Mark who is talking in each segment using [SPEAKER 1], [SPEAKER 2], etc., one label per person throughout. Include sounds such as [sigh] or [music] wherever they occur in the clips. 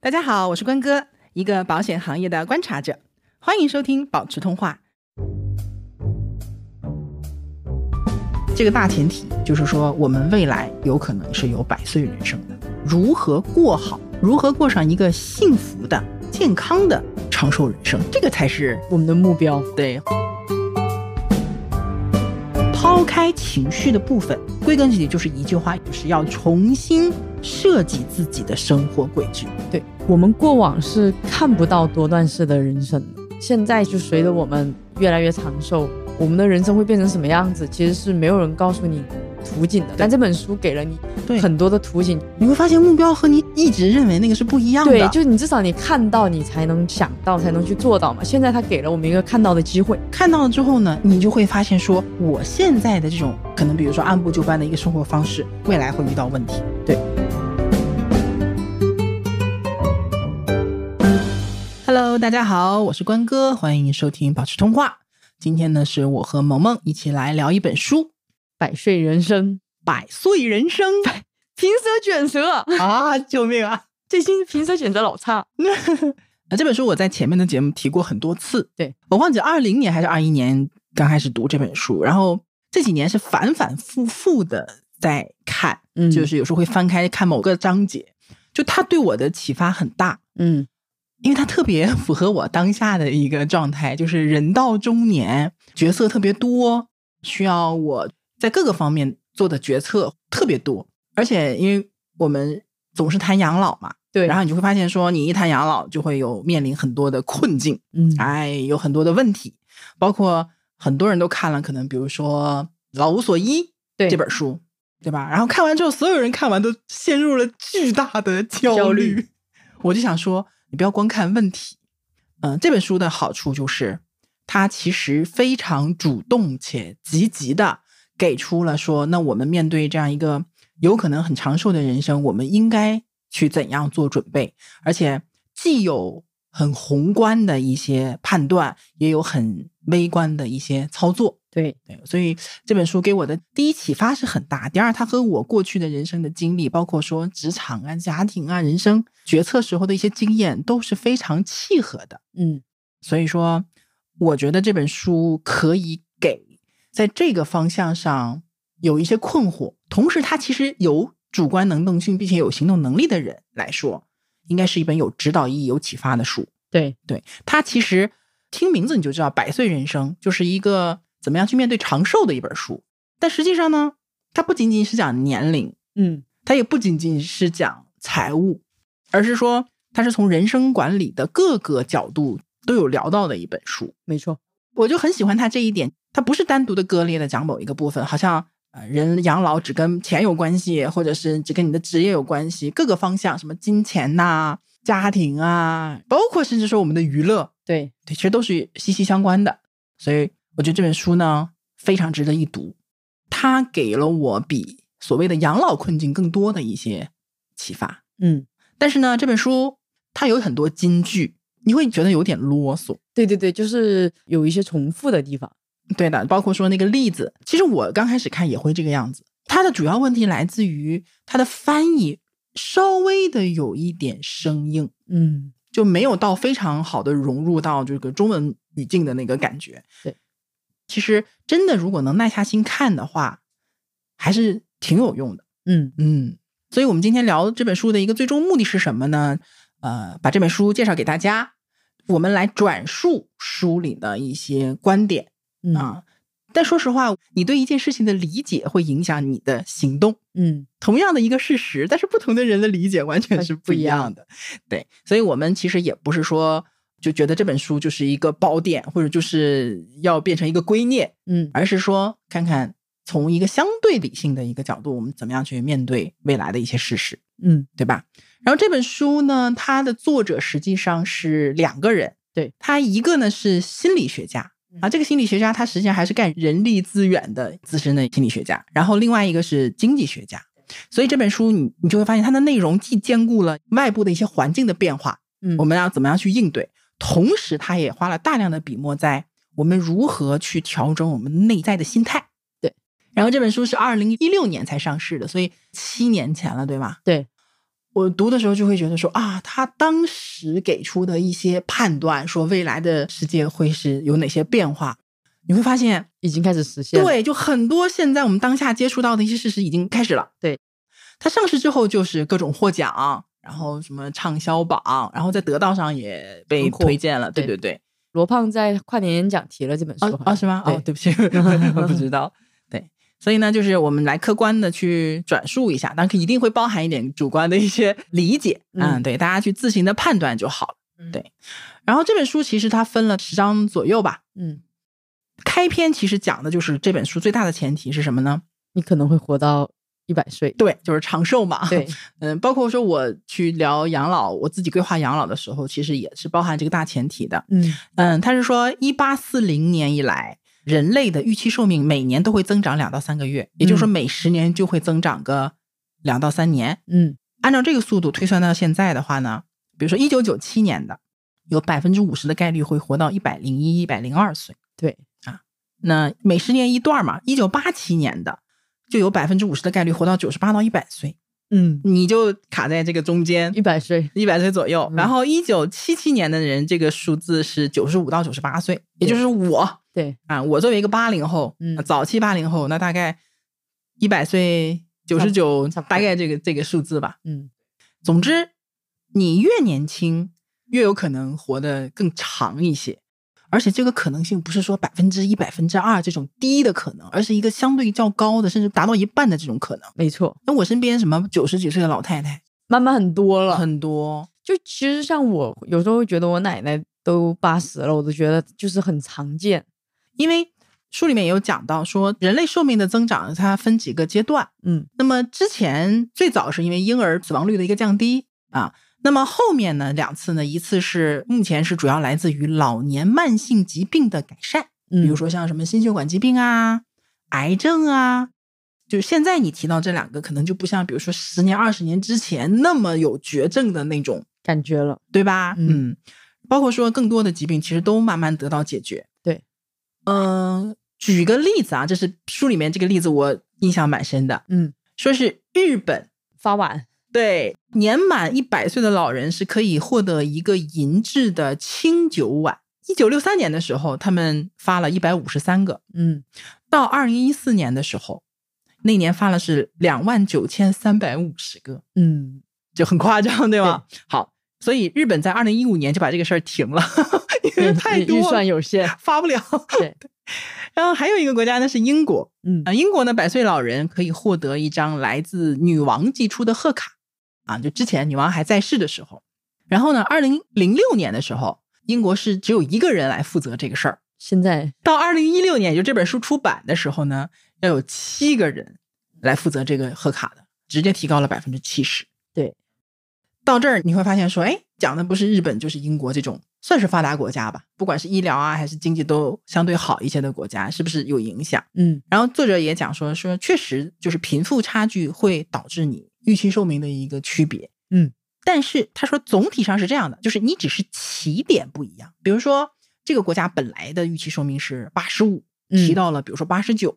[SPEAKER 1] 大家好，我是关哥，一个保险行业的观察者，欢迎收听保持通话。这个大前提就是说，我们未来有可能是有百岁人生的，如何过好，如何过上一个幸福的、健康的长寿人生，这个才是我们的目标。对，抛开情绪的部分，归根结底就是一句话，就是要重新设计自己的生活轨迹。对，
[SPEAKER 2] 我们过往是看不到多段式的人生的，现在就随着我们越来越长寿，我们的人生会变成什么样子，其实是没有人告诉你图景的。但这本书给了你
[SPEAKER 1] 对
[SPEAKER 2] 很多的图景，
[SPEAKER 1] 你会发现目标和你一直认为那个是不一样的。
[SPEAKER 2] 对，就你至少你看到，你才能想到，才能去做到嘛。现在他给了我们一个看到的机会，
[SPEAKER 1] 看到了之后呢，你就会发现说，我现在的这种可能，比如说按部就班的一个生活方式，未来会遇到问题。对。Hello，大家好，我是关哥，欢迎收听保持通话。今天呢，是我和萌萌一起来聊一本书《
[SPEAKER 2] 百岁
[SPEAKER 1] [laughs]
[SPEAKER 2] 人生，
[SPEAKER 1] 百岁人生
[SPEAKER 2] 平舌卷舌，》
[SPEAKER 1] 啊！救命啊！
[SPEAKER 2] 最近平舌卷舌老差，
[SPEAKER 1] 啊，这本书我在前面的节目提过很多次，
[SPEAKER 2] 对
[SPEAKER 1] 我忘记二零年还是二一年刚开始读这本书，然后这几年是反反复复的在看，
[SPEAKER 2] 嗯
[SPEAKER 1] 就是有时候会翻开看某个章节，就它对我的启发很大，
[SPEAKER 2] 嗯
[SPEAKER 1] 因为它特别符合我当下的一个状态，就是人到中年，角色特别多，需要我在各个方面做的决策特别多，而且因为我们总是谈养老嘛，
[SPEAKER 2] 对，
[SPEAKER 1] 然后你就会发现说，你一谈养老就会有面临很多的困境。
[SPEAKER 2] 嗯
[SPEAKER 1] 哎，有很多的问题，包括很多人都看了，可能比如说《老无所依》
[SPEAKER 2] 对
[SPEAKER 1] 这本书，对吧？然后看完之后，所有人看完都陷入了巨大的焦虑。
[SPEAKER 2] 焦虑
[SPEAKER 1] 我就想说，你不要光看问题。嗯、这本书的好处就是，它其实非常主动且积极的给出了说，那我们面对这样一个有可能很长寿的人生，我们应该去怎样做准备？而且既有很宏观的一些判断，也有很微观的一些操作。
[SPEAKER 2] 对，
[SPEAKER 1] 对，所以这本书给我的第一启发是很大，第二，它和我过去的人生的经历，包括说职场啊、家庭啊、人生决策时候的一些经验，都是非常契合的。
[SPEAKER 2] 嗯
[SPEAKER 1] 所以说，我觉得这本书可以给在这个方向上有一些困惑，同时它其实有主观能动性并且有行动能力的人来说，应该是一本有指导意义、有启发的书。
[SPEAKER 2] 对，
[SPEAKER 1] 对它其实听名字你就知道，《百岁人生》就是一个怎么样去面对长寿的一本书。但实际上呢，它不仅仅是讲年龄，
[SPEAKER 2] 嗯
[SPEAKER 1] 它也不仅仅是讲财务，而是说它是从人生管理的各个角度都有聊到的一本书。
[SPEAKER 2] 没错，
[SPEAKER 1] 我就很喜欢它这一点，它不是单独的割裂的讲某一个部分，好像呃人养老只跟钱有关系，或者是只跟你的职业有关系，各个方向什么金钱呐、家庭啊，包括甚至说我们的娱乐，
[SPEAKER 2] 对，
[SPEAKER 1] 对，其实都是息息相关的。所以我觉得这本书呢非常值得一读，它给了我比所谓的养老困境更多的一些启发。
[SPEAKER 2] 嗯。
[SPEAKER 1] 但是呢，这本书它有很多金句，你会觉得有点啰嗦。
[SPEAKER 2] 对对对，就是有一些重复的地方。
[SPEAKER 1] 对的，包括说那个例子，其实我刚开始看也会这个样子。它的主要问题来自于它的翻译稍微的有一点生硬，
[SPEAKER 2] 嗯，
[SPEAKER 1] 就没有到非常好的融入到这个中文语境的那个感觉。
[SPEAKER 2] 对，
[SPEAKER 1] 其实真的如果能耐下心看的话，还是挺有用的。
[SPEAKER 2] 嗯
[SPEAKER 1] 嗯，所以我们今天聊这本书的一个最终目的是什么呢？呃，把这本书介绍给大家，我们来转述书里的一些观点。
[SPEAKER 2] 嗯
[SPEAKER 1] 啊。但说实话，你对一件事情的理解会影响你的行动。
[SPEAKER 2] 嗯，
[SPEAKER 1] 同样的一个事实，但是不同的人的理解完全
[SPEAKER 2] 还
[SPEAKER 1] 是
[SPEAKER 2] 是
[SPEAKER 1] 呃不
[SPEAKER 2] 不
[SPEAKER 1] 一
[SPEAKER 2] 一样
[SPEAKER 1] 样的。对，所以我们其实也不是说就觉得这本书就是一个宝典，或者就是要变成一个圭臬，
[SPEAKER 2] 嗯
[SPEAKER 1] 而是说看看从一个相对理性的一个角度，我们怎么样去面对未来的一些事实。
[SPEAKER 2] 嗯
[SPEAKER 1] 对吧？然后这本书呢，它的作者实际上是两个人，
[SPEAKER 2] 对
[SPEAKER 1] 他一个呢是心理学家啊，这个心理学家他实际上还是干人力资源的资深的心理学家，然后另外一个是经济学家，所以这本书你你就会发现它的内容既兼顾了外部的一些环境的变化，
[SPEAKER 2] 嗯，
[SPEAKER 1] 我们要怎么样去应对，同时他也花了大量的笔墨在我们如何去调整我们内在的心态。
[SPEAKER 2] 对，
[SPEAKER 1] 然后这本书是二零一六年才上市的，所以七年前了，对吧？
[SPEAKER 2] 对，
[SPEAKER 1] 我读的时候就会觉得说啊，他当时给出的一些判断，说未来的世界会是有哪些变化，你会发现，
[SPEAKER 2] 已经开始实现了。
[SPEAKER 1] 对，就很多现在我们当下接触到的一些事实已经开始了。
[SPEAKER 2] 对，
[SPEAKER 1] 它上市之后就是各种获奖，然后什么畅销榜，然后在得道上也被
[SPEAKER 2] 很火
[SPEAKER 1] 推荐了。对对
[SPEAKER 2] 对
[SPEAKER 1] 对，
[SPEAKER 2] 罗胖在跨年演讲提了这本书
[SPEAKER 1] 啊
[SPEAKER 2] 好像
[SPEAKER 1] 啊是吗？
[SPEAKER 2] 对
[SPEAKER 1] 哦，对不 [laughs] 起，我不知道。对，所以呢，就是我们来客观的去转述一下，但是一定会包含一点主观的一些理解。嗯，
[SPEAKER 2] 嗯
[SPEAKER 1] 对，大家去自行的判断就好了。
[SPEAKER 2] 嗯
[SPEAKER 1] 对，然后这本书其实它分了十章左右吧。
[SPEAKER 2] 嗯，
[SPEAKER 1] 开篇其实讲的就是这本书最大的前提是什么呢？
[SPEAKER 2] 你可能会活到一百岁。
[SPEAKER 1] 对，就是长寿嘛。 [laughs]
[SPEAKER 2] 对，
[SPEAKER 1] 嗯，包括说我去聊养老，我自己规划养老的时候，其实也是包含这个大前提的。
[SPEAKER 2] 嗯
[SPEAKER 1] 嗯，他是说，一八四零年以来，人类的预期寿命每年都会增长两到三个月，也就是说每十年就会增长个两到三年。
[SPEAKER 2] 嗯
[SPEAKER 1] 按照这个速度推算到现在的话呢，比如说一九九七年的，有百分之五十的概率会活到一百零一、一百零二岁。 [laughs]
[SPEAKER 2] 对
[SPEAKER 1] 啊，那每十年一段嘛，一九八七年的就有百分之五十的概率活到九十八到一百岁，
[SPEAKER 2] 嗯，
[SPEAKER 1] 你就卡在这个中间
[SPEAKER 2] 一。百岁。
[SPEAKER 1] 一百岁左右，
[SPEAKER 2] 嗯
[SPEAKER 1] 然后一九七七年的人，这个数字是九十五到九十八岁，也就是我
[SPEAKER 2] 对，
[SPEAKER 1] 啊，我作为一个八零后，啊
[SPEAKER 2] 嗯
[SPEAKER 1] 早期八零后，那大概一百岁九十九，
[SPEAKER 2] 差不多
[SPEAKER 1] 大概这个这个数字吧。
[SPEAKER 2] 嗯
[SPEAKER 1] 总之，你越年轻，越有可能活得更长一些，而且这个可能性不是说百分之一、百分之二这种低的可能，而是一个相对较高的，甚至达到一半的这种可能。
[SPEAKER 2] 没错，
[SPEAKER 1] 那我身边什么九十几岁的老太太
[SPEAKER 2] 慢慢很多了。
[SPEAKER 1] 很多，
[SPEAKER 2] 就其实像我有时候会觉得我奶奶都八十了，我都觉得就是很常见。
[SPEAKER 1] 因为书里面也有讲到说，人类寿命的增长它分几个阶段。
[SPEAKER 2] 嗯
[SPEAKER 1] 那么之前最早是因为婴儿死亡率的一个降低啊，那么后面呢两次呢，一次是目前是主要来自于老年慢性疾病的改善，
[SPEAKER 2] 嗯，
[SPEAKER 1] 比如说像什么心血管疾病啊、癌症啊。就是现在你提到这两个，可能就不像比如说十年、二十年之前那么有绝症的那种
[SPEAKER 2] 感觉了，
[SPEAKER 1] 对吧？
[SPEAKER 2] 嗯
[SPEAKER 1] 嗯，包括说更多的疾病其实都慢慢得到解决。
[SPEAKER 2] 对，
[SPEAKER 1] 嗯、举个例子啊，这是书里面这个例子我印象蛮深的，
[SPEAKER 2] 嗯，
[SPEAKER 1] 说是日本
[SPEAKER 2] 发晚，
[SPEAKER 1] 对年满一百岁的老人是可以获得一个银质的清酒碗。一九六三年的时候，他们发了一百五十三个，
[SPEAKER 2] 嗯，
[SPEAKER 1] 到二零一四年的时候，那年发了是两万九千三百五十个。
[SPEAKER 2] 嗯，
[SPEAKER 1] 就很夸张，对吧？好，所以日本在二零一五年就把这个事儿停了， [laughs] 因为
[SPEAKER 2] 对
[SPEAKER 1] 太
[SPEAKER 2] 预
[SPEAKER 1] 多
[SPEAKER 2] 嗯预
[SPEAKER 1] 了
[SPEAKER 2] 算
[SPEAKER 1] [laughs]
[SPEAKER 2] 有限，
[SPEAKER 1] 发不了。
[SPEAKER 2] 对，
[SPEAKER 1] [laughs] 然后还有一个国家呢是英国
[SPEAKER 2] 嗯
[SPEAKER 1] 啊、英国呢百岁老人可以获得一张来自女王寄出的贺卡啊，就之前女王还在世的时候。然后呢，二零零六年的时候，英国是只有一个人来负责这个事儿。
[SPEAKER 2] 现在
[SPEAKER 1] 到二零一六年，也就这本书出版的时候呢，要有七个人来负责这个贺卡的，直接提高了百分之七十。
[SPEAKER 2] 对，
[SPEAKER 1] 到这儿你会发现说，哎，讲的不是日本就是英国这种算是发达国家吧，不管是医疗啊还是经济都相对好一些的国家，是不是有影响？
[SPEAKER 2] 嗯
[SPEAKER 1] 然后作者也讲说，说确实就是贫富差距会导致你预期寿命的一个区别。
[SPEAKER 2] 嗯，
[SPEAKER 1] 但是他说总体上是这样的，就是你只是起点不一样。比如说这个国家本来的预期寿命是八十五，提
[SPEAKER 2] 嗯
[SPEAKER 1] 到了比如说八十九，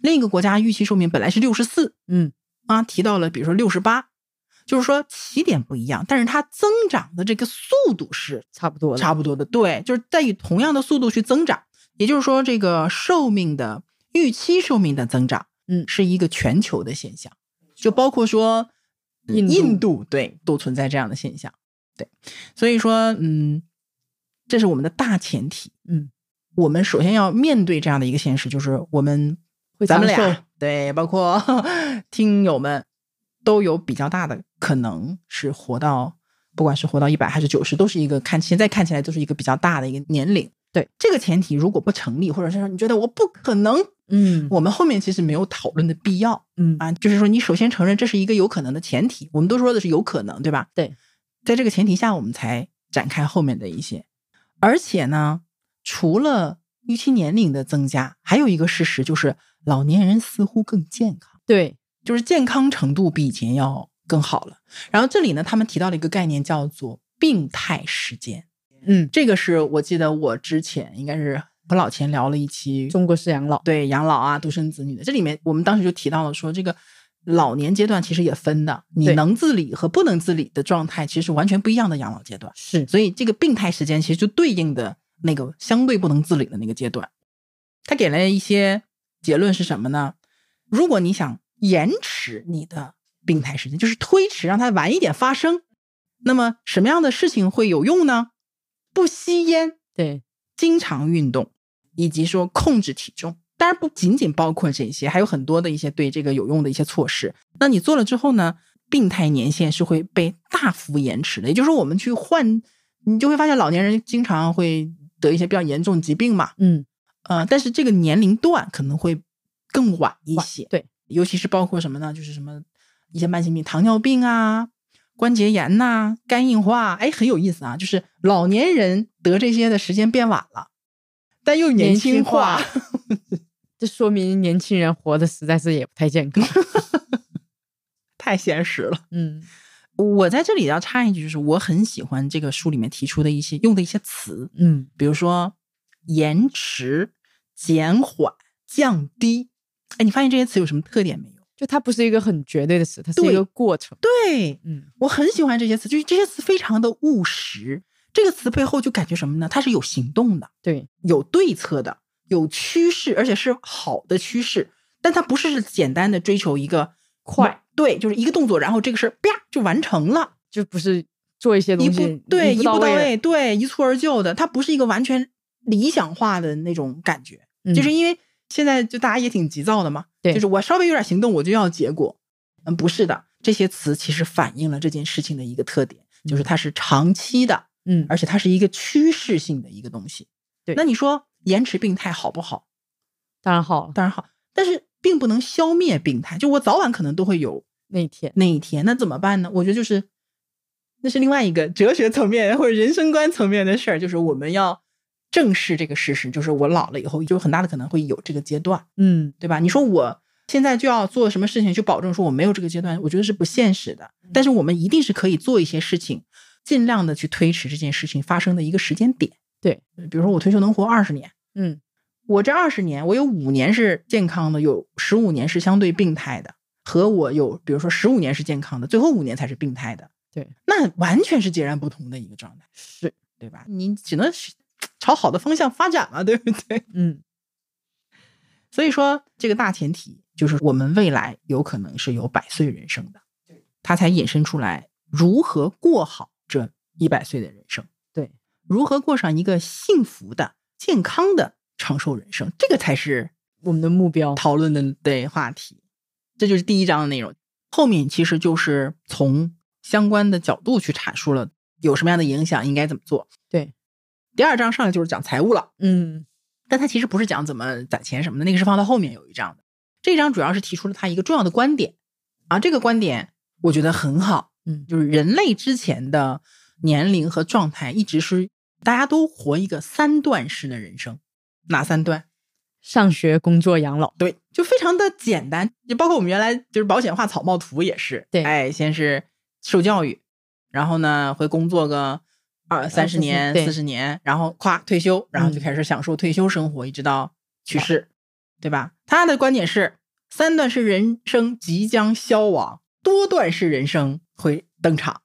[SPEAKER 1] 另一个国家预期寿命本来是六十四
[SPEAKER 2] 嗯
[SPEAKER 1] 啊，提到了比如说六十八，就是说起点不一样，但是它增长的这个速度是
[SPEAKER 2] 差不多了，
[SPEAKER 1] 差不多的，对，就是在以同样的速度去增长，也就是说，这个寿命的预期寿命的增长，
[SPEAKER 2] 嗯
[SPEAKER 1] 是一个全球的现象，就包括说嗯
[SPEAKER 2] 印度
[SPEAKER 1] 印度对都存在这样的现象，对，所以说，嗯，这是我们的大前提，
[SPEAKER 2] 嗯，
[SPEAKER 1] 我们首先要面对这样的一个现实，就是我们
[SPEAKER 2] 会
[SPEAKER 1] 咱们
[SPEAKER 2] 长寿
[SPEAKER 1] 俩对，包括 [laughs] 听友们都有比较大的可能是活到，不管是活到一百还是九十，都是一个看现在看起来都是一个比较大的一个年龄。
[SPEAKER 2] 对
[SPEAKER 1] 这个前提，如果不成立，或者是说你觉得我不可能，
[SPEAKER 2] 嗯
[SPEAKER 1] 我们后面其实没有讨论的必要
[SPEAKER 2] 嗯
[SPEAKER 1] 啊。就是说，你首先承认这是一个有可能的前提，我们都说的是有可能，对吧？
[SPEAKER 2] 对，
[SPEAKER 1] 在这个前提下，我们才展开后面的一些。而且呢，除了预期年龄的增加，还有一个事实就是，老年人似乎更健康，
[SPEAKER 2] 对，
[SPEAKER 1] 就是健康程度比以前要更好了。然后这里呢，他们提到了一个概念，叫做病态时间。
[SPEAKER 2] 嗯，
[SPEAKER 1] 这个是我记得我之前应该是和老钱聊了一期
[SPEAKER 2] 中国式养老，
[SPEAKER 1] 对养老啊、独生子女的，这里面我们当时就提到了说，这个老年阶段其实也分的，你
[SPEAKER 2] 对
[SPEAKER 1] 能自理和不能自理的状态其实完全不一样的养老阶段，
[SPEAKER 2] 是
[SPEAKER 1] 所以这个病态时间其实就对应的那个相对不能自理的那个阶段。他给了一些结论是什么呢？如果你想延迟你的病态时间，就是推迟让它晚一点发生，那么什么样的事情会有用呢？不吸烟，
[SPEAKER 2] 对，
[SPEAKER 1] 经常运动，以及说控制体重。当然不仅仅包括这些，还有很多的一些对这个有用的一些措施。那你做了之后呢，病态年限是会被大幅延迟的。也就是说，我们去换，你就会发现老年人经常会得一些比较严重疾病嘛，
[SPEAKER 2] 嗯，
[SPEAKER 1] 呃，但是这个年龄段可能会更晚一些。
[SPEAKER 2] 对，
[SPEAKER 1] 尤其是包括什么呢？就是什么一些慢性病，糖尿病啊、关节炎呐、肝硬化啊，哎，很有意思啊。就是老年人得这些的时间变晚了，但又年轻化。
[SPEAKER 2] 年轻 [laughs] 这说明年轻人活的实在是也不太
[SPEAKER 1] [laughs]
[SPEAKER 2] 健康。
[SPEAKER 1] 太现实了。
[SPEAKER 2] 嗯，
[SPEAKER 1] 我在这里要插一句，就是我很喜欢这个书里面提出的一些用的一些词，
[SPEAKER 2] 嗯，
[SPEAKER 1] 比如说延迟、减缓、降低。哎，你发现这些词有什么特点没有？
[SPEAKER 2] 就它不是一个很绝对的词，它是一
[SPEAKER 1] 对
[SPEAKER 2] 个过程。
[SPEAKER 1] 对，
[SPEAKER 2] 嗯，
[SPEAKER 1] 我很喜欢这些词，就是这些词非常的务实。这个词背后就感觉什么呢？它是有行动的，
[SPEAKER 2] 对，
[SPEAKER 1] 有对策的，有趋势，而且是好的趋势。但它不是简单的追求一个嗯
[SPEAKER 2] 快，
[SPEAKER 1] 对，就是一个动作，然后这个事儿啪就完成了，
[SPEAKER 2] 就不是做一些
[SPEAKER 1] 一
[SPEAKER 2] 东
[SPEAKER 1] 步
[SPEAKER 2] 西
[SPEAKER 1] 对一
[SPEAKER 2] 到
[SPEAKER 1] 到
[SPEAKER 2] 位的，
[SPEAKER 1] 位，对一蹴而就的。它不是一个完全理想化的那种感觉，
[SPEAKER 2] 嗯
[SPEAKER 1] 就是因为现在就大家也挺急躁的嘛，
[SPEAKER 2] 对
[SPEAKER 1] 就是我稍微有点行动我就要结果，嗯，不是的，这些词其实反映了这件事情的一个特点，
[SPEAKER 2] 嗯
[SPEAKER 1] 就是它是长期的，
[SPEAKER 2] 嗯，
[SPEAKER 1] 而且它是一个趋势性的一个东西。
[SPEAKER 2] 对
[SPEAKER 1] 那你说延迟病态好不好？
[SPEAKER 2] 当然好了，
[SPEAKER 1] 当然好，但是并不能消灭病态，就我早晚可能都会有
[SPEAKER 2] 那一天
[SPEAKER 1] 那一天，那怎么办呢？我觉得就是，那是另外一个哲学层面或者人生观层面的事儿，就是我们要正视这个事实，就是我老了以后，就很大的可能会有这个阶段，
[SPEAKER 2] 嗯，
[SPEAKER 1] 对吧？你说我现在就要做什么事情去保证说我没有这个阶段，我觉得是不现实的。
[SPEAKER 2] 嗯
[SPEAKER 1] 但是我们一定是可以做一些事情，尽量的去推迟这件事情发生的一个时间点。呃
[SPEAKER 2] 对，
[SPEAKER 1] 比如说我退休能活二十年。
[SPEAKER 2] 嗯，
[SPEAKER 1] 我这二十年，我有五年是健康的，有十五年是相对病态的，和我有比如说十五年是健康的，最后五年才是病态的，
[SPEAKER 2] 对，
[SPEAKER 1] 那完全是截然不同的一个状态，
[SPEAKER 2] 是，
[SPEAKER 1] 对吧？你只能是朝好的方向发展嘛，对不对？
[SPEAKER 2] 嗯，
[SPEAKER 1] 所以说，这个大前提就是我们未来有可能是有百岁人生的，它才引申出来如何过好这一百岁的人生，
[SPEAKER 2] 对，
[SPEAKER 1] 如何过上一个幸福的、健康的长寿人生，这个才是
[SPEAKER 2] 我们的目标，
[SPEAKER 1] 讨论的对话题，这就是第一章的内容。后面其实就是从相关的角度去阐述了有什么样的影响，应该怎么做。
[SPEAKER 2] 对，
[SPEAKER 1] 第二章上来就是讲财务了，
[SPEAKER 2] 嗯，
[SPEAKER 1] 但它其实不是讲怎么攒钱什么的，那个是放到后面有一章的。这一章主要是提出了他一个重要的观点啊，这个观点我觉得很好，
[SPEAKER 2] 嗯
[SPEAKER 1] 就是人类之前的年龄和状态一直是大家都活一个三段式的人生，哪三段？
[SPEAKER 2] 上学、工作、养老，
[SPEAKER 1] 对，就非常的简单，就包括我们原来就是保险画草帽图也是，
[SPEAKER 2] 对
[SPEAKER 1] 哎，先是受教育，然后呢会工作个二三十
[SPEAKER 2] 40
[SPEAKER 1] 年、
[SPEAKER 2] 对
[SPEAKER 1] 四十年，然后咵退休，然后就
[SPEAKER 2] 嗯
[SPEAKER 1] 开始享受退休生活，一直到去世，对吧？他的观点是，三段式人生即将消亡，多段式人生会登场。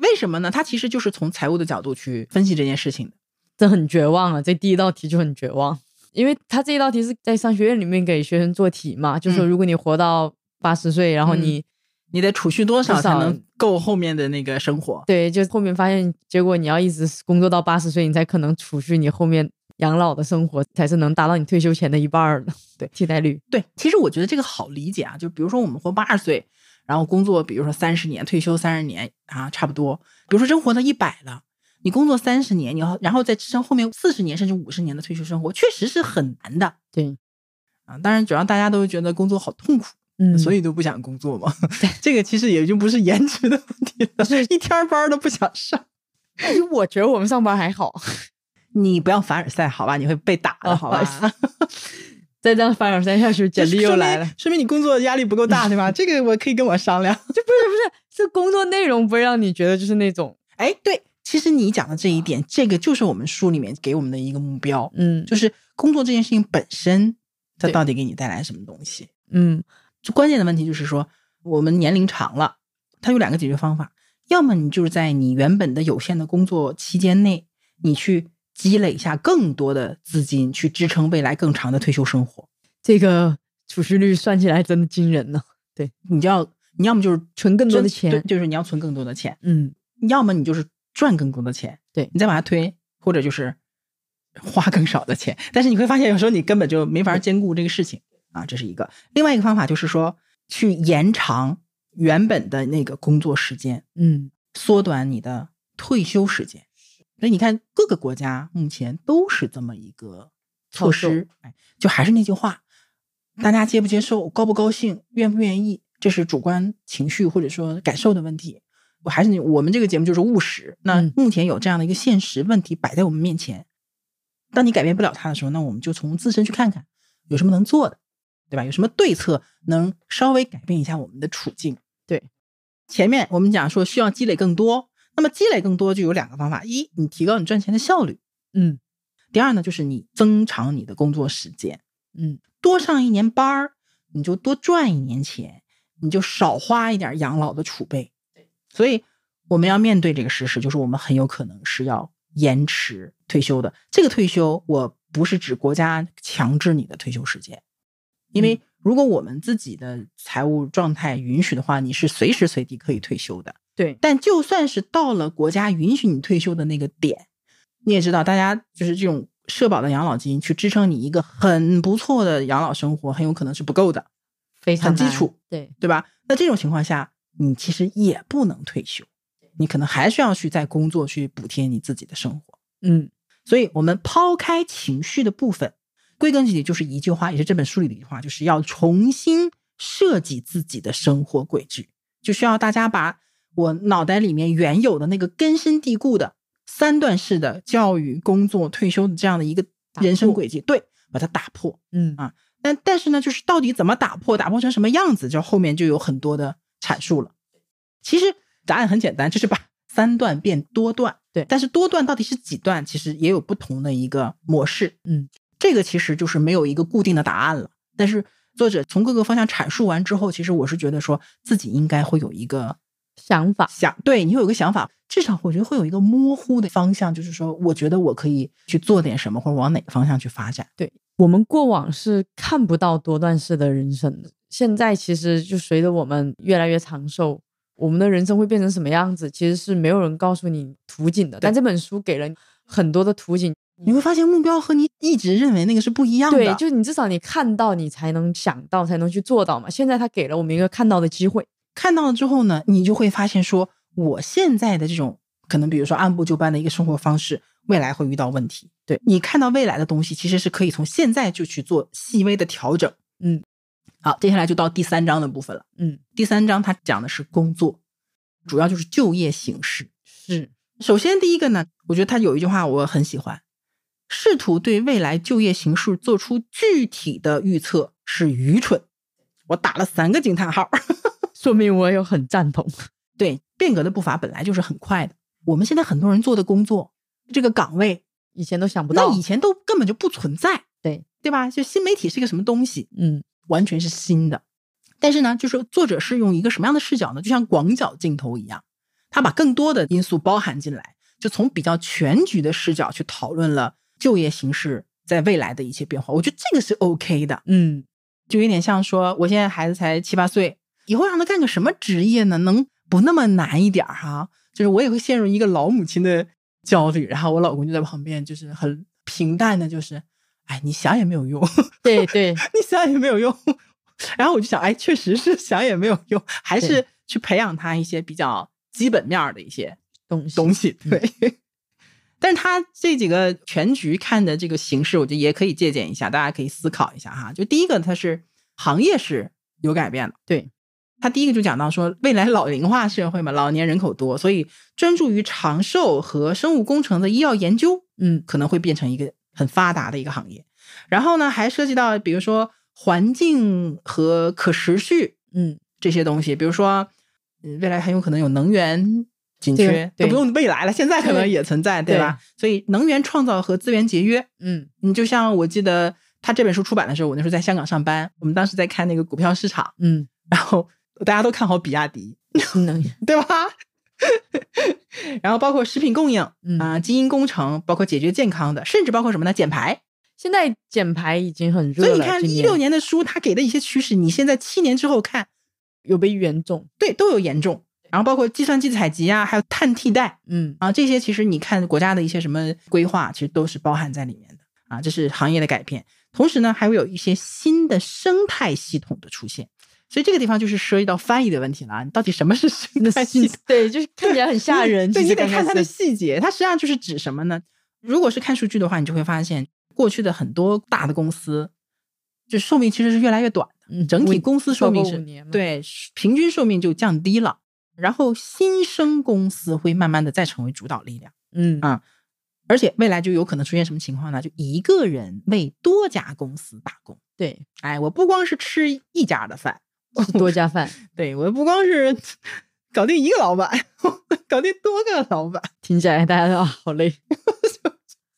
[SPEAKER 1] 为什么呢？他其实就是从财务的角度去分析这件事情的。
[SPEAKER 2] 这很绝望啊！这第一道题就很绝望，因为他这一道题是在商学院里面给学生做题嘛，就说
[SPEAKER 1] 嗯
[SPEAKER 2] 如果你活到八十岁，然后
[SPEAKER 1] 嗯
[SPEAKER 2] 你、
[SPEAKER 1] 你得储蓄多少
[SPEAKER 2] 至
[SPEAKER 1] 才
[SPEAKER 2] 少
[SPEAKER 1] 能够后面的那个生活？
[SPEAKER 2] 对，就后面发现，结果你要一直工作到八十岁，你才可能储蓄你后面养老的生活，才是能达到你退休前的一半儿的。 [laughs]
[SPEAKER 1] 对，
[SPEAKER 2] 替代率，
[SPEAKER 1] 对，其实我觉得这个好理解啊，就比如说我们活八十岁，然后工作，比如说三十年，退休三十年啊，差不多。比如说真活到一百了，你工作三十年，你要然后再支撑后面四十年甚至五十年的退休生活，确实是很难的
[SPEAKER 2] 对，
[SPEAKER 1] 啊。当然，主要大家都觉得工作好痛苦，
[SPEAKER 2] 嗯，
[SPEAKER 1] 所以都不想工作嘛。 [laughs] 这个其实也就不是颜值的问题了，一天儿班儿都不想上。
[SPEAKER 2] 其实我觉得我们上班还好，
[SPEAKER 1] [laughs] 你不要凡尔赛好吧，你会被打的
[SPEAKER 2] 哦
[SPEAKER 1] 好
[SPEAKER 2] 不
[SPEAKER 1] 吧
[SPEAKER 2] 好意？思再这样凡尔赛下去，
[SPEAKER 1] 这
[SPEAKER 2] 简历
[SPEAKER 1] 啊说
[SPEAKER 2] 又
[SPEAKER 1] 明
[SPEAKER 2] 来了。
[SPEAKER 1] 说明你工作压力不够大，对 [laughs] 吧？这个我可以跟我商量。
[SPEAKER 2] 这工作内容不会让你觉得就是那种，
[SPEAKER 1] 哎，对，其实你讲的这一点，这个就是我们书里面给我们的一个目标，
[SPEAKER 2] 嗯，
[SPEAKER 1] 就是工作这件事情本身，它
[SPEAKER 2] 对
[SPEAKER 1] 到底给你带来什么东西？
[SPEAKER 2] 嗯，
[SPEAKER 1] 就关键的问题就是说，我们年龄长了，它有两个解决方法，要么你就是在你原本的有限的工作期间内，你去积累一下更多的资金，去支撑未来更长的退休生活。
[SPEAKER 2] 这个储蓄率算起来真的惊人呢、
[SPEAKER 1] 你就要，你要么就是
[SPEAKER 2] 存更多
[SPEAKER 1] 对
[SPEAKER 2] 的钱，
[SPEAKER 1] 就是你要存更多的钱，
[SPEAKER 2] 嗯，
[SPEAKER 1] 要么你就是赚更多的钱，
[SPEAKER 2] 对
[SPEAKER 1] 你再把它推，或者就是花更少的钱。但是你会发现，有时候你根本就没法兼顾这个事情啊，这是一个。另外一个方法就是说，去延长原本的那个工作时间，
[SPEAKER 2] 嗯，
[SPEAKER 1] 缩短你的退休时间。所以你看，各个国家目前都是这么一个措施。哎，就还是那句话，大家接不接受、高不高兴、愿不愿意，这是主观情绪或者说感受的问题。我还是那我们这个节目就是务实。那
[SPEAKER 2] 嗯
[SPEAKER 1] 目前有这样的一个现实问题摆在我们面前，当你改变不了它的时候，那我们就从自身去看看有什么能做的，对吧？有什么对策能稍微改变一下我们的处境？
[SPEAKER 2] 对，
[SPEAKER 1] 前面我们讲说需要积累更多，那么积累更多就有两个方法：一，你提高你赚钱的效率；
[SPEAKER 2] 嗯
[SPEAKER 1] 第二呢，就是你增长你的工作时间，
[SPEAKER 2] 嗯，
[SPEAKER 1] 多上一年班儿，你就多赚一年钱，你就少花一点养老的储备。所以我们要面对这个事实，就是我们很有可能是要延迟退休的。这个退休，我不是指国家强制你的退休时间，因为如果我们自己的财务状态允许的话，你是随时随地可以退休的。
[SPEAKER 2] 对，
[SPEAKER 1] 但就算是到了国家允许你退休的那个点，你也知道，大家就是这种社保的养老金去支撑你一个很不错的养老生活，很有可能是不够的，
[SPEAKER 2] 非常
[SPEAKER 1] 很基
[SPEAKER 2] 难
[SPEAKER 1] 础，
[SPEAKER 2] 对，
[SPEAKER 1] 对吧？那这种情况下，你其实也不能退休，你可能还是要去在工作去补贴你自己的生活。
[SPEAKER 2] 嗯
[SPEAKER 1] 所以，我们抛开情绪的部分，归根结底就是一句话，也是这本书里的一句话，就是要重新设计自己的生活轨迹，就需要大家把我脑袋里面原有的那个根深蒂固的三段式的教育、工作、退休的这样的一个
[SPEAKER 2] 打
[SPEAKER 1] 人生
[SPEAKER 2] 破
[SPEAKER 1] 轨迹，对，把它打破。
[SPEAKER 2] 嗯
[SPEAKER 1] 啊但但是呢，就是到底怎么打破，打破成什么样子，就后面就有很多的阐述了。其实答案很简单，就是把 [laughs] 三段变多段。
[SPEAKER 2] 对
[SPEAKER 1] 但是多段到底是几段，其实也有不同的一个模式。
[SPEAKER 2] 嗯，
[SPEAKER 1] 这个其实就是没有一个固定的答案了。但是作者从各个方向阐述完之后，其实我是觉得说自己应该会有一个
[SPEAKER 2] 想法，
[SPEAKER 1] 想，对你会有个想法，至少我觉得会有一个模糊的方向，就是说我觉得我可以去做点什么，或者往哪个方向去发展。
[SPEAKER 2] 我们过往是看不到多段式的人生的，现在其实就随着我们越来越长寿，我们的人生会变成什么样子，其实是没有人告诉你图景的。但这本书给了你很多的图景，
[SPEAKER 1] 你会发现目标和你一直认为那个是不一样的。
[SPEAKER 2] 对，就你至少你看到，你才能想到，才能去做到嘛。现在他给了我们一个看到的机会，
[SPEAKER 1] 看到了之后呢，你就会发现说，我现在的这种可能，比如说按部就班的一个生活方式，未来会遇到问题。对你看到未来的东西，其实是可以从现在就去做细微的调整。
[SPEAKER 2] 嗯，
[SPEAKER 1] 好，接下来就到第三章的部分了。
[SPEAKER 2] 嗯，
[SPEAKER 1] 第三章它讲的是工作，主要就是就业形势。
[SPEAKER 2] 是
[SPEAKER 1] 首先第一个呢，我觉得他有一句话我很喜欢，试图对未来就业形势做出具体的预测是愚蠢。我打了三个惊叹号。
[SPEAKER 2] [laughs] 说明我有很赞同。 [laughs]
[SPEAKER 1] 对，变革的步伐本来就是很快的。我们现在很多人做的工作，这个岗位，
[SPEAKER 2] 以前都想不到
[SPEAKER 1] 那，以前都根本就不存在，
[SPEAKER 2] 对
[SPEAKER 1] 对吧？就新媒体是一个什么东西，
[SPEAKER 2] 嗯，
[SPEAKER 1] 完全是新的。但是呢，就是作者是用一个什么样的视角呢？就像广角镜头一样，他把更多的因素包含进来，就从比较全局的视角去讨论了就业形势在未来的一些变化。我觉得这个是 OK 的。
[SPEAKER 2] 嗯，
[SPEAKER 1] 就有点像说，我现在孩子才七八岁，以后让他干个什么职业呢？能不那么难一点儿、哈？就是我也会陷入一个老母亲的焦虑，然后我老公就在旁边，就是很平淡的，就是，哎，你想也没有用，
[SPEAKER 2] 对 [laughs] 对，
[SPEAKER 1] 你想也没有用。 [laughs] 然后我就想，哎，确实是想也没有用，还是
[SPEAKER 2] 对
[SPEAKER 1] 去培养他一些比较基本面儿的一些
[SPEAKER 2] 东西
[SPEAKER 1] 东西。
[SPEAKER 2] 嗯
[SPEAKER 1] 对， [laughs] 但是他这几个全局看的这个形式，我觉得也可以借鉴一下，大家可以思考一下哈。就第一个，它是行业是有改变的，
[SPEAKER 2] 对。
[SPEAKER 1] 他第一个就讲到说，未来老龄化社会嘛，老年人口多，所以专注于长寿和生物工程的医药研究
[SPEAKER 2] 嗯
[SPEAKER 1] 可能会变成一个很发达的一个行业。然后呢，还涉及到比如说环境和可持续
[SPEAKER 2] 嗯，
[SPEAKER 1] 这些东西，比如说，嗯，未来很有可能有能源紧
[SPEAKER 2] 对
[SPEAKER 1] 缺，都
[SPEAKER 2] 对
[SPEAKER 1] 不用未来了，现在可能
[SPEAKER 2] 对
[SPEAKER 1] 也存在，对吧？所以能源创造和资源节约，
[SPEAKER 2] 嗯
[SPEAKER 1] 你就像我记 [laughs] 得他这本书出版的时候，我那时候在香港上班，我们当时在看那个股票市场，
[SPEAKER 2] 嗯
[SPEAKER 1] 然后大家都看好比亚迪， [laughs]
[SPEAKER 2] 能
[SPEAKER 1] 对吧？ [laughs] 然后包括食品供应啊、
[SPEAKER 2] 嗯
[SPEAKER 1] 基因工程，包括解决健康的，甚至包括什么呢？减排。
[SPEAKER 2] 现在减排已经很热
[SPEAKER 1] 所
[SPEAKER 2] 了，
[SPEAKER 1] 以你看，
[SPEAKER 2] 今
[SPEAKER 1] 一
[SPEAKER 2] 年
[SPEAKER 1] 六年的书，它给的一些趋势，你现在七年之后看，
[SPEAKER 2] 有被原种，
[SPEAKER 1] 对，都有严重。然后包括计算机采集啊，还有碳替代 [laughs]
[SPEAKER 2] 嗯，
[SPEAKER 1] 啊，这些其实你看国家的一些什么规划，其实都是包含在里面的啊。这是行业的改变，同时呢，还会有一些新的生态系统的出现。所以这个地方就是涉及到翻译的问题了啊，你到底什么是生态系统？
[SPEAKER 2] [laughs] 对，就是看起来很吓人。
[SPEAKER 1] 对
[SPEAKER 2] 其
[SPEAKER 1] 你
[SPEAKER 2] 实
[SPEAKER 1] 得
[SPEAKER 2] 刚开
[SPEAKER 1] 看它的
[SPEAKER 2] 始
[SPEAKER 1] 细节，它实际上就是指什么呢？如果是看数据的话，你就会发现过去的很多大的公司，就寿命其实是越来越短的，
[SPEAKER 2] 嗯
[SPEAKER 1] 整体
[SPEAKER 2] 五
[SPEAKER 1] 公司寿命
[SPEAKER 2] 超过五
[SPEAKER 1] 是
[SPEAKER 2] 年嘛
[SPEAKER 1] 对平均寿命就降低了，然后新生公司会慢慢的再成为主导力量，
[SPEAKER 2] 嗯
[SPEAKER 1] 啊而且未来就有可能出现什么情况呢？就一个人为多家公司打工。
[SPEAKER 2] 对，
[SPEAKER 1] 哎，我不光是吃一家的饭，
[SPEAKER 2] 是多
[SPEAKER 1] [laughs]
[SPEAKER 2] 加饭，
[SPEAKER 1] 对我不光是搞定一个老板， [laughs] 搞定多个老板。
[SPEAKER 2] 听起来大家都啊好累。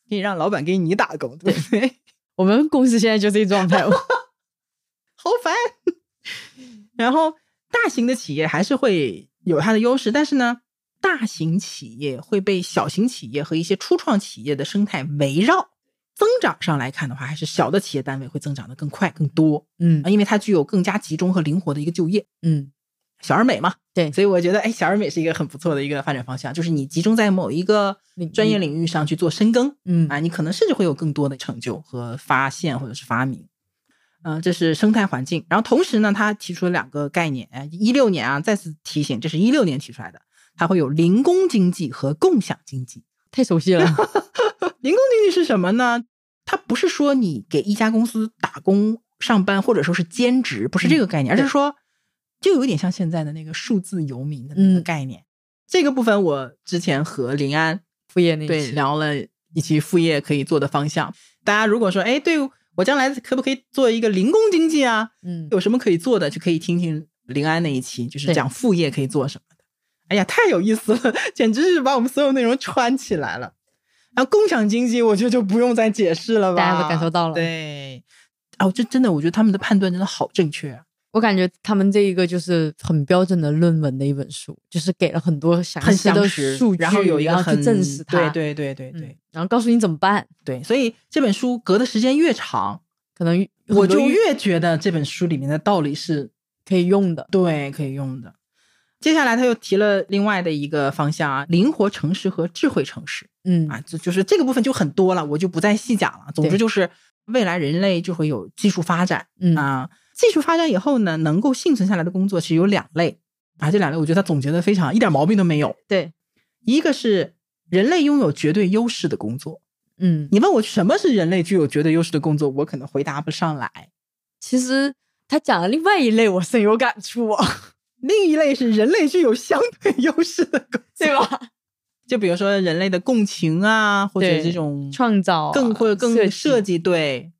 [SPEAKER 1] 可以让老板给你打工，对不对？
[SPEAKER 2] 我们公司现在就这状态 [laughs] 哦，
[SPEAKER 1] 好烦。 [laughs] 然后大型的企业还是会有它的优势，但是呢，大型企业会被小型企业和一些初创企业的生态围绕。增长上来看的话，还是小的企业单位会增长的更快更多
[SPEAKER 2] 嗯
[SPEAKER 1] 啊，因为它具有更加集中和灵活的一个就业。
[SPEAKER 2] 嗯，
[SPEAKER 1] 小而美嘛，
[SPEAKER 2] 对
[SPEAKER 1] 所以我觉得，哎，小而美是一个很不错的一个发展方向，就是你集中在某一个
[SPEAKER 2] 领域
[SPEAKER 1] 专业领域上去做深耕，
[SPEAKER 2] 嗯
[SPEAKER 1] 啊，你可能甚至会有更多的成就和发现或者是发明。嗯、这是生态环境。然后同时呢，他提出了两个概念，一六年啊，再次提醒，这是一六年提出来的，它会有零工经济和共享经济。
[SPEAKER 2] 太
[SPEAKER 1] [laughs]
[SPEAKER 2] 熟悉了，
[SPEAKER 1] 零工经济是什么呢？它不是说你给一家公司打工上班，或者说是兼职，不是这个概念，而是说就有一点像现在的那个数字游民的那个
[SPEAKER 2] 嗯
[SPEAKER 1] 概念。这个部分我之前和林安
[SPEAKER 2] 副业那一
[SPEAKER 1] 对
[SPEAKER 2] 期
[SPEAKER 1] 聊了以及副业可以做的方向。大家如果说，哎，对我将来可不可以做一个零工经济啊？
[SPEAKER 2] 嗯，
[SPEAKER 1] 有什么可以做的，就可以听听林安那一期，就是
[SPEAKER 2] 对
[SPEAKER 1] 讲副业可以做什么的。哎呀，太有意思了， [laughs] 简直是把我们所有内容串起来了。然后共享经济，我觉得就不用再解释了吧，
[SPEAKER 2] 大家都感受到了
[SPEAKER 1] 对，哦，这真的，我觉得他们的判断真的好正确啊，
[SPEAKER 2] 我感觉他们这一个就是很标准的论文的一本书，就是给了很多详
[SPEAKER 1] 很
[SPEAKER 2] 细
[SPEAKER 1] 详
[SPEAKER 2] 的
[SPEAKER 1] 实，
[SPEAKER 2] 数据，
[SPEAKER 1] 然后有一个
[SPEAKER 2] 然后
[SPEAKER 1] 很
[SPEAKER 2] 去证实它，
[SPEAKER 1] 对对对对对、
[SPEAKER 2] 嗯然后告诉你怎么办，
[SPEAKER 1] 对，所以这本书隔的时间越长，
[SPEAKER 2] 可能很
[SPEAKER 1] 我
[SPEAKER 2] 多
[SPEAKER 1] 就越觉得这本书里面的道理是
[SPEAKER 2] 可以用的，
[SPEAKER 1] 对，可以用的。接下来他又提了另外的一个方向啊，灵活城市和智慧城市
[SPEAKER 2] 嗯
[SPEAKER 1] 啊，这就是这个部分就很多了，我就不再细讲了。总之
[SPEAKER 2] 对
[SPEAKER 1] 就是未来人类就会有技术发展
[SPEAKER 2] 嗯
[SPEAKER 1] 啊，技术发展以后呢，能够幸存下来的工作其实有两类啊，这两类我觉得他总结的非常一点毛病都没有。
[SPEAKER 2] 对，
[SPEAKER 1] 一个是人类拥有绝对优势的工作，
[SPEAKER 2] 嗯，
[SPEAKER 1] 你问我什么是人类具有绝对优势的工作，我可能回答不上来。
[SPEAKER 2] 其实他讲的另外一类我深有感触、哦， [laughs]
[SPEAKER 1] 另一类是人类具有相对优势的工作，
[SPEAKER 2] 对吧？
[SPEAKER 1] [laughs] 就比如说人类的共情啊，或者
[SPEAKER 2] 对
[SPEAKER 1] 这种
[SPEAKER 2] [laughs] 创造啊、
[SPEAKER 1] 更或者更
[SPEAKER 2] 设
[SPEAKER 1] 设
[SPEAKER 2] 计，
[SPEAKER 1] 计，对，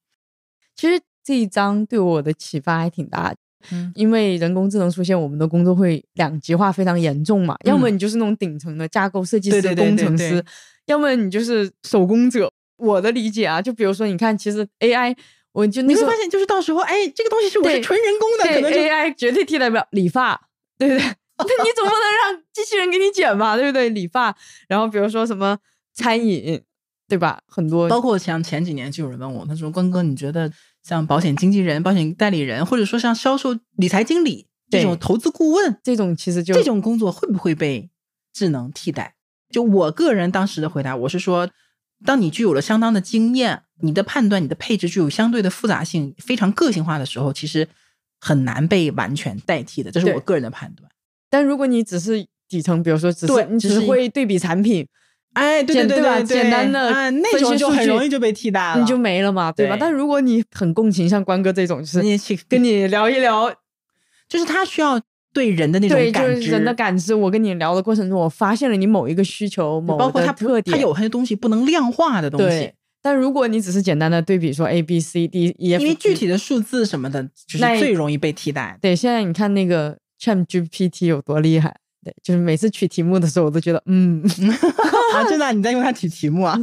[SPEAKER 2] 其实这一章对我的启发还挺大的。
[SPEAKER 1] 嗯
[SPEAKER 2] 因为人工智能出现，我们的工作会两极化非常严重嘛。
[SPEAKER 1] 嗯
[SPEAKER 2] 要么你就是那种顶层的架构设计师、
[SPEAKER 1] 对对对
[SPEAKER 2] 工程
[SPEAKER 1] 对对
[SPEAKER 2] 师，要么你就是手工者。我的理解啊，就比如说，你看，其实 AI，我就那
[SPEAKER 1] 你
[SPEAKER 2] 时
[SPEAKER 1] 会
[SPEAKER 2] 候
[SPEAKER 1] 发现就是哎到时候，哎，这个东西是我是
[SPEAKER 2] 对
[SPEAKER 1] 纯人工的，可
[SPEAKER 2] 对
[SPEAKER 1] 能就
[SPEAKER 2] AI 绝对替代不了理发，对不对？ [laughs] 那你总不能让机器人给你剪吧，对不对？理发，然后比如说什么餐饮，对吧？很多
[SPEAKER 1] 包括像前几年就有人问我，他说关哥，你觉得像保险经纪人、保险代理人，或者说像销售、理财经理这
[SPEAKER 2] 对
[SPEAKER 1] 种投资顾问
[SPEAKER 2] 这种其实就
[SPEAKER 1] 这种工作，会不会被智能替代？就我个人当时的回答，我是说，当你具有了相当的经验，你的判断、你的配置具有相对的复杂性、非常个性化的时候，其实很难被完全代替的。这是
[SPEAKER 2] 对
[SPEAKER 1] 我个人的判断。
[SPEAKER 2] 但如果你只是底层，比如说只
[SPEAKER 1] 对
[SPEAKER 2] 是你
[SPEAKER 1] 只
[SPEAKER 2] 只
[SPEAKER 1] 是一
[SPEAKER 2] 会对比产品，
[SPEAKER 1] 哎，对对
[SPEAKER 2] 简
[SPEAKER 1] 对
[SPEAKER 2] 吧？
[SPEAKER 1] 对对
[SPEAKER 2] 简单的
[SPEAKER 1] 啊那
[SPEAKER 2] 分析
[SPEAKER 1] 种就
[SPEAKER 2] 数
[SPEAKER 1] 很
[SPEAKER 2] 据
[SPEAKER 1] 容易就被替代了，
[SPEAKER 2] 你就没了嘛，对吧？
[SPEAKER 1] 对
[SPEAKER 2] 但如果你很共情，像关哥这种，就是
[SPEAKER 1] 人家去
[SPEAKER 2] 跟你聊一聊，
[SPEAKER 1] 就是他需要对人的那种
[SPEAKER 2] 对，就
[SPEAKER 1] 感知，
[SPEAKER 2] 是人的感知。我跟你聊的过程中，我发现了你某一个需求，某
[SPEAKER 1] 包括
[SPEAKER 2] 的
[SPEAKER 1] 他
[SPEAKER 2] 特点，
[SPEAKER 1] 他有很多东西不能量化的东西
[SPEAKER 2] 对。。但如果你只是简单的对比说 A B C D E F，
[SPEAKER 1] 因为
[SPEAKER 2] G
[SPEAKER 1] 具体的数字什么的，就是
[SPEAKER 2] 那
[SPEAKER 1] 最容易被替代的。
[SPEAKER 2] 对，现在你看那个 Chat GPT 有多厉害，对，就是每次取题目的时候，我都觉得，嗯， [laughs]
[SPEAKER 1] [laughs] 啊，真的啊、你在用它取题目啊？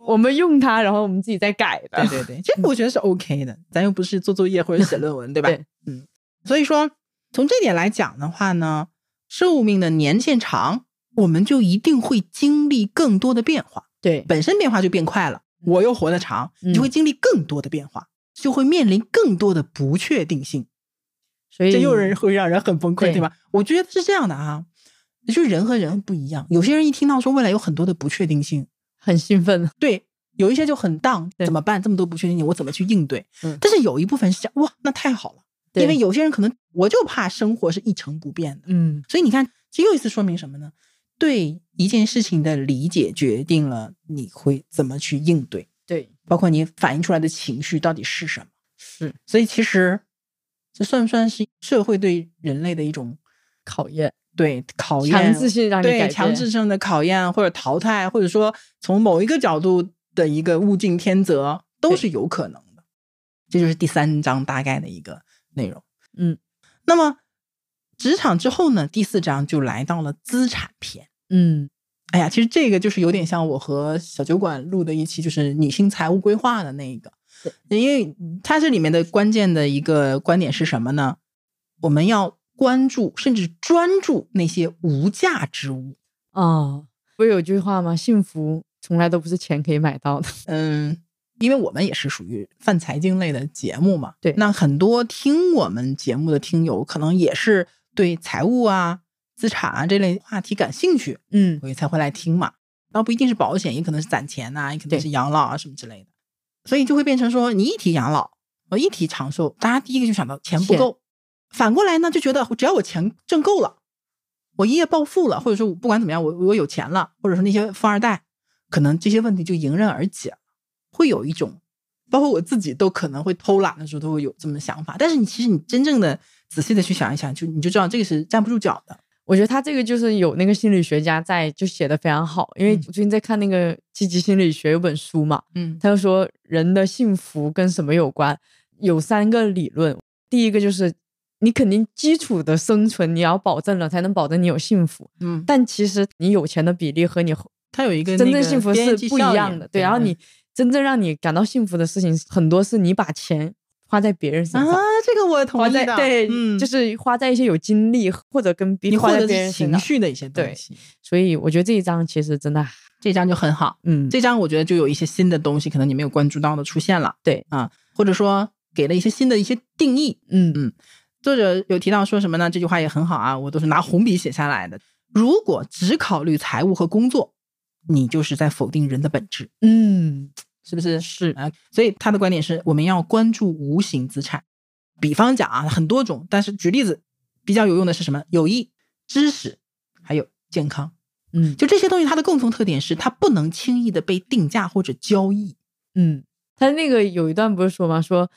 [SPEAKER 2] 我们用它，然后我们自己再改的
[SPEAKER 1] 对，对对，这个我觉得是 OK 的，咱又不是做作业或者写论文，对吧？
[SPEAKER 2] 对
[SPEAKER 1] 嗯，所以说从这点来讲的话呢，寿命的年限长，我们就一定会经历更多的变化。
[SPEAKER 2] 对，
[SPEAKER 1] 本身变化就变快了，我又活得长，你就会经历更多的变化，就会面临更多的不确定性，
[SPEAKER 2] 所以
[SPEAKER 1] 这又 [laughs] 是会让人很崩溃，
[SPEAKER 2] 对
[SPEAKER 1] 对吧？我觉得是这样的啊，就是人和人不一样，有些人一听到说未来有很多的不确定性，
[SPEAKER 2] 很兴奋，
[SPEAKER 1] 对，有一些就很荡，
[SPEAKER 2] 对
[SPEAKER 1] 怎么办？这么多不确定性，我怎么去应对？
[SPEAKER 2] 嗯
[SPEAKER 1] 但是有一部分是想，哇，那太好了，
[SPEAKER 2] 对
[SPEAKER 1] 因为有些人可能我就怕生活是一成不变的，
[SPEAKER 2] 嗯，
[SPEAKER 1] 所以你看，这又一次说明什么呢？对一件事情的理解决定了你会怎么去应对，
[SPEAKER 2] 对，
[SPEAKER 1] 包括你反映出来的情绪到底是什么。
[SPEAKER 2] 是
[SPEAKER 1] 所以其实这算不算是社会对人类的一种
[SPEAKER 2] 考验，
[SPEAKER 1] 对考验？啊
[SPEAKER 2] 强制性让你改
[SPEAKER 1] 对
[SPEAKER 2] 变，
[SPEAKER 1] 强制性的考验或者淘汰，或者说从某一个角度的一个物竞天择，都是有可能的。这就是第三章大概的一个内容。
[SPEAKER 2] 嗯，
[SPEAKER 1] 那么职场之后呢，第四章就来到了资产篇。
[SPEAKER 2] 嗯，
[SPEAKER 1] 哎呀，其实这个就是有点像我和小酒馆录的一期，就是女性财务规划的那一个，因为它这里面的关键的一个观点是什么呢？我们要关注甚至专注那些无价之物。哦
[SPEAKER 2] 啊，不是有句话吗？幸福从来都不是钱可以买到的，
[SPEAKER 1] 嗯，因为我们也是属于泛财经类的节目嘛，
[SPEAKER 2] 对
[SPEAKER 1] 那很多听我们节目的听友，可能也是对财务啊、资产啊这类话题感兴趣，
[SPEAKER 2] 嗯，
[SPEAKER 1] 所以才会来听嘛。然后不一定是保险，也可能是攒钱呐、也可能
[SPEAKER 2] 对
[SPEAKER 1] 是养老啊什么之类的，所以就会变成说，你一提养老，我一提长寿，大家第一个就想到钱不
[SPEAKER 2] 钱
[SPEAKER 1] 够，反过来呢，就觉得只要我钱挣够了，我一夜暴富了，或者说我不管怎么样，我我有钱了，或者说那些富二代，可能这些问题就迎刃而解了，会有一种，包括我自己都可能会偷懒的时候都会有这么想法，但是你其实你真正的仔细的去想一想，就你就知道这个是站不住脚的，
[SPEAKER 2] 我觉得他这个就是有那个心理学家在，就写的非常好。因为
[SPEAKER 1] 嗯
[SPEAKER 2] 我最近在看那个《积极心理学》有本书嘛，
[SPEAKER 1] 嗯
[SPEAKER 2] 他就说人的幸福跟什么有关？有三个理论，第一个就是你肯定基础的生存你要保证了，才能保证你有幸福。
[SPEAKER 1] 嗯，
[SPEAKER 2] 但其实你有钱的比例和你
[SPEAKER 1] 它有一个
[SPEAKER 2] 真
[SPEAKER 1] 那
[SPEAKER 2] 正
[SPEAKER 1] 个
[SPEAKER 2] 幸福
[SPEAKER 1] 边
[SPEAKER 2] 是
[SPEAKER 1] 际
[SPEAKER 2] 不一
[SPEAKER 1] 效
[SPEAKER 2] 样
[SPEAKER 1] 应
[SPEAKER 2] 的，对。然后
[SPEAKER 1] 嗯
[SPEAKER 2] 你真正让你感到幸福的事情，很多是你把钱花在别人身上。
[SPEAKER 1] 啊，这个我同
[SPEAKER 2] 花
[SPEAKER 1] 意
[SPEAKER 2] 在
[SPEAKER 1] 的，
[SPEAKER 2] 对，
[SPEAKER 1] 嗯，
[SPEAKER 2] 就是花在一些有精力或者跟别
[SPEAKER 1] 你
[SPEAKER 2] 人花
[SPEAKER 1] 获
[SPEAKER 2] 在
[SPEAKER 1] 得
[SPEAKER 2] 别
[SPEAKER 1] 的
[SPEAKER 2] 人
[SPEAKER 1] 是
[SPEAKER 2] 身
[SPEAKER 1] 情
[SPEAKER 2] 上，
[SPEAKER 1] 绪的一些东
[SPEAKER 2] 对
[SPEAKER 1] 西，
[SPEAKER 2] 所以我觉得这一章其实真的，
[SPEAKER 1] 这张就很好。
[SPEAKER 2] 嗯，
[SPEAKER 1] 这张我觉得就有一些新的东西，可能你没有关注到的出现了，
[SPEAKER 2] 对
[SPEAKER 1] 啊，或者说给了一些新的一些定义。
[SPEAKER 2] 嗯
[SPEAKER 1] 嗯作者有提到说什么呢？这句话也很好啊，我都是拿红笔写下来的。如果只考虑财务和工作，你就是在否定人的本质，
[SPEAKER 2] 嗯，
[SPEAKER 1] 是不是？
[SPEAKER 2] 是，
[SPEAKER 1] 啊，所以他的观点是我们要关注无形资产。比方讲啊，很多种，但是举例子比较有用的是什么？友谊、知识，还有健康。
[SPEAKER 2] 嗯
[SPEAKER 1] 就这些东西，它的共同特点是它不能轻易的被定价或者交易。
[SPEAKER 2] 嗯，他那个有一段不是说吗？说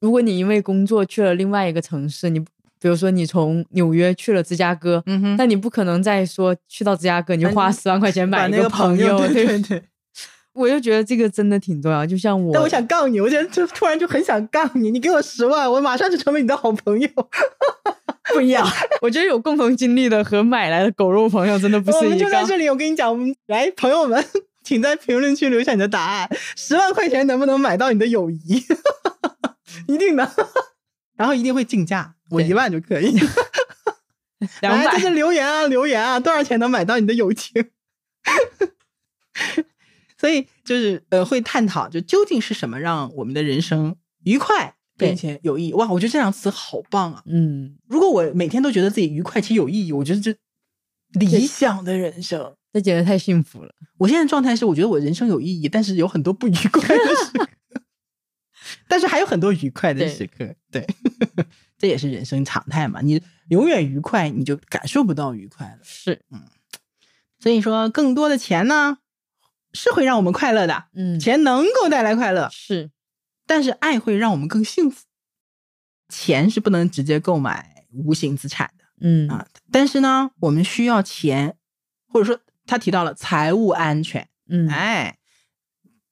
[SPEAKER 2] 如果你因为工作去了另外一个城市，你比如说你从纽约去了芝加哥，
[SPEAKER 1] 嗯哼
[SPEAKER 2] 但你不可能再说去到芝加哥你就花十万块钱买
[SPEAKER 1] 把
[SPEAKER 2] 一
[SPEAKER 1] 那个
[SPEAKER 2] 朋友，
[SPEAKER 1] 对
[SPEAKER 2] 吧
[SPEAKER 1] 对对。
[SPEAKER 2] [laughs] 我就觉得这个真的挺重要。就像我，
[SPEAKER 1] 但我想杠你，我现在就突然就很想杠你，你给我十万，我马上就成为你的好朋友。 [laughs]
[SPEAKER 2] 不一样，我觉得有共同经历的和买来的狗肉朋友真的不
[SPEAKER 1] 我
[SPEAKER 2] 是
[SPEAKER 1] 们
[SPEAKER 2] 一
[SPEAKER 1] 就在
[SPEAKER 2] 个。
[SPEAKER 1] 这里，我跟你讲，我们来朋友们，请在评论区留下你的答案，十万块钱能不能买到你的友谊？ [laughs] 一定能，然后一定会竞价，我
[SPEAKER 2] 对
[SPEAKER 1] 一万就可以。
[SPEAKER 2] 两
[SPEAKER 1] 来，在
[SPEAKER 2] 百
[SPEAKER 1] 这留言啊，留言啊，多少钱能买到你的友情？ [laughs] 所以就是呃，会探讨就究竟是什么让我们的人生愉快
[SPEAKER 2] 对
[SPEAKER 1] 并且有意义。哇，我觉得这两个词好棒啊！
[SPEAKER 2] 嗯，
[SPEAKER 1] 如果我每天都觉得自己愉快且有意义，我觉得这理想的人生。
[SPEAKER 2] 这简直太幸福了。
[SPEAKER 1] 我现在状态是，我觉得我人生有意义，但是有很多不愉快的时刻， [laughs] 但是还有很多愉快的
[SPEAKER 2] 对
[SPEAKER 1] 时刻。对， [laughs] 这也是人生常态嘛。你永远愉快，你就感受不到愉快了。
[SPEAKER 2] 是，
[SPEAKER 1] 所以说，更多的钱呢，是会让我们快乐的，
[SPEAKER 2] 嗯，
[SPEAKER 1] 钱能够带来快乐，
[SPEAKER 2] 是，
[SPEAKER 1] 但是爱会让我们更幸福。钱是不能直接购买无形资产的
[SPEAKER 2] 嗯
[SPEAKER 1] 啊，但是呢，我们需要钱，或者说他提到了财务安全，
[SPEAKER 2] 嗯，
[SPEAKER 1] 哎，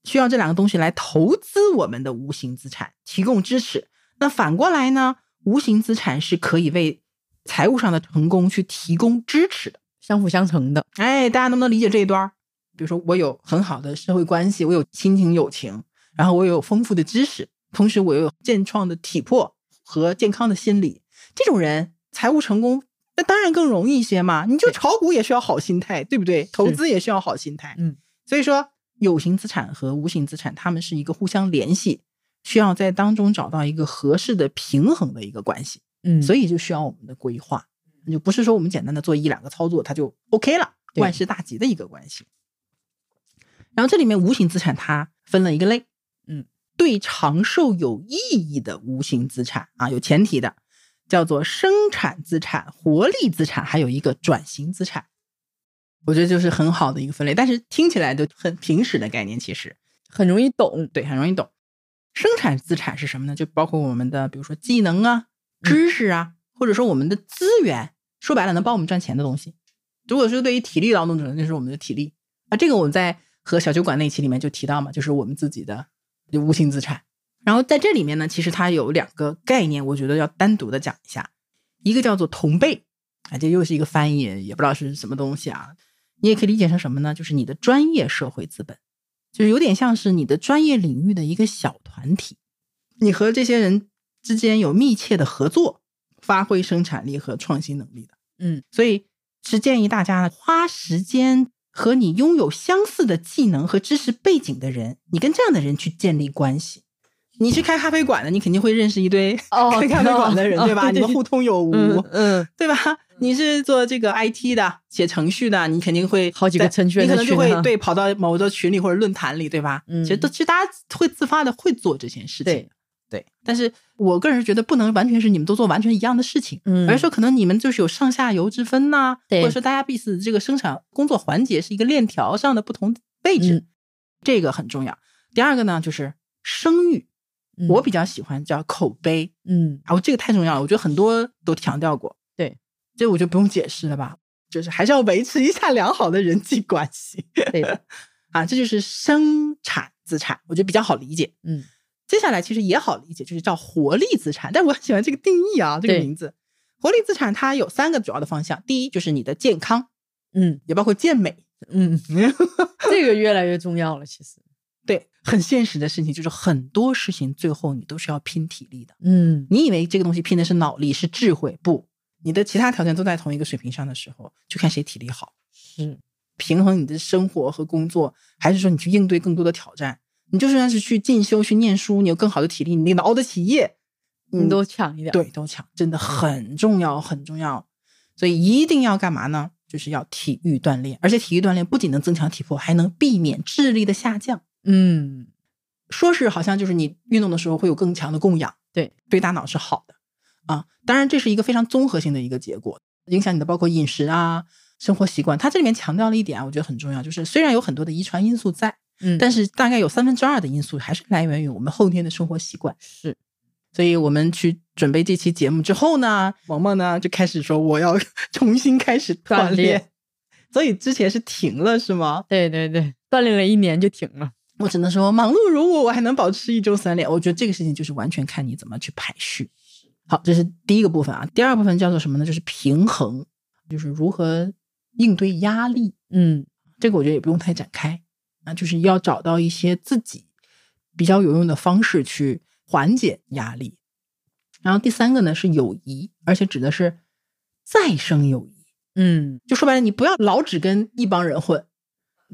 [SPEAKER 1] 需要这两个东西来投资我们的无形资产，提供支持。那反过来呢，无形资产是可以为财务上的成功去提供支持的。
[SPEAKER 2] 相辅相成的。
[SPEAKER 1] 哎，大家能不能理解这一段儿？比如说，我有很好的社会关系，我有亲情友情，然后我有丰富的知识，同时我又有健创的体魄和健康的心理。这种人财务成功，那当然更容易一些嘛。你就
[SPEAKER 2] 对
[SPEAKER 1] 炒股也需要好心态，对不对？投资也需要好心态。
[SPEAKER 2] 嗯，
[SPEAKER 1] 所以说有形资产和无形资产，它们是一个互相联系，需要在当中找到一个合适的平衡的一个关系。
[SPEAKER 2] 嗯，
[SPEAKER 1] 所
[SPEAKER 2] 以
[SPEAKER 1] 以就需要我们的规划，就不是说我们简单的做一两个操作它就 OK 了，
[SPEAKER 2] 对
[SPEAKER 1] 万事大吉的一个关系。然后这里面无形资产它分了一个类，
[SPEAKER 2] 嗯，
[SPEAKER 1] 对长寿有意义的无形资产啊，有前提的，叫做生产资产、活力资产，还有一个转型资产。我觉得就是很好的一个分类，但是听起来就很平时的概念，其实
[SPEAKER 2] 很容易懂。
[SPEAKER 1] 对，很容易懂。生产资产是什么呢？就包括我们的，比如说技能啊、知识啊，或者说我们的资源，说白了能帮我们赚钱的东西。如果是对于体力劳动者，那就是我们的体力啊。这个我们在和小酒馆那一期里面就提到嘛，就是我们自己的就无形资产。然后在这里面呢，其实它有两个概念，我觉得要单独的讲一下，一个叫做同辈，啊，这又是一个翻译，也不知道是什么东西啊。你也可以理解成什么呢？就是你的专业社会资本。就是有点像是你的专业领域的一个小团体，你和这些人之间有密切的合作，发挥生产力和创新能力的。
[SPEAKER 2] 嗯，
[SPEAKER 1] 所以是建议大家呢，花时间和你拥有相似的技能和知识背景的人，你跟这样的人去建立关系。你去开咖啡馆的，你肯定会认识一堆
[SPEAKER 2] 哦
[SPEAKER 1] 开咖啡馆的人，
[SPEAKER 2] 哦
[SPEAKER 1] 对吧？
[SPEAKER 2] 对对
[SPEAKER 1] 你们
[SPEAKER 2] 对
[SPEAKER 1] 互通有无，
[SPEAKER 2] 嗯嗯，
[SPEAKER 1] 对吧？你是做这个 IT 的，写程序的，你肯定会
[SPEAKER 2] 好几个
[SPEAKER 1] 在
[SPEAKER 2] 程序员
[SPEAKER 1] 你
[SPEAKER 2] 的
[SPEAKER 1] 可能就
[SPEAKER 2] 群
[SPEAKER 1] 会
[SPEAKER 2] 啊
[SPEAKER 1] 对跑到某个群里或者论坛里，对吧？
[SPEAKER 2] 嗯
[SPEAKER 1] 其实都其实大家会自发的会做这件事情
[SPEAKER 2] 对
[SPEAKER 1] 的，对。但是我个人是觉得不能完全是你们都做完全一样的事情，
[SPEAKER 2] 嗯
[SPEAKER 1] 而是说可能你们就是有上下游之分呐、
[SPEAKER 2] 对
[SPEAKER 1] 或者说大家彼此这个生产工作环节是一个链条上的不同位置，
[SPEAKER 2] 嗯
[SPEAKER 1] 这个很重要。第二个呢，就是声誉，
[SPEAKER 2] 嗯
[SPEAKER 1] 我比较喜欢叫口碑，
[SPEAKER 2] 嗯
[SPEAKER 1] 啊，我这个太重要了，我觉得很多都强调过。
[SPEAKER 2] 对，
[SPEAKER 1] 这我就不用解释了吧，就是还是要维持一下良好的人际关系 [laughs]
[SPEAKER 2] 对的，
[SPEAKER 1] 啊，这就是生产资产，我觉得比较好理解。
[SPEAKER 2] 嗯
[SPEAKER 1] 接下来其实也好理解，就是叫活力资产，但我很喜欢这个定义啊，这个
[SPEAKER 2] 对
[SPEAKER 1] 名字。活力资产它有三个主要的方向，第一就是你的健康，
[SPEAKER 2] 嗯
[SPEAKER 1] 也包括健美。 [laughs]
[SPEAKER 2] 嗯，这个越来越重要了，其实，
[SPEAKER 1] 对，很现实的事情就是很多事情最后你都是要拼体力的。
[SPEAKER 2] 嗯
[SPEAKER 1] 你以为这个东西拼的是脑力是智慧，不，你的其他条件都在同一个水平上的时候，就看谁体力好，
[SPEAKER 2] 是，
[SPEAKER 1] 平衡你的生活和工作，还是说你去应对更多的挑战？你就算是去进修、去念书，你有更好的体力，你熬得起夜，
[SPEAKER 2] 你
[SPEAKER 1] 嗯
[SPEAKER 2] 都抢一点，，
[SPEAKER 1] 对都强，真的很重要，很重要。所以一定要干嘛呢？就是要体育锻炼，而且体育锻炼不仅能增强体魄，还能避免智力的下降。
[SPEAKER 2] 嗯
[SPEAKER 1] 说是好像就是你运动的时候会有更强的供氧，
[SPEAKER 2] 对，
[SPEAKER 1] 对大脑是好的啊。当然，这是一个非常综合性的一个结果，影响你的包括饮食啊、生活习惯。它这里面强调了一点啊，我觉得很重要，就是虽然有很多的遗传因素在，
[SPEAKER 2] 嗯，
[SPEAKER 1] 但是大概有三分之二的因素还是来源于我们后天的生活习惯。
[SPEAKER 2] 是
[SPEAKER 1] 所以我们去准备这期节目之后呢，萌萌呢就开始说我要 [laughs] 重新开始锻
[SPEAKER 2] 锻炼
[SPEAKER 1] 炼， [laughs] 所以之前是停了是吗？
[SPEAKER 2] 对对对，锻炼了一年就停了，
[SPEAKER 1] 我只能说，忙碌如我，我还能保持一周三连。我觉得这个事情就是完全看你怎么去排序。好，这是第一个部分啊。第二部分叫做什么呢？就是平衡，就是如何应对压力。
[SPEAKER 2] 嗯
[SPEAKER 1] 这个我觉得也不用太展开啊，就是要找到一些自己比较有用的方式去缓解压力。然后第三个呢是友谊，而且指的是再生友谊。
[SPEAKER 2] 嗯
[SPEAKER 1] 就说白了，你不要老只跟一帮人混。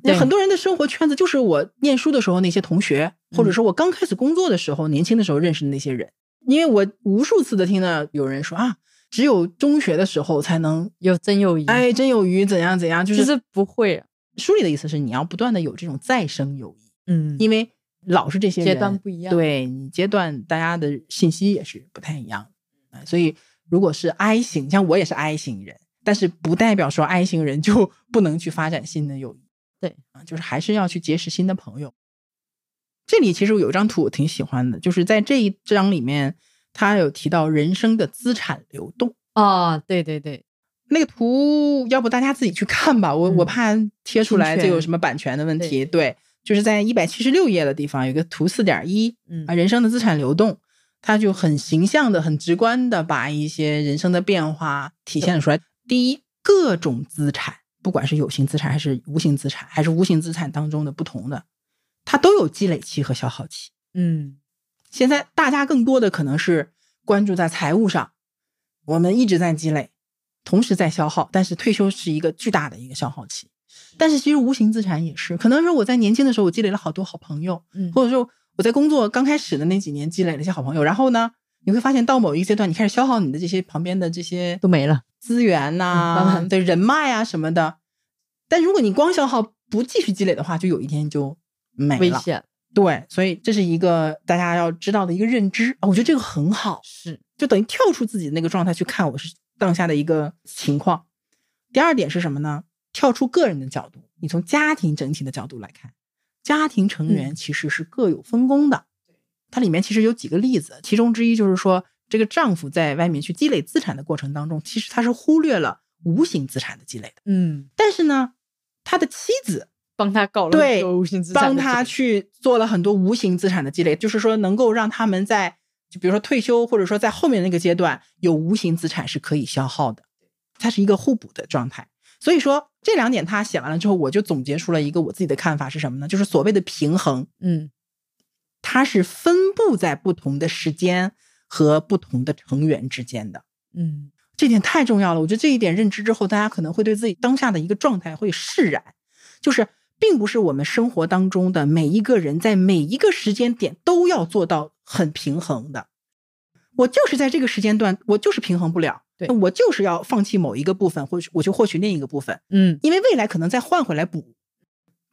[SPEAKER 2] 对
[SPEAKER 1] 那很多人的生活圈子就是我念书的时候那些同学，
[SPEAKER 2] 嗯
[SPEAKER 1] 或者说我刚开始工作的时候，年轻的时候认识的那些人。因为我无数次的听到有人说啊，只有中学的时候才能，
[SPEAKER 2] 有真有谊，
[SPEAKER 1] 哎，真有余怎样怎样，就
[SPEAKER 2] 其
[SPEAKER 1] 是
[SPEAKER 2] 实不会啊，
[SPEAKER 1] 书里的意思是你要不断的有这种再生友谊，
[SPEAKER 2] 嗯，
[SPEAKER 1] 因为老是这些人
[SPEAKER 2] 阶段不一样，，
[SPEAKER 1] 对你阶段大家的信息也是不太一样的，啊所以如果是 I 型，像我也是 I 型人，但是不代表说 I 型人就不能去发展新的友谊，
[SPEAKER 2] 对
[SPEAKER 1] 啊，就是还是要去结识新的朋友。这里其实有一张图我挺喜欢的，就是在这一章里面，它有提到人生的资产流动。
[SPEAKER 2] 啊，对对对，
[SPEAKER 1] 那个图，要不大家自己去看吧，我、
[SPEAKER 2] 嗯
[SPEAKER 1] 我怕贴出来
[SPEAKER 2] 侵
[SPEAKER 1] 这
[SPEAKER 2] 权
[SPEAKER 1] 有什么版权的问题。
[SPEAKER 2] 对
[SPEAKER 1] 对，就是在一百七十六页的地方有一个图四点一，
[SPEAKER 2] 嗯
[SPEAKER 1] 啊，人生的资产流动，它就很形象的、很直观的把一些人生的变化体现出来。第一，各种资产，不管是有形资产还是无形资产，还是无形资产当中的不同的，它都有积累期和消耗期。
[SPEAKER 2] 嗯
[SPEAKER 1] 现在大家更多的可能是关注在财务上，我们一直在积累，同时在消耗，但是退休是一个巨大的一个消耗期。但是其实无形资产也是，可能是我在年轻的时候，我积累了好多好朋友，
[SPEAKER 2] 嗯
[SPEAKER 1] 或者说我在工作刚开始的那几年积累了一些好朋友，然后呢，你会发现到某一个阶段，你开始消耗你的这些旁边的这些
[SPEAKER 2] 都没了。
[SPEAKER 1] 资源呐、
[SPEAKER 2] 嗯慢慢
[SPEAKER 1] 对人脉啊什么的。但如果你光消耗不继续积累的话，就有一天就没
[SPEAKER 2] 危
[SPEAKER 1] 了。
[SPEAKER 2] 险
[SPEAKER 1] 对，所以这是一个大家要知道的一个认知啊，我觉得这个很好，
[SPEAKER 2] 是
[SPEAKER 1] 就等于跳出自己的那个状态去看我是当下的一个情况。第二点是什么呢？跳出个人的角度，你从家庭整体的角度来看，家庭成员其实是各有分工的。它里面其实有几个例子，其中之一就是说，这个丈夫在外面去积累资产的过程当中，其实他是忽略了无形资产的积累的。
[SPEAKER 2] 嗯，
[SPEAKER 1] 但是呢，他的妻子
[SPEAKER 2] 帮他搞了
[SPEAKER 1] 对
[SPEAKER 2] 无形资产
[SPEAKER 1] 帮
[SPEAKER 2] 的
[SPEAKER 1] 他
[SPEAKER 2] 这个
[SPEAKER 1] 去做了很多无形资产的积累，就是说能够让他们在就比如说退休，或者说在后面那个阶段有无形资产是可以消耗的，它是一个互补的状态。所以说这两点他写完了之后，我就总结出了一个我自己的看法是什么呢？就是所谓的平衡，
[SPEAKER 2] 嗯
[SPEAKER 1] 它是分布在不同的时间和不同的成员之间的。
[SPEAKER 2] 嗯
[SPEAKER 1] 这点太重要了。我觉得这一点认知之后，大家可能会对自己当下的一个状态会释然，就是并不是我们生活当中的每一个人在每一个时间点都要做到很平衡的。我就是在这个时间段，我就是平衡不了，
[SPEAKER 2] 对
[SPEAKER 1] 那我就是要放弃某一个部分，或许我就获取另一个部分，
[SPEAKER 2] 嗯
[SPEAKER 1] 因为未来可能再换回来补。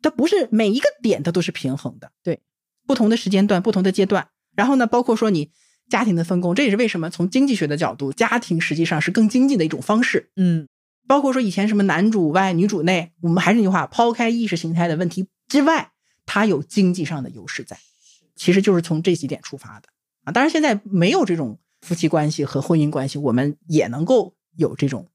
[SPEAKER 1] 它不是每一个点它都是平衡的，
[SPEAKER 2] 对，
[SPEAKER 1] 不同的时间段、不同的阶段，然后呢，包括说你家庭的分工，这也是为什么从经济学的角度，家庭实际上是更经济的一种方式。
[SPEAKER 2] 嗯
[SPEAKER 1] 包括说以前什么男主外女主内，我们还是那句话，抛开意识形态的问题之外，它有经济上的优势在，其实就是从这几点出发的啊。当然，现在没有这种夫妻关系和婚姻关系，我们也能够有这种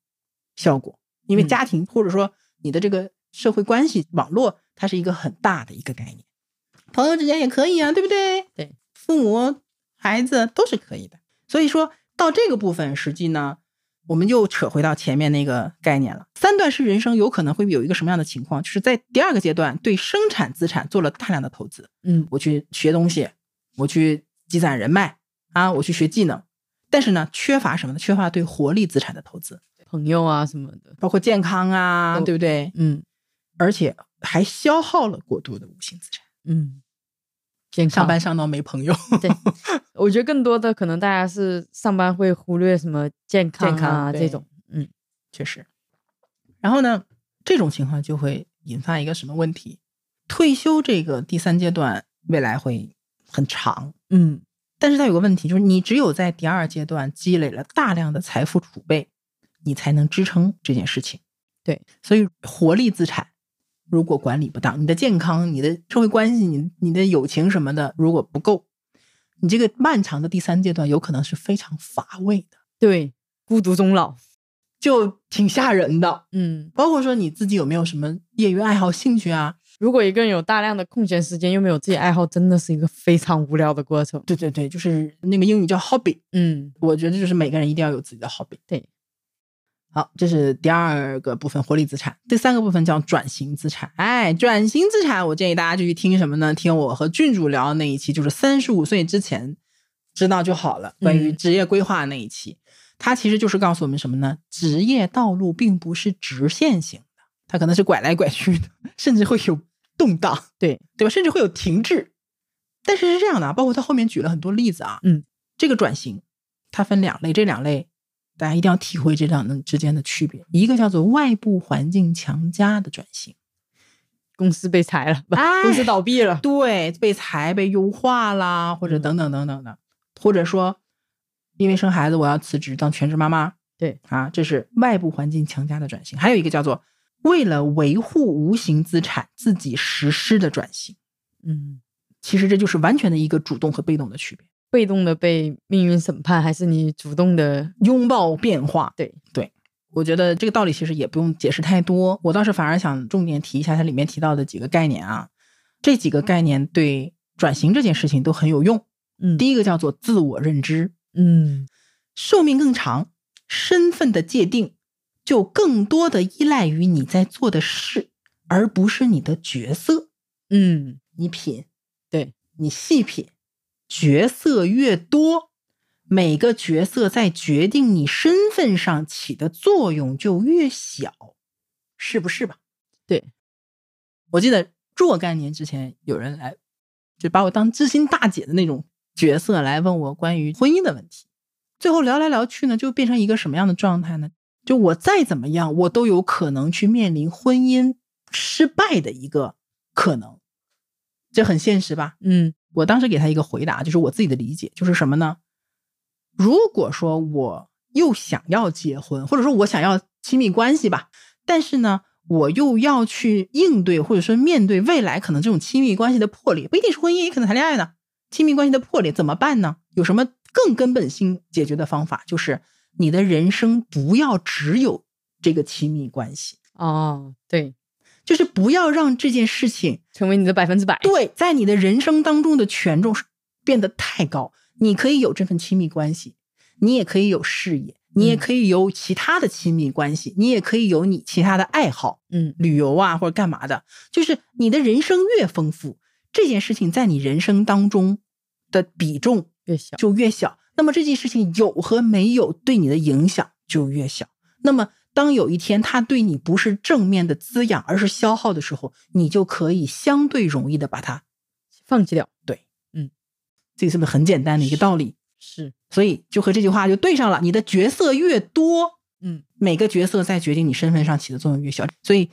[SPEAKER 1] 效果，因为
[SPEAKER 2] 嗯
[SPEAKER 1] 家庭或者说你的这个社会关系网络，它是一个很大的一个概念。朋友之间也可以啊，对不对？
[SPEAKER 2] 对，
[SPEAKER 1] 父母、孩子都是可以的。所以说到这个部分，实际呢，我们又扯回到前面那个概念了。三段式人生有可能会有一个什么样的情况？就是在第二个阶段对生产资产做了大量的投资，
[SPEAKER 2] 嗯
[SPEAKER 1] 我去学东西，我去积攒人脉啊，我去学技能。但是呢，缺乏什么呢？缺乏对活力资产的投资，
[SPEAKER 2] 朋友啊什么的
[SPEAKER 1] 包括健康啊，
[SPEAKER 2] 嗯
[SPEAKER 1] 对不对？
[SPEAKER 2] 嗯
[SPEAKER 1] 而且还消耗了过度的无形资产，
[SPEAKER 2] 嗯健康
[SPEAKER 1] 上班上到没朋友。
[SPEAKER 2] 对，我觉得更多的可能大家是上班会忽略什么健康
[SPEAKER 1] 健
[SPEAKER 2] 啊
[SPEAKER 1] 康对
[SPEAKER 2] 这种，嗯
[SPEAKER 1] 确实。然后呢，这种情况就会引发一个什么问题？退休这个第三阶段未来会很长，
[SPEAKER 2] 嗯，
[SPEAKER 1] 但是它有个问题，就是你只有在第二阶段积累了大量的财富储备，你才能支撑这件事情。
[SPEAKER 2] 对，
[SPEAKER 1] 所以活力资产如果管理不当，你的健康、你的社会关系、你你的友情什么的，如果不够，你这个漫长的第三阶段有可能是非常乏味的，
[SPEAKER 2] 对，孤独终老，
[SPEAKER 1] 就挺吓人的。
[SPEAKER 2] 嗯，
[SPEAKER 1] 包括说你自己有没有什么业余爱好、兴趣啊？
[SPEAKER 2] 如果一个人有大量的空闲时间又没有自己爱好，真的是一个非常无聊的过程，
[SPEAKER 1] 对对对，就是那个英语叫 hobby，
[SPEAKER 2] 嗯
[SPEAKER 1] 我觉得就是每个人一定要有自己的 hobby。
[SPEAKER 2] 对，
[SPEAKER 1] 好，这是第二个部分活力资产，第三个部分叫转型资产。哎，转型资产，我建议大家就去听什么呢？听我和郡主聊的那一期，就是三十五岁之前知道就好了，关于
[SPEAKER 2] 嗯
[SPEAKER 1] 职业规划那一期，它其实就是告诉我们什么呢？职业道路并不是直线型的，它可能是拐来拐去的，甚至会有动荡。
[SPEAKER 2] 对
[SPEAKER 1] 对吧？甚至会有停滞。但是是这样的啊，包括他后面举了很多例子啊，
[SPEAKER 2] 嗯，
[SPEAKER 1] 这个转型它分两类，这两类大家一定要体会这两类之间的区别，一个叫做外部环境强加的转型，
[SPEAKER 2] 公司被裁了，不
[SPEAKER 1] 哎
[SPEAKER 2] 公司倒闭了，
[SPEAKER 1] 对，被裁、被优化啦，或者
[SPEAKER 2] 嗯
[SPEAKER 1] 等等等等的，或者说因为生孩子我要辞职当全职妈妈，
[SPEAKER 2] 对
[SPEAKER 1] 啊，这是外部环境强加的转型，还有一个叫做为了维护无形资产自己实施的转型。
[SPEAKER 2] 嗯，
[SPEAKER 1] 其实这就是完全的一个主动和被动的区别。
[SPEAKER 2] 被动的被命运审判，还是你主动的，
[SPEAKER 1] 拥抱变化，
[SPEAKER 2] 对
[SPEAKER 1] 对，我觉得这个道理其实也不用解释太多。我倒是反而想重点提一下它里面提到的几个概念啊，这几个概念对转型这件事情都很有用。
[SPEAKER 2] 嗯
[SPEAKER 1] 第一个叫做自我认知，
[SPEAKER 2] 嗯
[SPEAKER 1] 寿命更长，身份的界定就更多的依赖于你在做的事，而不是你的角色。
[SPEAKER 2] 嗯，
[SPEAKER 1] 你品，
[SPEAKER 2] 对
[SPEAKER 1] 你细品，角色越多，每个角色在决定你身份上起的作用就越小，是不是吧？
[SPEAKER 2] 对，
[SPEAKER 1] 我记得若干年之前有人来，就把我当知心大姐的那种角色来问我关于婚姻的问题。最后聊来聊去呢，就变成一个什么样的状态呢？就我再怎么样，我都有可能去面临婚姻失败的一个可能，这很现实吧？
[SPEAKER 2] 嗯
[SPEAKER 1] 我当时给他一个回答，就是我自己的理解，就是什么呢？如果说我又想要结婚，或者说我想要亲密关系吧，但是呢，我又要去应对或者说面对未来可能这种亲密关系的破裂，不一定是婚姻，也可能谈恋爱呢，亲密关系的破裂怎么办呢？有什么更根本性解决的方法？就是你的人生不要只有这个亲密关系，
[SPEAKER 2] 哦，对，
[SPEAKER 1] 就是不要让这件事情
[SPEAKER 2] 成为你的百分之百。
[SPEAKER 1] 对，在你的人生当中的权重是变得太高。你可以有这份亲密关系，你也可以有事业，你也
[SPEAKER 2] 嗯
[SPEAKER 1] 可以有其他的亲密关系，你也可以有你其他的爱好，
[SPEAKER 2] 嗯
[SPEAKER 1] 旅游啊或者干嘛的。就是你的人生越丰富，这件事情在你人生当中的比重
[SPEAKER 2] 越小，
[SPEAKER 1] 就越小。那么这件事情有和没有对你的影响就越小。那么当有一天它对你不是正面的滋养，而是消耗的时候，你就可以相对容易的把它，
[SPEAKER 2] 放弃掉
[SPEAKER 1] 这个是不是很简单的一个道理？
[SPEAKER 2] 是，
[SPEAKER 1] 所以就和这句话就对上了。你的角色越多，
[SPEAKER 2] 嗯
[SPEAKER 1] 每个角色在决定你身份上起的作用越小。所以，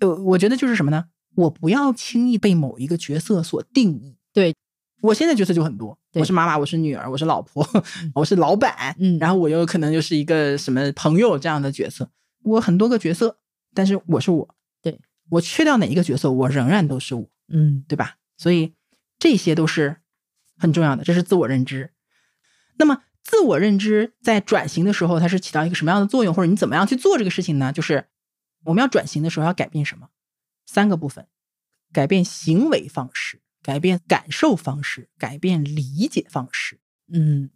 [SPEAKER 1] 呃，我觉得就是什么呢？我不要轻易被某一个角色所定义。
[SPEAKER 2] 对，
[SPEAKER 1] 我现在角色就很多，
[SPEAKER 2] 对
[SPEAKER 1] 我是妈妈，我是女儿，我是老婆，我是老板，
[SPEAKER 2] 嗯
[SPEAKER 1] 然后我又可能又是一个什么朋友这样的角色。我很多个角色，但是我是我。
[SPEAKER 2] 对，
[SPEAKER 1] 我去掉哪一个角色，我仍然都是我。
[SPEAKER 2] 嗯
[SPEAKER 1] 对吧？所以这些都是很重要的，这是自我认知。那么，自我认知在转型的时候，它是起到一个什么样的作用，或者你怎么样去做这个事情呢？就是我们要转型的时候要改变什么？三个部分：改变行为方式、改变感受方式、改变理解方式。
[SPEAKER 2] 嗯，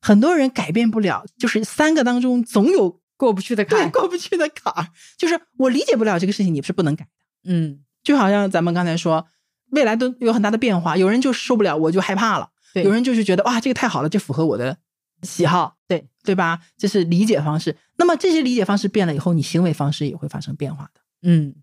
[SPEAKER 1] 很多人改变不了，就是三个当中总有
[SPEAKER 2] 过不去的
[SPEAKER 1] 对
[SPEAKER 2] 坎。
[SPEAKER 1] 过不去的坎儿。就是我理解不了这个事情，你是不能改。
[SPEAKER 2] 嗯，
[SPEAKER 1] 就好像咱们刚才说，未来都有很大的变化，有人就受不了，我就害怕了；
[SPEAKER 2] 对，
[SPEAKER 1] 有人就是觉得哇，这个太好了，这符合我的喜好，
[SPEAKER 2] 对
[SPEAKER 1] 对吧？这是理解方式。那么这些理解方式变了以后，你行为方式也会发生变化的，
[SPEAKER 2] 嗯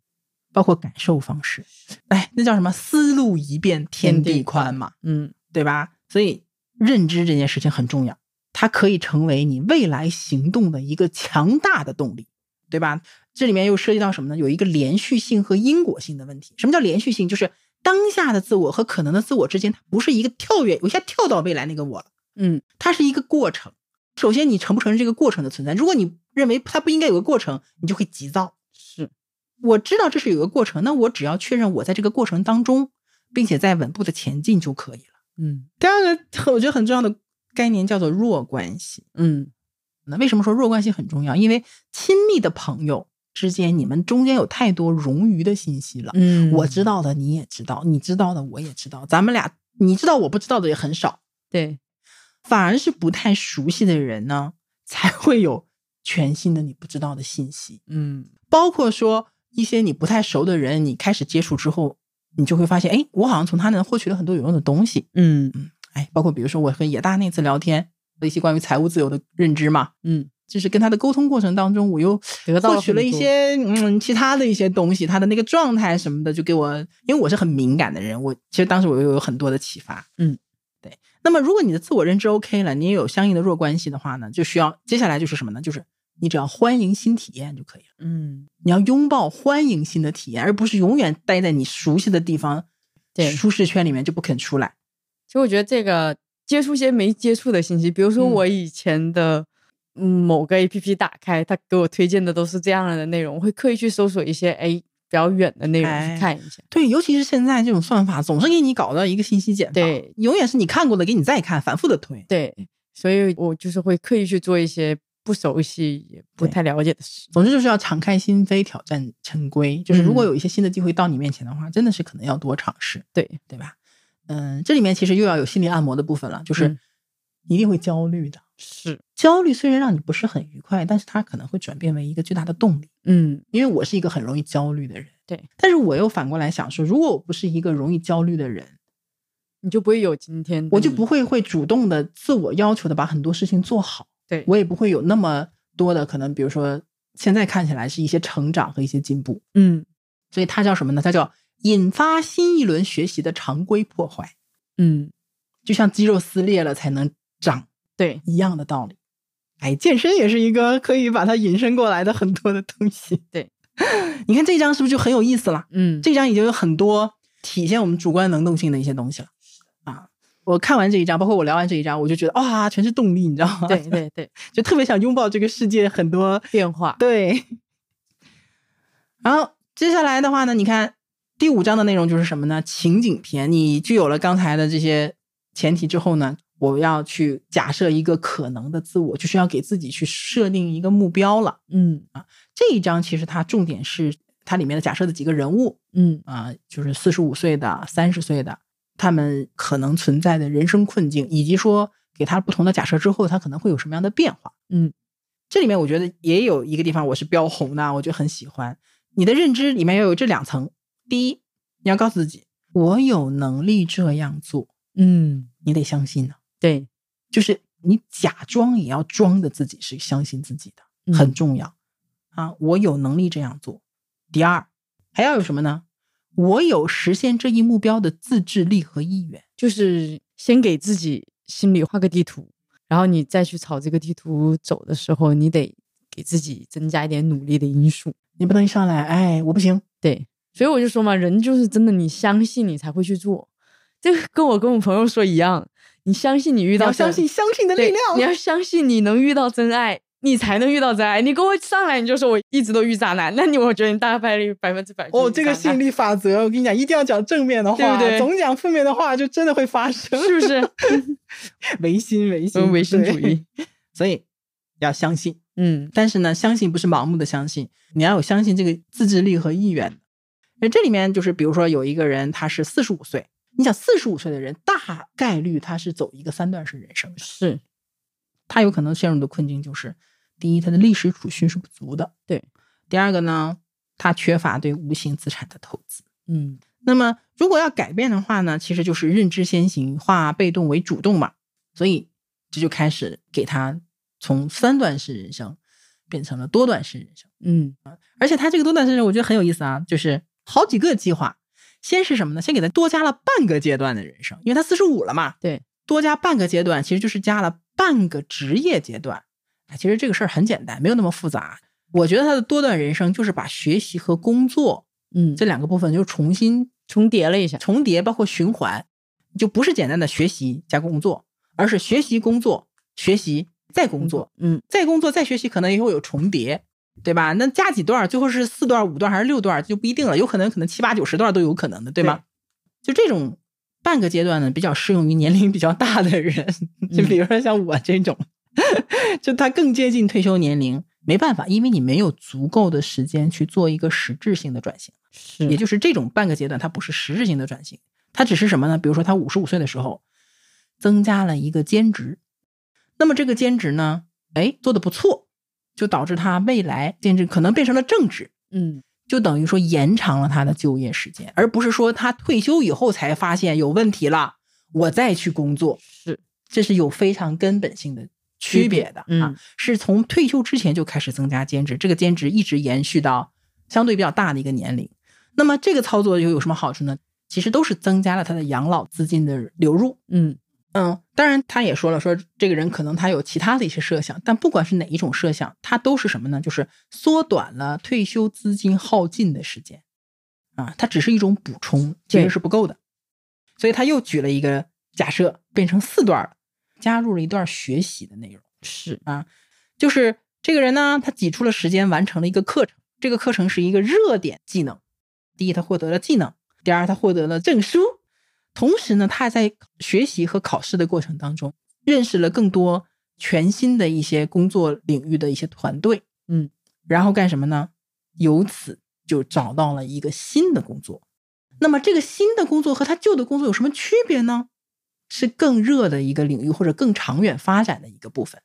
[SPEAKER 1] 包括感受方式。哎，那叫什么？思路一变，天
[SPEAKER 2] 天
[SPEAKER 1] 地
[SPEAKER 2] 地宽
[SPEAKER 1] 宽嘛，
[SPEAKER 2] 嗯
[SPEAKER 1] 对吧？所以认知这件事情很重要，它可以成为你未来行动的一个强大的动力，对吧？这里面又涉及到什么呢？有一个连续性和因果性的问题。什么叫连续性？就是当下的自我和可能的自我之间，它不是一个跳跃，我一下跳到未来那个我了，
[SPEAKER 2] 嗯，
[SPEAKER 1] 它是一个过程。首先，你承不承认这个过程的存在？如果你认为它不应该有个过程，你就会急躁。
[SPEAKER 2] 是，
[SPEAKER 1] 我知道这是有个过程，那我只要确认我在这个过程当中，并且在稳步的前进就可以了。
[SPEAKER 2] 嗯
[SPEAKER 1] 第二个，我觉得很重要的概念叫做弱关系。
[SPEAKER 2] 嗯
[SPEAKER 1] 那为什么说弱关系很重要？因为亲密的朋友之间，你们中间有太多冗余的信息了。
[SPEAKER 2] 嗯，
[SPEAKER 1] 我知道的你也知道，你知道的我也知道，咱们俩你知道我不知道的也很少。
[SPEAKER 2] 对，
[SPEAKER 1] 反而是不太熟悉的人呢，才会有全新的你不知道的信息，
[SPEAKER 2] 嗯
[SPEAKER 1] 包括说一些你不太熟的人，你开始接触之后，你就会发现，哎，我好像从他那获取了很多有用的东西。
[SPEAKER 2] 嗯
[SPEAKER 1] 哎，包括比如说我和野大那次聊天的一些关于财务自由的认知嘛，
[SPEAKER 2] 嗯，
[SPEAKER 1] 就是跟他的沟通过程当中，我又
[SPEAKER 2] 得到
[SPEAKER 1] 获取了
[SPEAKER 2] 很
[SPEAKER 1] 一
[SPEAKER 2] 多
[SPEAKER 1] 些嗯其他的一些东西，他的那个状态什么的，就给我，因为我是很敏感的人，我其实当时我又有很多的启发，
[SPEAKER 2] 嗯，
[SPEAKER 1] 对。那么如果你的自我认知 OK 了，你也有相应的弱关系的话呢，就需要接下来就是什么呢？就是你只要欢迎新体验就可以了，
[SPEAKER 2] 嗯
[SPEAKER 1] 你要拥抱欢迎新的体验，而不是永远待在你熟悉的地方，
[SPEAKER 2] 对
[SPEAKER 1] 舒适圈里面就不肯出来。
[SPEAKER 2] 其实我觉得这个接触一些没接触的信息，比如说
[SPEAKER 1] 嗯
[SPEAKER 2] 我以前的嗯某个 APP 打开，它给我推荐的都是这样的内容，我会刻意去搜索一些哎比较远的内容
[SPEAKER 1] 哎
[SPEAKER 2] 去看一下。
[SPEAKER 1] 对，尤其是现在这种算法，总是给你搞到一个信息茧房，
[SPEAKER 2] 对，
[SPEAKER 1] 永远是你看过的给你再看，反复的推。
[SPEAKER 2] 对，所以我就是会刻意去做一些不熟悉、也不
[SPEAKER 1] 对
[SPEAKER 2] 太了解的事。
[SPEAKER 1] 总之就是要敞开心扉，挑战陈规。就是如果
[SPEAKER 2] 嗯
[SPEAKER 1] 有一些新的机会到你面前的话，真的是可能要多尝试，
[SPEAKER 2] 对，
[SPEAKER 1] 对吧？嗯，这里面其实又要有心理按摩的部分了，就是
[SPEAKER 2] 嗯
[SPEAKER 1] 一定会焦虑的。
[SPEAKER 2] 是，
[SPEAKER 1] 焦虑虽然让你不是很愉快，但是它可能会转变为一个巨大的动力。
[SPEAKER 2] 嗯
[SPEAKER 1] 因为我是一个很容易焦虑的人，
[SPEAKER 2] 对。
[SPEAKER 1] 但是我又反过来想说，如果我不是一个容易焦虑的人，
[SPEAKER 2] 你就不会有今天的你，
[SPEAKER 1] 我就不会会主动的自我要求的把很多事情做好，
[SPEAKER 2] 对
[SPEAKER 1] 我也不会有那么多的可能，比如说现在看起来是一些成长和一些进步，
[SPEAKER 2] 嗯
[SPEAKER 1] 所以它叫什么呢？它叫引发新一轮学习的常规破坏，
[SPEAKER 2] 嗯，
[SPEAKER 1] 就像肌肉撕裂了才能长
[SPEAKER 2] 对，
[SPEAKER 1] 一样的道理。哎，健身也是一个可以把它引申过来的很多的东西。
[SPEAKER 2] 对，
[SPEAKER 1] [laughs] 你看这张是不是就很有意思了？
[SPEAKER 2] 嗯
[SPEAKER 1] 这张已经有很多体现我们主观能动性的一些东西了啊！我看完这一章，包括我聊完这一章，我就觉得哇，全是动力，你知道吗？
[SPEAKER 2] 对，对对，
[SPEAKER 1] [laughs] 就特别想拥抱这个世界很多
[SPEAKER 2] 变化，
[SPEAKER 1] 对。然后接下来的话呢，你看第五章的内容就是什么呢？情景篇。你具有了刚才的这些前提之后呢，我要去假设一个可能的自我，就是要给自己去设定一个目标了。
[SPEAKER 2] 嗯
[SPEAKER 1] 这一章其实它重点是它里面的假设的几个人物，
[SPEAKER 2] 嗯
[SPEAKER 1] 啊、就是四十五岁的、三十岁的，他们可能存在的人生困境，以及说给他不同的假设之后，他可能会有什么样的变化。
[SPEAKER 2] 嗯，
[SPEAKER 1] 这里面我觉得也有一个地方我是标红的啊，我就很喜欢。你的认知里面要有这两层：第一，你要告诉自己，我有能力这样做，
[SPEAKER 2] 嗯，
[SPEAKER 1] 你得相信呢、
[SPEAKER 2] 对，
[SPEAKER 1] 就是你假装也要装的自己是相信自己的。
[SPEAKER 2] 嗯
[SPEAKER 1] 很重要、啊！我有能力这样做。第二，还要有什么呢？我有实现这一目标的自制力和意愿。
[SPEAKER 2] 就是先给自己心里画个地图，然后你再去朝这个地图走的时候，你得给自己增加一点努力的因素。
[SPEAKER 1] 你不能一上来，哎，我不行。
[SPEAKER 2] 对，所以我就说嘛，人就是真的，你相信你才会去做。这个跟我跟我朋友说一样，你相信你遇
[SPEAKER 1] 你
[SPEAKER 2] 到
[SPEAKER 1] 要相
[SPEAKER 2] 真
[SPEAKER 1] 信相信的力
[SPEAKER 2] 对你
[SPEAKER 1] 量。
[SPEAKER 2] 要相信你能遇到真爱，你才能遇到真爱。你给我上来你就说我一直都遇渣男，那你我觉得你大概率百分之百就
[SPEAKER 1] 哦，
[SPEAKER 2] 遇
[SPEAKER 1] 这个
[SPEAKER 2] 渣
[SPEAKER 1] 吸引
[SPEAKER 2] 男
[SPEAKER 1] 力法则，我跟你讲，一定要讲正面的话，
[SPEAKER 2] 对不对
[SPEAKER 1] 总讲负面的话就真的会发生。
[SPEAKER 2] 是不是？
[SPEAKER 1] [laughs] 唯心，唯心，
[SPEAKER 2] 嗯，唯心主
[SPEAKER 1] 对。
[SPEAKER 2] 义，
[SPEAKER 1] [laughs] 所以要相信，
[SPEAKER 2] [laughs] 嗯
[SPEAKER 1] 但是呢，相信不是盲目的相信，你要有相信这个自制力和意愿。那这里面就是，比如说有一个人他是四十五岁，你想四十五岁的人，大概率他是走一个三段式人生的，
[SPEAKER 2] 是，
[SPEAKER 1] 他有可能陷入的困境就是：第一，他的历史储蓄是不足的；
[SPEAKER 2] 对，
[SPEAKER 1] 第二个呢，他缺乏对无形资产的投资。
[SPEAKER 2] 嗯
[SPEAKER 1] 那么，如果要改变的话呢，其实就是认知先行，化被动为主动嘛。所以这就开始给他从三段式人生变成了多段式人生。
[SPEAKER 2] 嗯
[SPEAKER 1] 而且他这个多段式人，我觉得很有意思啊，就是好几个计划。先是什么呢？先给他多加了半个阶段的人生，因为他四十五了嘛。
[SPEAKER 2] 对，
[SPEAKER 1] 多加半个阶段，其实就是加了半个职业阶段。啊，其实这个事儿很简单，没有那么复杂。我觉得他的多段人生就是把学习和工作
[SPEAKER 2] 嗯，
[SPEAKER 1] 这两个部分就重新
[SPEAKER 2] 重叠了一下，
[SPEAKER 1] 重叠，包括循环，就不是简单的学习加工作，而是学习工作，学习再工作，
[SPEAKER 2] 嗯
[SPEAKER 1] 再工作再学习，可能也会有重叠，对吧？那加几段，最后是四段、五段还是六段，这就不一定了，有可能可能七八九十段都有可能的，对吗？就这种半个阶段呢，比较适用于年龄比较大的人， [laughs] 就比如说像我这种， [laughs] 就他更接近退休年龄。没办法，因为你没有足够的时间去做一个实质性的转型。
[SPEAKER 2] 是，
[SPEAKER 1] 也就是这种半个阶段，它不是实质性的转型，它只是什么呢？比如说他五十五岁的时候增加了一个兼职，那么这个兼职呢，哎，做的不错，就导致他未来兼职可能变成了正职，
[SPEAKER 2] 嗯
[SPEAKER 1] 就等于说延长了他的就业时间，而不是说他退休以后才发现有问题了，我再去工作，
[SPEAKER 2] 是，
[SPEAKER 1] 这是有非常根本性的区别的、
[SPEAKER 2] 嗯
[SPEAKER 1] 啊，是从退休之前就开始增加兼职，这个兼职一直延续到相对比较大的一个年龄。那么这个操作又有什么好处呢？其实都是增加了他的养老资金的流入。
[SPEAKER 2] 嗯
[SPEAKER 1] 嗯，当然他也说了，说这个人可能他有其他的一些设想，但不管是哪一种设想，他都是什么呢？就是缩短了退休资金耗尽的时间啊，它只是一种补充，其实
[SPEAKER 2] 对
[SPEAKER 1] 是不够的。所以他又举了一个假设，变成四段了，加入了一段学习的内容。
[SPEAKER 2] 是，
[SPEAKER 1] 啊就是这个人呢，他挤出了时间完成了一个课程，这个课程是一个热点技能。第一，他获得了技能；第二，他获得了证书。同时呢，他在学习和考试的过程当中，认识了更多全新的一些工作领域的一些团队。
[SPEAKER 2] 嗯，
[SPEAKER 1] 然后干什么呢？由此就找到了一个新的工作。那么这个新的工作和他旧的工作有什么区别呢？是更热的一个领域，或者更长远发展的一个部分。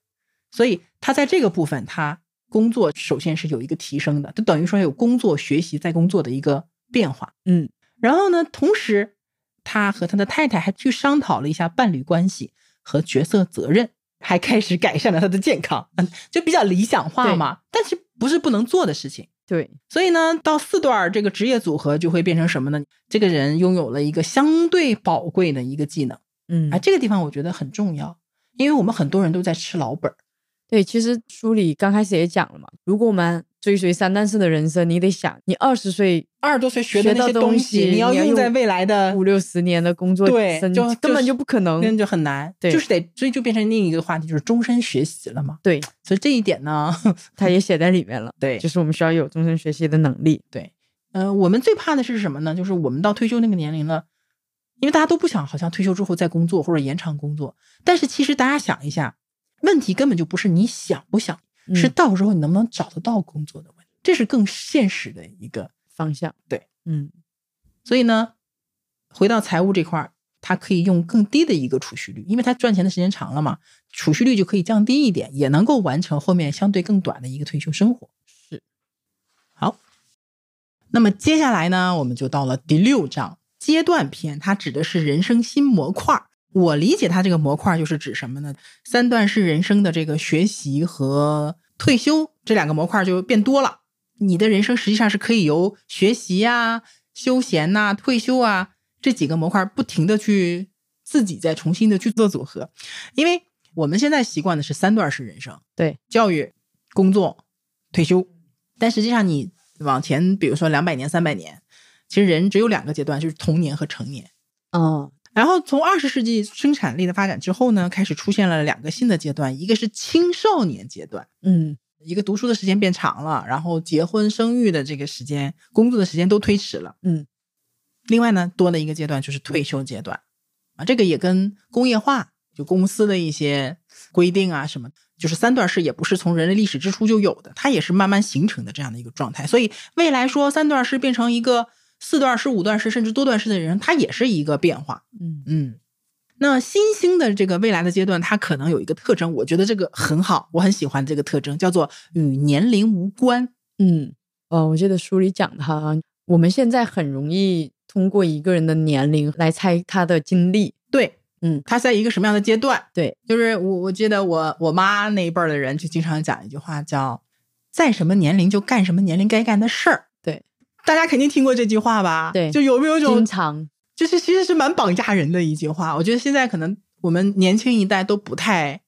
[SPEAKER 1] 所以他在这个部分，他工作首先是有一个提升的，就等于说有工作、学习、再工作的一个变化。
[SPEAKER 2] 嗯
[SPEAKER 1] 然后呢，同时他和他的太太还去商讨了一下伴侣关系和角色责任，还开始改善了他的健康， [laughs] 嗯，就比较理想化嘛，但是不是不能做的事情。
[SPEAKER 2] 对，
[SPEAKER 1] 所以呢，到四段儿这个职业组合就会变成什么呢？这个人拥有了一个相对宝贵的一个技能，
[SPEAKER 2] 嗯
[SPEAKER 1] 啊，，这个地方我觉得很重要，因为我们很多人都在吃老本儿，
[SPEAKER 2] 对，其实书里刚开始也讲了嘛，如果我们追随三段式的人生，你得想，你二十岁
[SPEAKER 1] 二十多岁学的那
[SPEAKER 2] 到
[SPEAKER 1] 些
[SPEAKER 2] 东
[SPEAKER 1] 西，你要用在未来的
[SPEAKER 2] 五六十年的工作
[SPEAKER 1] 对
[SPEAKER 2] 生，
[SPEAKER 1] 就
[SPEAKER 2] 根本
[SPEAKER 1] 是
[SPEAKER 2] 就不可能。
[SPEAKER 1] 那就很难，
[SPEAKER 2] 对
[SPEAKER 1] 就是得，所以就变成另一个话题，就是终身学习了嘛。
[SPEAKER 2] 对，
[SPEAKER 1] 所以这一点呢，
[SPEAKER 2] 他也写在里面了，
[SPEAKER 1] [laughs] 对
[SPEAKER 2] 就是我们需要有终身学习的能力。
[SPEAKER 1] 呃，我们最怕的是什么呢？就是我们到退休那个年龄了，因为大家都不想好像退休之后再工作或者延长工作，但是其实大家想一下，问题根本就不是你想不想，
[SPEAKER 2] 嗯
[SPEAKER 1] 是到时候你能不能找得到工作的问题，这是更现实的一个
[SPEAKER 2] 方向。
[SPEAKER 1] 对，
[SPEAKER 2] 嗯，
[SPEAKER 1] 所以呢，回到财务这块儿，他可以用更低的一个储蓄率，因为他赚钱的时间长了嘛，储蓄率就可以降低一点，也能够完成后面相对更短的一个退休生活。
[SPEAKER 2] 是，
[SPEAKER 1] 好。那么接下来呢，我们就到了第六章阶段篇，它指的是人生新模块儿。我理解它这个模块儿就是指什么呢？三段式人生的这个学习和退休这两个模块儿就变多了。你的人生实际上是可以由学习呀、休闲呐、退休啊这几个模块不停的去自己再重新的去做组合，因为我们现在习惯的是三段式人生，
[SPEAKER 2] 对，
[SPEAKER 1] 教育、工作、退休，但实际上你往前，比如说两百年、三百年，其实人只有两个阶段，就是童年和成年。
[SPEAKER 2] 哦，
[SPEAKER 1] 然后从二十世纪生产力的发展之后呢，开始出现了两个新的阶段，一个是青少年阶段，
[SPEAKER 2] 嗯，
[SPEAKER 1] 一个读书的时间变长了，然后结婚生育的这个时间、工作的时间都推迟了。
[SPEAKER 2] 嗯，
[SPEAKER 1] 另外呢，多了一个阶段就是退休阶段，啊，这个也跟工业化就公司的一些规定啊什么，就是三段式也不是从人类历史之初就有的，它也是慢慢形成的这样的一个状态。所以未来说三段式变成一个四段式、五段式甚至多段式的人，它也是一个变化。
[SPEAKER 2] 嗯，
[SPEAKER 1] 嗯，那新兴的这个未来的阶段，它可能有一个特征，我觉得这个很好，我很喜欢这个特征，叫做与年龄无关。
[SPEAKER 2] 嗯，呃，我记得书里讲的哈，我们现在很容易通过一个人的年龄来猜他的经历。
[SPEAKER 1] 对，
[SPEAKER 2] 嗯
[SPEAKER 1] 它在一个什么样的阶段？
[SPEAKER 2] 对，
[SPEAKER 1] 就是我我记得我我妈那一辈儿的人就经常讲一句话，叫“在什么年龄就干什么年龄该干的事儿”。
[SPEAKER 2] 对，
[SPEAKER 1] 大家肯定听过这句话吧？
[SPEAKER 2] 对
[SPEAKER 1] 就有没有一种
[SPEAKER 2] 经常
[SPEAKER 1] 就是其实是蛮绑架人的一句话？我觉得现在可能我们年轻一代都不太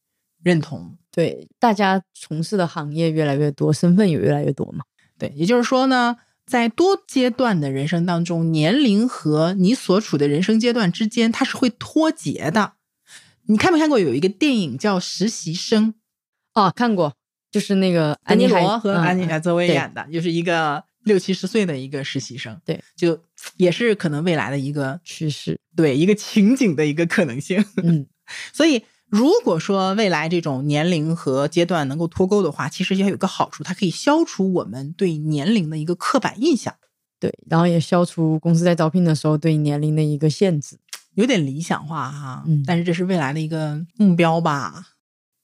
[SPEAKER 1] 认同。
[SPEAKER 2] 对大家从事的行业越来越多，身份也越来越多嘛。
[SPEAKER 1] 对，也就是说呢，在多阶段的人生当中，年龄和你所处的人生阶段之间，它是会脱节的。你看没看过有一个电影叫《实习生》，
[SPEAKER 2] 哦，看过，就是那个
[SPEAKER 1] 安
[SPEAKER 2] 安
[SPEAKER 1] 妮
[SPEAKER 2] 妮海嗯
[SPEAKER 1] 罗和安妮海
[SPEAKER 2] 海
[SPEAKER 1] 瑟薇
[SPEAKER 2] 对
[SPEAKER 1] 演的，就是一个六七十岁的一个实习生，
[SPEAKER 2] 对，
[SPEAKER 1] 就也是可能未来的一个
[SPEAKER 2] 去世。
[SPEAKER 1] 对一个情景的一个可能性。 [laughs]
[SPEAKER 2] 嗯，
[SPEAKER 1] 所以，如果说未来这种年龄和阶段能够脱钩的话，其实也有一个好处，它可以消除我们对年龄的一个刻板印象。
[SPEAKER 2] 对，然后也消除公司在招聘的时候对年龄的一个限制。
[SPEAKER 1] 有点理想化哈，
[SPEAKER 2] 嗯
[SPEAKER 1] 但是这是未来的一个目标吧。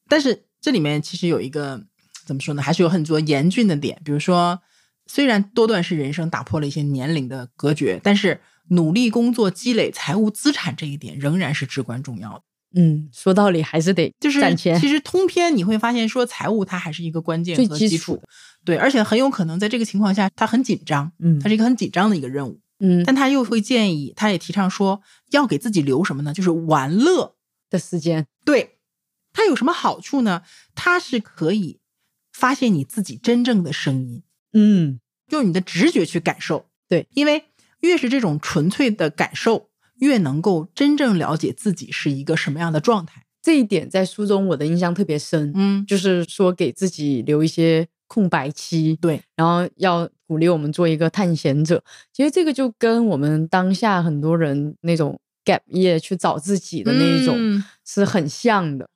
[SPEAKER 1] 但是这里面其实有一个怎么说呢，还是有很多严峻的点，比如说，虽然多段式人生打破了一些年龄的隔绝，但是努力工作积累财务资产这一点仍然是至关重要的。
[SPEAKER 2] 嗯，说道理还是得
[SPEAKER 1] 就是
[SPEAKER 2] 攒钱
[SPEAKER 1] 其。实通篇你会发现，说财务它还是一个关键
[SPEAKER 2] 最
[SPEAKER 1] 和
[SPEAKER 2] 基
[SPEAKER 1] 基
[SPEAKER 2] 础
[SPEAKER 1] 础的，对，而且很有可能在这个情况下，他很紧张，
[SPEAKER 2] 嗯
[SPEAKER 1] 它是一个很紧张的一个任务。
[SPEAKER 2] 嗯
[SPEAKER 1] 但他又会建议，他也提倡说要给自己留什么呢？就是玩乐。
[SPEAKER 2] 的时间。
[SPEAKER 1] 对，它有什么好处呢？它是可以发现你自己真正的声音，
[SPEAKER 2] 嗯，
[SPEAKER 1] 用你的直觉去感受。
[SPEAKER 2] 对，
[SPEAKER 1] 因为越是这种纯粹的感受，越能够真正了解自己是一个什么样的状态。
[SPEAKER 2] 这一点在书中我的印象特别深，
[SPEAKER 1] 嗯，
[SPEAKER 2] 就是说给自己留一些空白期，
[SPEAKER 1] 对，
[SPEAKER 2] 然后要鼓励我们做一个探险者。其实这个就跟我们当下很多人那种 gap year 去找自己的那一种、
[SPEAKER 1] 嗯
[SPEAKER 2] 是很像的。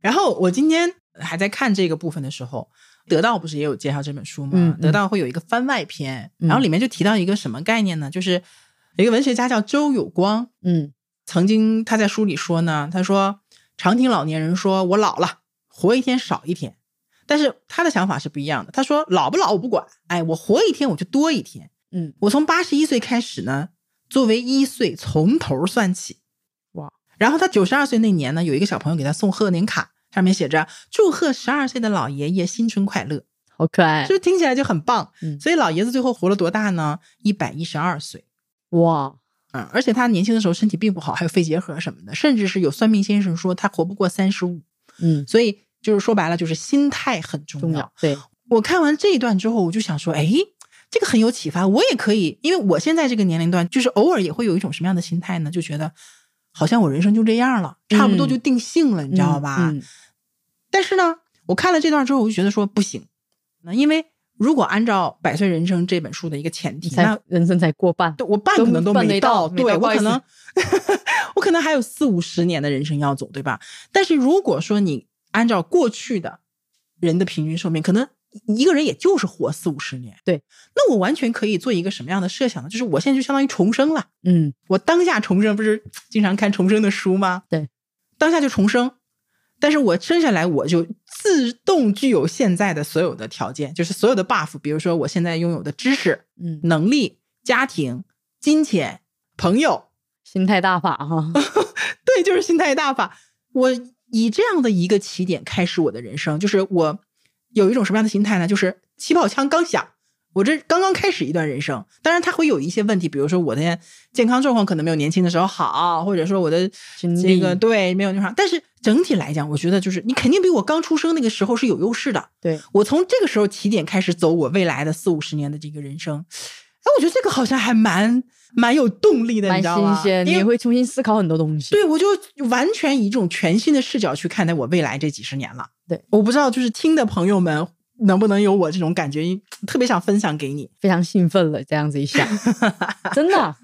[SPEAKER 1] 然后我今天还在看这个部分的时候，得到不是也有介绍这本书吗？
[SPEAKER 2] 嗯嗯
[SPEAKER 1] 得到会有一个番外篇，
[SPEAKER 2] 嗯
[SPEAKER 1] 然后里面就提到一个什么概念呢？就是有一个文学家叫周有光，
[SPEAKER 2] 嗯
[SPEAKER 1] 曾经他在书里说呢，他说常听老年人说我老了，活一天少一天，但是他的想法是不一样的。他说老不老我不管，哎，我活一天我就多一天，
[SPEAKER 2] 嗯
[SPEAKER 1] 我从八十一岁开始呢，作为一岁从头算起。
[SPEAKER 2] 哇！
[SPEAKER 1] 然后他九十二岁那年呢，有一个小朋友给他送贺年卡，上面写着“祝贺十二岁的老爷爷新春快乐”，
[SPEAKER 2] 好可爱
[SPEAKER 1] 是不，是听起来就很棒？
[SPEAKER 2] 嗯
[SPEAKER 1] 所以老爷子最后活了多大呢？一百一十二岁。
[SPEAKER 2] 哇，
[SPEAKER 1] 嗯，而且他年轻的时候身体并不好，还有肺结核什么的，甚至是有算命先生说他活不过三十五。
[SPEAKER 2] 嗯，
[SPEAKER 1] 所以就是说白了，就是心态很重要。
[SPEAKER 2] 重要，对，
[SPEAKER 1] 我看完这一段之后，我就想说，哎，这个很有启发，我也可以，因为我现在这个年龄段，就是偶尔也会有一种什么样的心态呢？就觉得好像我人生就这样了，差不多就定性了，你知道吧？
[SPEAKER 2] 嗯嗯嗯
[SPEAKER 1] 但是呢，我看了这段之后，我就觉得说不行，那因为如果按照《百岁人生》这本书的一个前提，那
[SPEAKER 2] 才人生才过半，
[SPEAKER 1] 对我半可能都
[SPEAKER 2] 都没
[SPEAKER 1] 到，
[SPEAKER 2] 到没
[SPEAKER 1] 对
[SPEAKER 2] 到不
[SPEAKER 1] 我
[SPEAKER 2] 好意
[SPEAKER 1] 可
[SPEAKER 2] 思
[SPEAKER 1] 能 [laughs] 我可能还有四五十年的人生要走，对吧？但是如果说你按照过去的人的平均寿命，可能一个人也就是活四五十年，
[SPEAKER 2] 对，
[SPEAKER 1] 那我完全可以做一个什么样的设想呢？就是我现在就相当于重生了，
[SPEAKER 2] 嗯，
[SPEAKER 1] 我当下重生，不是经常看重生的书吗？
[SPEAKER 2] 对，
[SPEAKER 1] 当下就重生。但是我生下来我就自动具有现在的所有的条件，就是所有的 buff，比如说我现在拥有的知识，
[SPEAKER 2] 嗯，
[SPEAKER 1] 能力、家庭、金钱、朋友，
[SPEAKER 2] 心态大法
[SPEAKER 1] [laughs]
[SPEAKER 2] 哈，
[SPEAKER 1] 对，就是心态大法。我以这样的一个起点开始我的人生，就是我有一种什么样的心态呢？就是起跑枪刚响，我这刚刚开始一段人生。当然，它会有一些问题，比如说我的健康状况可能没有年轻的时候好，或者说我的
[SPEAKER 2] 经
[SPEAKER 1] 这
[SPEAKER 2] 历
[SPEAKER 1] 个对没有那啥。但是整体来讲，我觉得就是你肯定比我刚出生那个时候是有优势的。
[SPEAKER 2] 对，
[SPEAKER 1] 我从这个时候起点开始走我未来的四五十年的这个人生，哎，我觉得这个好像还蛮蛮有动力的，你
[SPEAKER 2] 蛮
[SPEAKER 1] 知道
[SPEAKER 2] 新
[SPEAKER 1] 吗？
[SPEAKER 2] 鲜，你
[SPEAKER 1] 因
[SPEAKER 2] 也
[SPEAKER 1] 为
[SPEAKER 2] 会重新思考很多东西，
[SPEAKER 1] 对我就完全以一种全新的视角去看待我未来这几十年了。
[SPEAKER 2] 对，
[SPEAKER 1] 我不知道就是听的朋友们能不能有我这种感觉，特别想分享给你。
[SPEAKER 2] 非常兴奋了，这样子
[SPEAKER 1] [laughs]
[SPEAKER 2] 一想，真的，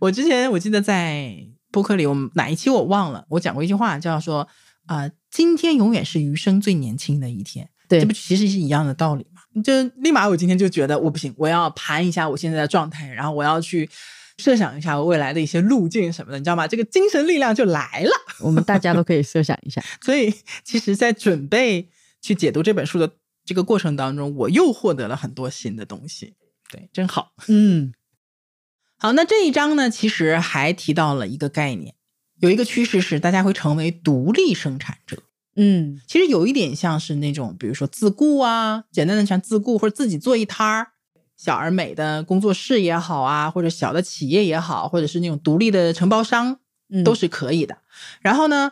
[SPEAKER 1] 我之前我记得在播客里，我们哪一期我忘了，我讲过一句话，叫说啊、今天永远是余生最年轻的一天。
[SPEAKER 2] 对
[SPEAKER 1] 这不，其实是一样的道理嘛？就立马我今天就觉得我不行，我要盘一下我现在的状态，然后我要去设想一下我未来的一些路径什么的，你知道吗？这个精神力量就来了。
[SPEAKER 2] 我们大家都可以设想一下，
[SPEAKER 1] 所以其实，在准备去解读这本书的这个过程当中，我又获得了很多新的东西。对，真好。
[SPEAKER 2] 嗯，
[SPEAKER 1] 好，那这一章呢，其实还提到了一个概念，有一个趋势是大家会成为独立生产者。
[SPEAKER 2] 嗯，
[SPEAKER 1] 其实有一点像是那种，比如说自雇啊，简单的像自雇或者自己做一摊儿，小而美的工作室也好啊，或者小的企业也好，或者是那种独立的承包商，
[SPEAKER 2] 嗯
[SPEAKER 1] 都是可以的。然后呢，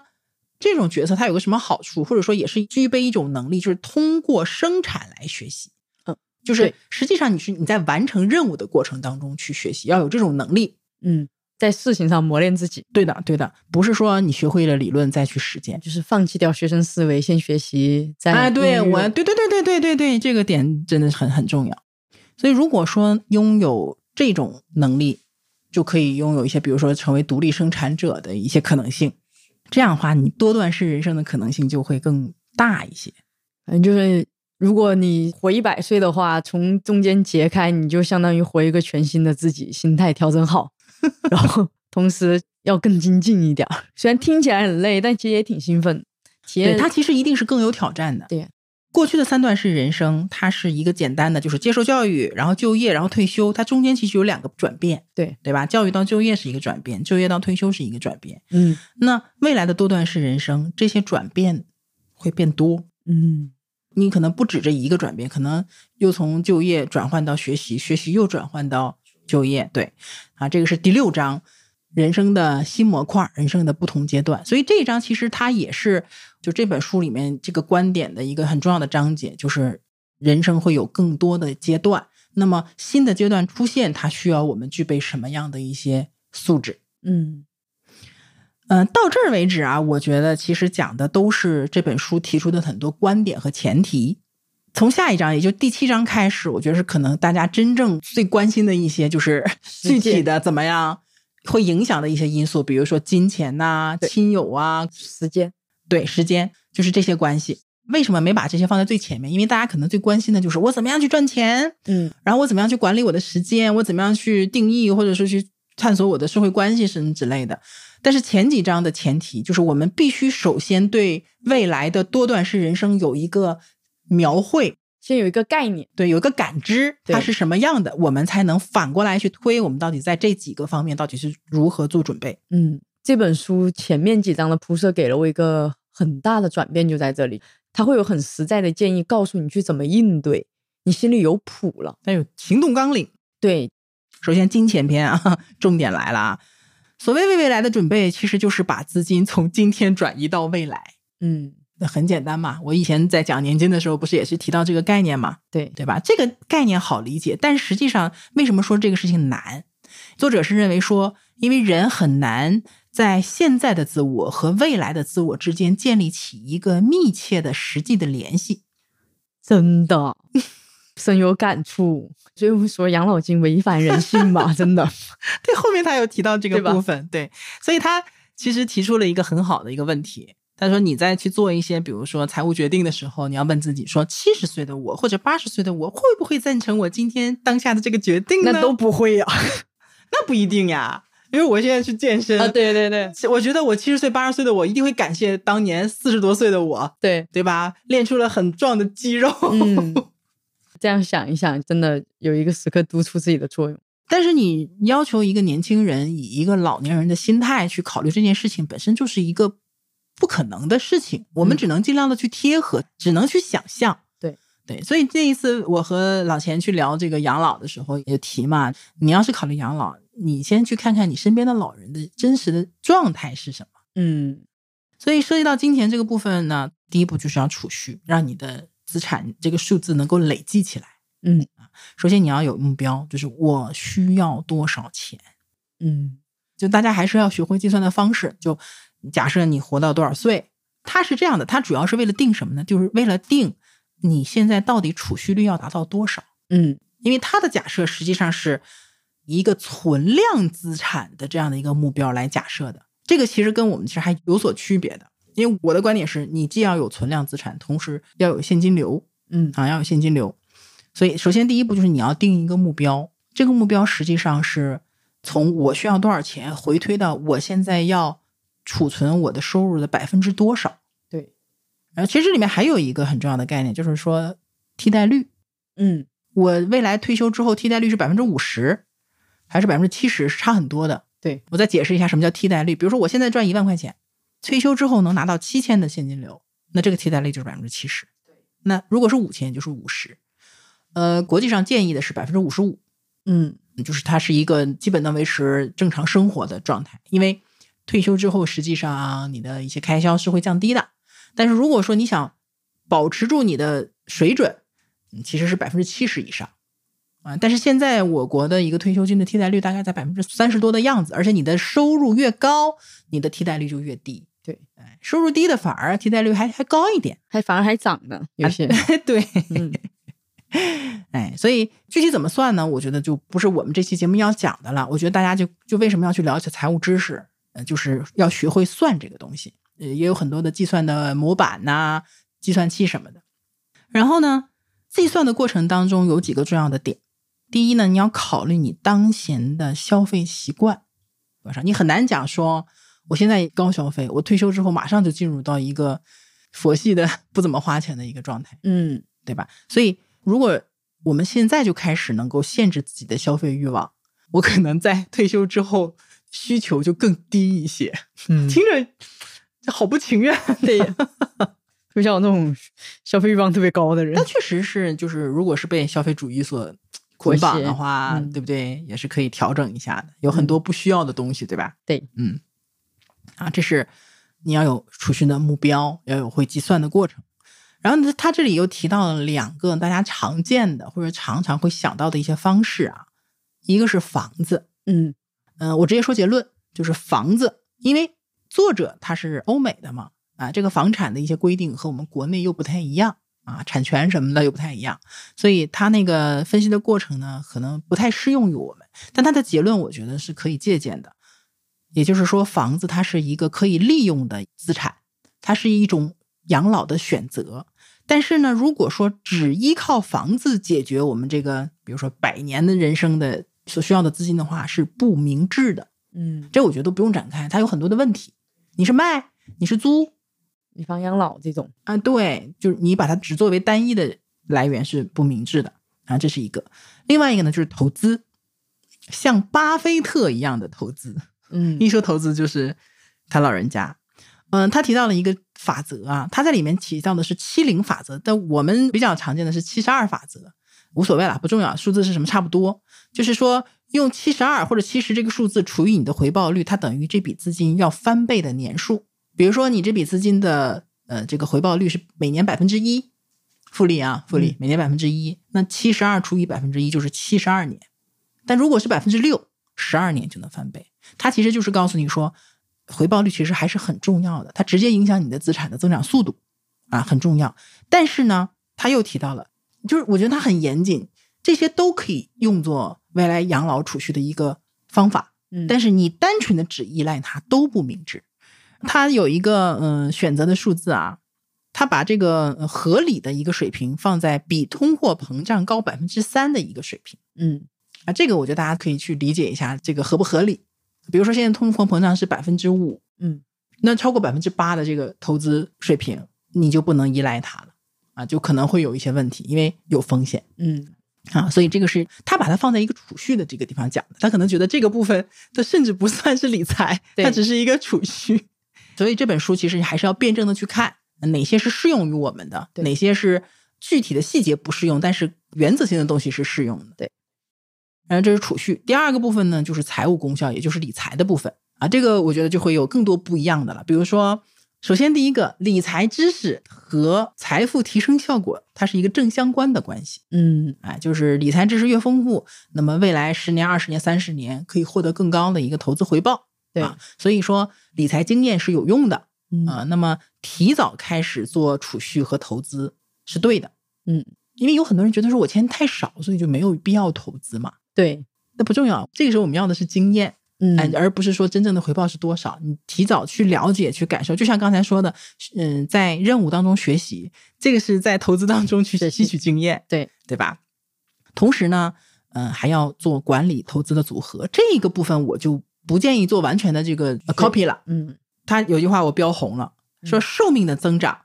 [SPEAKER 1] 这种角色它有个什么好处，或者说也是具备一种能力，就是通过生产来学习。
[SPEAKER 2] 嗯，
[SPEAKER 1] 就是
[SPEAKER 2] 对
[SPEAKER 1] 实际上你是你在完成任务的过程当中去学习，要有这种能力。
[SPEAKER 2] 嗯，在事情上磨练自己，
[SPEAKER 1] 对的，对的，不是说你学会了理论再去实践。
[SPEAKER 2] 就是放弃掉学生思维，先学习，再
[SPEAKER 1] 哎，对
[SPEAKER 2] 应用
[SPEAKER 1] 我，对对对对对对对，这个点真的是很很重要。所以如果说拥有这种能力，就可以拥有一些，比如说成为独立生产者的一些可能性。这样的话，你多段式人生的可能性就会更大一些。
[SPEAKER 2] 反正哎就是，如果你活一百岁的话，从中间截开，你就相当于活一个全新的自己，心态调整
[SPEAKER 1] [laughs]
[SPEAKER 2] 好，然后同时要更精进一点儿。虽然听起来很累，但其实也挺兴奋，体
[SPEAKER 1] 对，
[SPEAKER 2] 验
[SPEAKER 1] 它其实一定是更有挑战的。
[SPEAKER 2] 对，
[SPEAKER 1] 过去的三段式人生，它是一个简单的，就是接受教育，然后就业，然后退休。它中间其实有两个转变，
[SPEAKER 2] 对
[SPEAKER 1] 对吧？教育到就业是一个转变，就业到退休是一个转变。
[SPEAKER 2] 嗯
[SPEAKER 1] 那未来的多段式人生，这些转变会变多。
[SPEAKER 2] 嗯
[SPEAKER 1] 你可能不止这一个转变，可能又从就业转换到学习，学习又转换到就业。对，啊，这个是第六章人生的新模块，人生的不同阶段。所以这一章其实它也是就这本书里面这个观点的一个很重要的章节，就是人生会有更多的阶段。那么新的阶段出现，它需要我们具备什么样的一些素质？
[SPEAKER 2] 嗯，
[SPEAKER 1] 嗯，到这儿为止啊，我觉得其实讲的都是这本书提出的很多观点和前提。从下一章，也就第七章开始，我觉得是可能大家真正最关心的一些，就是 [laughs] 具
[SPEAKER 2] 践
[SPEAKER 1] 体的怎么样会影响的一些因素，比如说金钱呐、
[SPEAKER 2] 对
[SPEAKER 1] 亲友啊，
[SPEAKER 2] 时间
[SPEAKER 1] 对，时间，就是这些关系。为什么没把这些放在最前面？因为大家可能最关心的就是我怎么样去赚钱，
[SPEAKER 2] 嗯
[SPEAKER 1] 然后我怎么样去管理我的时间，我怎么样去定义，或者是去探索我的社会关系什么之类的。但是前几章的前提就是，我们必须首先对未来的多段式人生有一个描绘，
[SPEAKER 2] 先有一个概念。
[SPEAKER 1] 对，有一个感知，它
[SPEAKER 2] 对
[SPEAKER 1] 是什么样的，我们才能反过来去推我们到底在这几个方面到底是如何做准备。
[SPEAKER 2] 嗯，这本书前面几章的铺设给了我一个很大的转变，就在这里，它会有很实在的建议，告诉你去怎么应对，你心里有谱了。
[SPEAKER 1] 但有行动纲领，
[SPEAKER 2] 对，
[SPEAKER 1] 首先金钱篇啊， [laughs] 重点来了啊。所谓为未来的准备，其实就是把资金从今天转移到未来。
[SPEAKER 2] 嗯，
[SPEAKER 1] 那很简单嘛，我以前在讲年金的时候，不是也是提到这个概念嘛？
[SPEAKER 2] 对，
[SPEAKER 1] 对吧？这个概念好理解，但实际上为什么说这个事情难？作者是认为说，因为人很难在现在的自我和未来的自我之间建立起一个密切的实际的联系。
[SPEAKER 2] 真的深有感触。所以我们说养老金违反人性嘛，真的。
[SPEAKER 1] 对，后面他有提到这个
[SPEAKER 2] 对吧
[SPEAKER 1] 部分，对所以他其实提出了一个很好的一个问题。他说：“你在去做一些，比如说财务决定的时候，你要问自己说，七十岁的我或者八十岁的我，会不会赞成我今天当下的这个决定呢？
[SPEAKER 2] [laughs] 那都
[SPEAKER 1] 不
[SPEAKER 2] [laughs]
[SPEAKER 1] 会呀、那不一定呀，因为我现在去健身
[SPEAKER 2] 啊对对 [laughs] 对
[SPEAKER 1] 其我觉得我七十岁、八十岁的我一定会感谢当年四十多岁的我，
[SPEAKER 2] 对，
[SPEAKER 1] 对吧？练出了很壮的肌
[SPEAKER 2] [laughs]
[SPEAKER 1] 肉。
[SPEAKER 2] 嗯，这样想一想，真的有一个时刻督促自己的作用。
[SPEAKER 1] 但是你要求一个年轻人以一个老年人的心态去考虑这件事情，本身就是一个不可能的事情。我们
[SPEAKER 2] 嗯
[SPEAKER 1] 只能尽量的去贴合，只能去想象。
[SPEAKER 2] 对
[SPEAKER 1] 对，所以这一次我和老钱去聊这个养老的时候，也提嘛，你要是考虑养老，你先去看看你身边的老人的真实的状态是什么。
[SPEAKER 2] 嗯
[SPEAKER 1] 所以涉及到金钱这个部分呢，第一步就是要储蓄，让你的资产这个数字能够累积起来。啊
[SPEAKER 2] 嗯
[SPEAKER 1] 首先你要有目标，就是我需要多少钱。
[SPEAKER 2] 嗯
[SPEAKER 1] 就大家还是要学会计算的方式。就假设你活到多少岁，它是这样的，它主要是为了定什么呢？就是为了定你现在到底储蓄率要达到多少。
[SPEAKER 2] 嗯
[SPEAKER 1] 因为它的假设实际上是一个存量资产的这样的一个目标来假设的。这个其实跟我们其实还有所区别的，因为我的观点是你既要有存量资产，同时要有现金流
[SPEAKER 2] 嗯
[SPEAKER 1] 啊，要有现金流。所以，首先第一步就是你要定一个目标，这个目标实际上是从我需要多少钱回推到我现在要储存我的收入的百分之多少。
[SPEAKER 2] 对，
[SPEAKER 1] 然后其实这里面还有一个很重要的概念，就是说替代率。
[SPEAKER 2] 嗯
[SPEAKER 1] 我未来退休之后替代率是百分之五十，还是百分之七十，是差很多的。
[SPEAKER 2] 对
[SPEAKER 1] 我再解释一下什么叫替代率。比如说我现在赚一万块钱，退休之后能拿到七千的现金流，那这个替代率就是百分之七十。那如果是五千，也就是五十。呃，国际上建议的是百分之五十五，
[SPEAKER 2] 嗯
[SPEAKER 1] 就是它是一个基本能维持正常生活的状态。因为退休之后，实际上你的一些开销是会降低的。但是如果说你想保持住你的水准，嗯其实是百分之七十以上啊。但是现在我国的一个退休金的替代率大概在百分之三十多的样子，而且你的收入越高，你的替代率就越低。
[SPEAKER 2] 对
[SPEAKER 1] 哎，收入低的反而替代率还还高一点。 [laughs]
[SPEAKER 2] 还反而还涨呢，有些。
[SPEAKER 1] 对，
[SPEAKER 2] 嗯
[SPEAKER 1] 哎，所以具体怎么算呢？我觉得就不是我们这期节目要讲的了。我觉得大家就就为什么要去了解财务知识，呃，就是要学会算这个东西。呃，也有很多的计算的模板呐、计算器什么的。然后呢，计算的过程当中有几个重要的点。第一呢，你要考虑你当前的消费习惯多少，你很难讲说我现在高消费，我退休之后马上就进入到一个佛系的 [laughs] 不怎么花钱的一个状态。
[SPEAKER 2] 嗯
[SPEAKER 1] 对吧？所以如果我们现在就开始能够限制自己的消费欲望，我可能在退休之后需求就更低一些。
[SPEAKER 2] 嗯，
[SPEAKER 1] 听着这好不情愿， [laughs]
[SPEAKER 2] 对，就像我那种消费欲望特别高的人
[SPEAKER 1] 但，确实是就是如果是被消费主义所捆绑的话，
[SPEAKER 2] 裹挟嗯嗯
[SPEAKER 1] 对不对？也是可以调整一下的，有很多不需要的东西，对吧？
[SPEAKER 2] 对，
[SPEAKER 1] 嗯，啊，这是你要有储蓄的目标，要有会计算的过程。然后呢，他这里又提到了两个大家常见的或者常常会想到的一些方式啊，一个是房子，
[SPEAKER 2] 嗯
[SPEAKER 1] 嗯、我直接说结论，就是房子，因为作者他是欧美的嘛，啊，这个房产的一些规定和我们国内又不太一样啊，产权什么的又不太一样，所以他那个分析的过程呢，可能不太适用于我们，但他的结论我觉得是可以借鉴的，也就是说，房子它是一个可以利用的资产，它是一种养老的选择。但是呢，如果说只依靠房子解决我们这个，比如说百年的人生的所需要的资金的话，是不明智的。
[SPEAKER 2] 嗯，
[SPEAKER 1] 这我觉得都不用展开，它有很多的问题。你是卖，你是租
[SPEAKER 2] 以房养老这种，
[SPEAKER 1] 啊？对，就是你把它只作为单一的来源是不明智的啊，这是一个。另外一个呢，就是投资，像巴菲特一样的投资。
[SPEAKER 2] 嗯
[SPEAKER 1] 一说投资就是他老人家。嗯，他提到了一个法则啊，他在里面提到的是七零法则，但我们比较常见的是七十二法则，无所谓了，不重要，数字是什么差不多。就是说，用七十二或者七十这个数字除以你的回报率，它等于这笔资金要翻倍的年数。比如说，你这笔资金的呃这个回报率是每年百分之一复利啊，复利
[SPEAKER 2] 嗯
[SPEAKER 1] 每年百分之一，那七十二除以百分之一就是七十二年。但如果是百分之六，十二年就能翻倍。它其实就是告诉你说，回报率其实还是很重要的，它直接影响你的资产的增长速度啊，很重要。但是呢，他又提到了，就是我觉得他很严谨，这些都可以用作未来养老储蓄的一个方法，
[SPEAKER 2] 嗯
[SPEAKER 1] 但是你单纯的只依赖它都不明智。它有一个嗯、呃选择的数字啊，他把这个呃合理的一个水平放在比通货膨胀高百分之三的一个水平。
[SPEAKER 2] 嗯
[SPEAKER 1] 啊，这个我觉得大家可以去理解一下，这个合不合理？比如说现在通货膨胀是百分之五，
[SPEAKER 2] 嗯，
[SPEAKER 1] 那超过百分之八的这个投资水平，你就不能依赖它了啊，就可能会有一些问题，因为有风险
[SPEAKER 2] 嗯
[SPEAKER 1] 啊。所以这个是他把它放在一个储蓄的这个地方讲的，他可能觉得这个部分它甚至不算是理财，它
[SPEAKER 2] 对
[SPEAKER 1] 只是一个储蓄。所以这本书其实还是要辩证的去看哪些是适用于我们的，
[SPEAKER 2] 对
[SPEAKER 1] 哪些是具体的细节不适用，但是原则性的东西是适用的。
[SPEAKER 2] 对，
[SPEAKER 1] 然后这是储蓄。第二个部分呢，就是财务功效，也就是理财的部分啊。这个我觉得就会有更多不一样的了。比如说，首先第一个，理财知识和财富提升效果，它是一个正相关的关系。
[SPEAKER 2] 嗯
[SPEAKER 1] 哎，就是理财知识越丰富，那么未来十年、二十年、三十年可以获得更高的一个投资回报。
[SPEAKER 2] 对
[SPEAKER 1] 啊，所以说理财经验是有用的啊、
[SPEAKER 2] 嗯
[SPEAKER 1] 那么提早开始做储蓄和投资是对的，
[SPEAKER 2] 嗯，
[SPEAKER 1] 因为有很多人觉得说我钱太少，所以就没有必要投资嘛。
[SPEAKER 2] 对
[SPEAKER 1] 那不重要，这个时候我们要的是经验，
[SPEAKER 2] 嗯
[SPEAKER 1] 哎，而不是说真正的回报是多少。你提早去了解、去感受，就像刚才说的，嗯，在任务当中学习，这个是在投资当中去
[SPEAKER 2] 学习
[SPEAKER 1] 吸取经验，
[SPEAKER 2] 对
[SPEAKER 1] 对吧？同时呢，嗯、还要做管理投资的组合，这个部分我就不建议做完全的这个呃
[SPEAKER 2] 是
[SPEAKER 1] copy 了。
[SPEAKER 2] 嗯
[SPEAKER 1] 他有句话我标红了，说
[SPEAKER 2] 嗯
[SPEAKER 1] 寿命的增长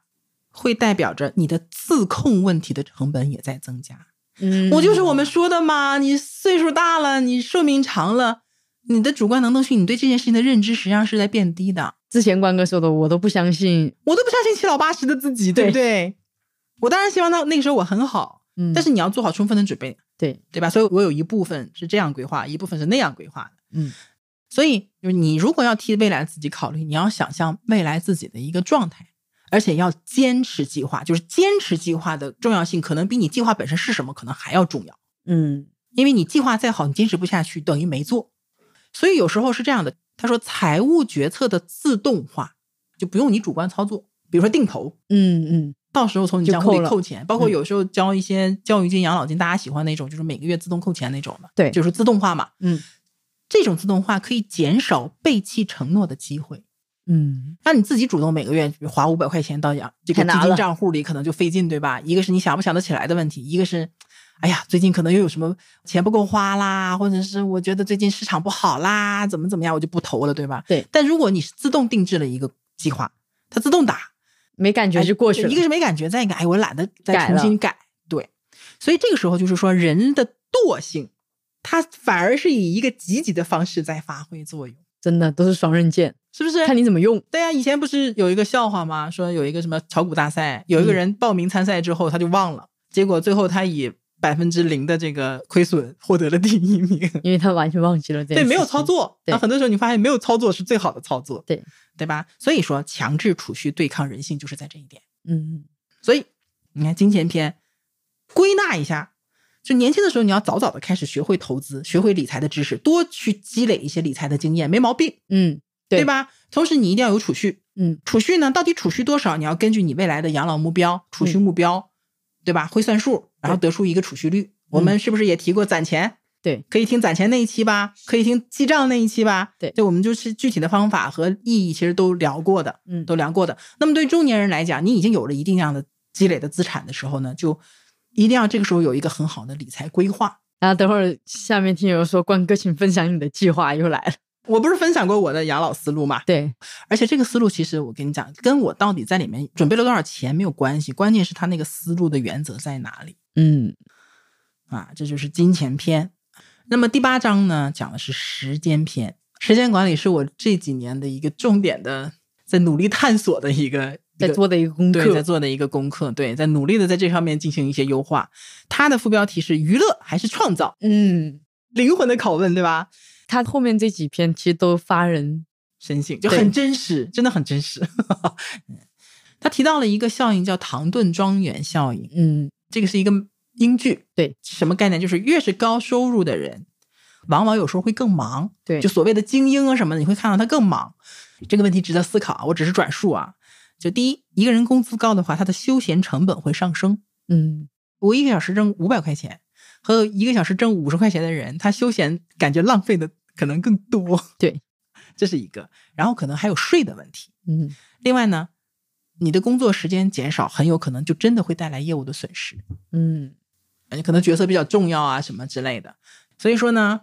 [SPEAKER 1] 会代表着你的自控问题的成本也在增加。
[SPEAKER 2] 嗯，
[SPEAKER 1] 我就是我们说的嘛，你岁数大了，你寿命长了，你的主观能动性，你对这件事情的认知实际上是在变低的。
[SPEAKER 2] 之前关哥说的，我都不相信。
[SPEAKER 1] 我都不相信七老八十的自己，对不对？我当然希望他那个时候我很好，
[SPEAKER 2] 嗯，
[SPEAKER 1] 但是你要做好充分的准备，
[SPEAKER 2] 对，
[SPEAKER 1] 对吧？所以我有一部分是这样规划，一部分是那样规划的。
[SPEAKER 2] 嗯，
[SPEAKER 1] 所以就是你如果要替未来自己考虑，你要想象未来自己的一个状态，而且要坚持计划，就是坚持计划的重要性可能比你计划本身是什么可能还要重要。
[SPEAKER 2] 嗯
[SPEAKER 1] 因为你计划再好，你坚持不下去，等于没做。所以有时候是这样的，他说财务决策的自动化就不用你主观操作，比如说定投，
[SPEAKER 2] 嗯嗯，
[SPEAKER 1] 到时候从你账户
[SPEAKER 2] 就扣
[SPEAKER 1] 里
[SPEAKER 2] 了
[SPEAKER 1] 扣钱，包括
[SPEAKER 2] 嗯
[SPEAKER 1] 有时候交一些教育金、养老金，大家喜欢那种就是每个月自动扣钱那种的，
[SPEAKER 2] 对
[SPEAKER 1] 就是自动化嘛。
[SPEAKER 2] 嗯
[SPEAKER 1] 这种自动化可以减少背弃承诺的机会，
[SPEAKER 2] 嗯
[SPEAKER 1] 让你自己主动每个月花五百块钱到养这个
[SPEAKER 2] 太难
[SPEAKER 1] 基金
[SPEAKER 2] 了
[SPEAKER 1] 账户里，可能就费劲，对吧？一个是你想不想得起来的问题，一个是，哎呀，最近可能又有什么钱不够花啦，或者是我觉得最近市场不好啦，怎么怎么样，我就不投了，对吧？
[SPEAKER 2] 对。
[SPEAKER 1] 但如果你是自动定制了一个计划，它自动打，
[SPEAKER 2] 没感觉
[SPEAKER 1] 哎
[SPEAKER 2] 就过去
[SPEAKER 1] 对
[SPEAKER 2] 了。
[SPEAKER 1] 一个是没感觉，再一个，哎，我懒得再
[SPEAKER 2] 改
[SPEAKER 1] 重
[SPEAKER 2] 了
[SPEAKER 1] 新改。对，所以这个时候就是说，人的惰性，它反而是以一个积极的方式在发挥作用，
[SPEAKER 2] 真的都是双刃剑，
[SPEAKER 1] 是不是？
[SPEAKER 2] 看你怎么用。
[SPEAKER 1] 对呀、啊以前不是有一个笑话吗？说有一个什么炒股大赛，有一个
[SPEAKER 2] 嗯
[SPEAKER 1] 人报名参赛之后他就忘了，结果最后他以百分之零的这个亏损获得了第一名。
[SPEAKER 2] 因为他完全忘记了这件
[SPEAKER 1] 对，
[SPEAKER 2] 事
[SPEAKER 1] 没有
[SPEAKER 2] 情
[SPEAKER 1] 操。作。
[SPEAKER 2] 对
[SPEAKER 1] 那很多时候你发现没有操作是最好的操作，
[SPEAKER 2] 对
[SPEAKER 1] 对吧？所以说，强制储蓄对抗人性就是在这一点。
[SPEAKER 2] 嗯，
[SPEAKER 1] 所以你看金钱篇，归纳一下，就年轻的时候你要早早的开始学会投资，学会理财的知识，多去积累一些理财的经验，没毛病，
[SPEAKER 2] 嗯对
[SPEAKER 1] 吧？同时你一定要有储蓄，
[SPEAKER 2] 嗯
[SPEAKER 1] 储蓄呢，到底储蓄多少？你要根据你未来的养老目标、储蓄目标，对吧？会算数，然后得出一个储蓄率。我们是不是也提过攒钱？
[SPEAKER 2] 嗯对，
[SPEAKER 1] 可以听攒钱那一期吧，可以听记账那一期吧。
[SPEAKER 2] 对
[SPEAKER 1] 就我们就是具体的方法和意义，其实都聊过的。
[SPEAKER 2] 嗯
[SPEAKER 1] 都聊过的。那么对中年人来讲，你已经有了一定量的积累的资产的时候呢，就一定要这个时候有一个很好的理财规划。
[SPEAKER 2] 然后等会儿下面听友说，关哥，请分享你的计划又来了。
[SPEAKER 1] 我不是分享过我的养老思路嘛？
[SPEAKER 2] 对，
[SPEAKER 1] 而且这个思路其实我跟你讲，跟我到底在里面准备了多少钱没有关系，关键是他那个思路的原则在哪里
[SPEAKER 2] 嗯
[SPEAKER 1] 啊？这就是金钱篇。那么第八章呢，讲的是时间篇。时间管理是我这几年的一个重点的，在努力探索的一个，一
[SPEAKER 2] 在
[SPEAKER 1] 个
[SPEAKER 2] 做的一个功课，
[SPEAKER 1] 对，在做的一个功课，对，在努力的在这上面进行一些优化。它的副标题是“娱乐还是创造？
[SPEAKER 2] 嗯，
[SPEAKER 1] 灵魂的拷问”，对吧？
[SPEAKER 2] 他后面这几篇其实都发人，
[SPEAKER 1] 深信就
[SPEAKER 2] 对
[SPEAKER 1] 很真实，真的很真实。他提到了一个效应叫唐顿庄园效应，
[SPEAKER 2] 嗯，
[SPEAKER 1] 这个是一个英剧，
[SPEAKER 2] 对，
[SPEAKER 1] 什么概念？就是越是高收入的人，往往有时候会更忙，
[SPEAKER 2] 对，
[SPEAKER 1] 就所谓的精英啊什么的，你会看到他更忙。这个问题值得思考，我只是转述啊。就第一，一个人工资高的话，他的休闲成本会上升。
[SPEAKER 2] 嗯，
[SPEAKER 1] 我一个小时挣五百块钱，和一个小时挣五十块钱的人，他休闲感觉浪费的可能更多。
[SPEAKER 2] 对，
[SPEAKER 1] [laughs] 这是一个。然后可能还有税的问题。
[SPEAKER 2] 嗯，
[SPEAKER 1] 另外呢，你的工作时间减少，很有可能就真的会带来业务的损失。
[SPEAKER 2] 嗯，
[SPEAKER 1] 你可能角色比较重要啊，什么之类的。所以说呢，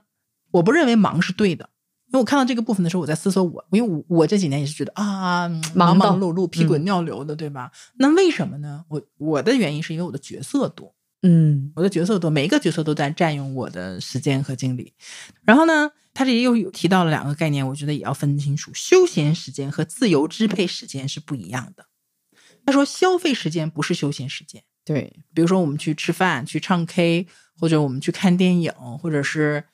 [SPEAKER 1] 我不认为忙是对的，因为我看到这个部分的时候，我在思索我，因为我我这几年也是觉得啊，嗯忙
[SPEAKER 2] 忙到
[SPEAKER 1] 忙
[SPEAKER 2] 嗯
[SPEAKER 1] 碌碌、屁滚尿流的，对吧？那为什么呢？我我的原因是因为我的角色多，
[SPEAKER 2] 嗯，
[SPEAKER 1] 我的角色多，每一个角色都在占用我的时间和精力。然后呢，他这里又有提到了两个概念，我觉得也要分清楚：休闲时间和自由支配时间是不一样的。他说，消费时间不是休闲时间。
[SPEAKER 2] 对，
[SPEAKER 1] 比如说我们去吃饭、去唱 K，或者我们去看电影，或者是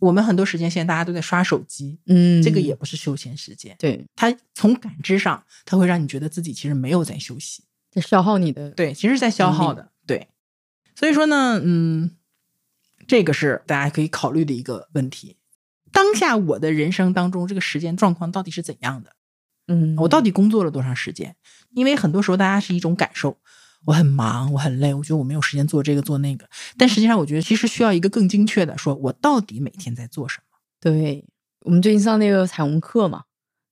[SPEAKER 1] 我们很多时间现在大家都在刷手机，
[SPEAKER 2] 嗯，
[SPEAKER 1] 这个也不是休闲时间。
[SPEAKER 2] 对，
[SPEAKER 1] 它从感知上，它会让你觉得自己其实没有在休息，
[SPEAKER 2] 在消耗你的，
[SPEAKER 1] 对，其实是在消
[SPEAKER 2] 嗯
[SPEAKER 1] 耗的，对。所以说呢，嗯，这个是大家可以考虑的一个问题。当下我的人生当中，这个时间状况到底是怎样的？
[SPEAKER 2] 嗯，
[SPEAKER 1] 我到底工作了多长时间？因为很多时候大家是一种感受，我很忙，我很累，我觉得我没有时间做这个做那个。但实际上，我觉得其实需要一个更精确的，说我到底每天在做什么。
[SPEAKER 2] 对，我们最近上那个彩虹课嘛，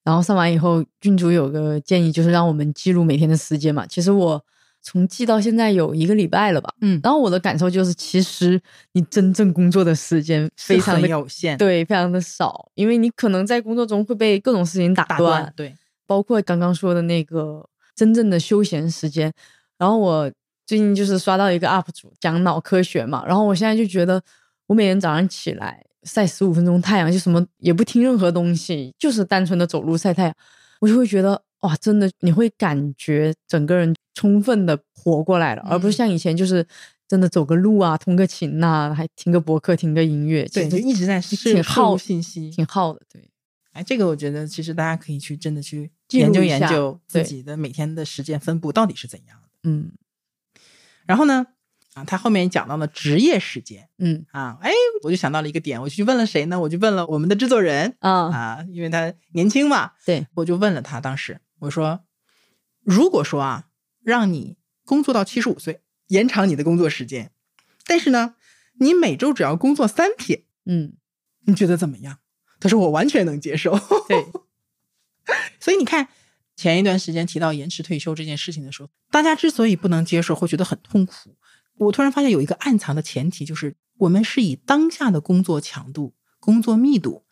[SPEAKER 2] 然后上完以后，郡主有个建议，就是让我们记录每天的时间嘛。其实我从记到现在有一个礼拜了吧，
[SPEAKER 1] 嗯
[SPEAKER 2] 然后我的感受就是，其实你真正工作的时间非常
[SPEAKER 1] 是
[SPEAKER 2] 的
[SPEAKER 1] 很有限，
[SPEAKER 2] 对，非常的少，因为你可能在工作中会被各种事情打
[SPEAKER 1] 打
[SPEAKER 2] 断，
[SPEAKER 1] 断，对，
[SPEAKER 2] 包括刚刚说的那个真正的休闲时间。然后我最近就是刷到一个 UP 主讲脑科学嘛，然后我现在就觉得，我每天早上起来晒十五分钟太阳，就什么也不听任何东西，就是单纯的走路晒太阳，我就会觉得哇，真的你会感觉整个人充分的活过来了，而
[SPEAKER 1] 嗯
[SPEAKER 2] 不是像以前就是。真的走个路啊，通个勤呐、还听个播客，听个音乐，其
[SPEAKER 1] 对，就
[SPEAKER 2] 实
[SPEAKER 1] 一直在摄
[SPEAKER 2] 挺
[SPEAKER 1] 摄
[SPEAKER 2] 耗
[SPEAKER 1] 入信息。
[SPEAKER 2] 挺耗的，对，
[SPEAKER 1] 哎，这个我觉得其实大家可以去真的去
[SPEAKER 2] 记录
[SPEAKER 1] 研究
[SPEAKER 2] 一
[SPEAKER 1] 研
[SPEAKER 2] 下
[SPEAKER 1] 究自
[SPEAKER 2] 对
[SPEAKER 1] 己的每天的时间分布到底是怎样的。
[SPEAKER 2] 嗯
[SPEAKER 1] 然后呢，啊，他后面讲到了职业时间
[SPEAKER 2] 嗯
[SPEAKER 1] 啊，哎，我就想到了一个点，我去问了谁呢？我就问了我们的制作人，
[SPEAKER 2] 啊，
[SPEAKER 1] 啊，因为他年轻嘛，
[SPEAKER 2] 对，
[SPEAKER 1] 我就问了他，当时我说，如果说啊，让你工作到七十五岁，延长你的工作时间，但是呢，你每周只要工作三天，
[SPEAKER 2] 嗯，
[SPEAKER 1] 你觉得怎么样？他说我完全能接受。
[SPEAKER 2] 对，
[SPEAKER 1] 所以你看，前一段时间提到延迟退休这件事情的时候，大家之所以不能接受，会觉得很痛苦。我突然发现有一个暗藏的前提，就是我们是以当下的工作强度、工作密度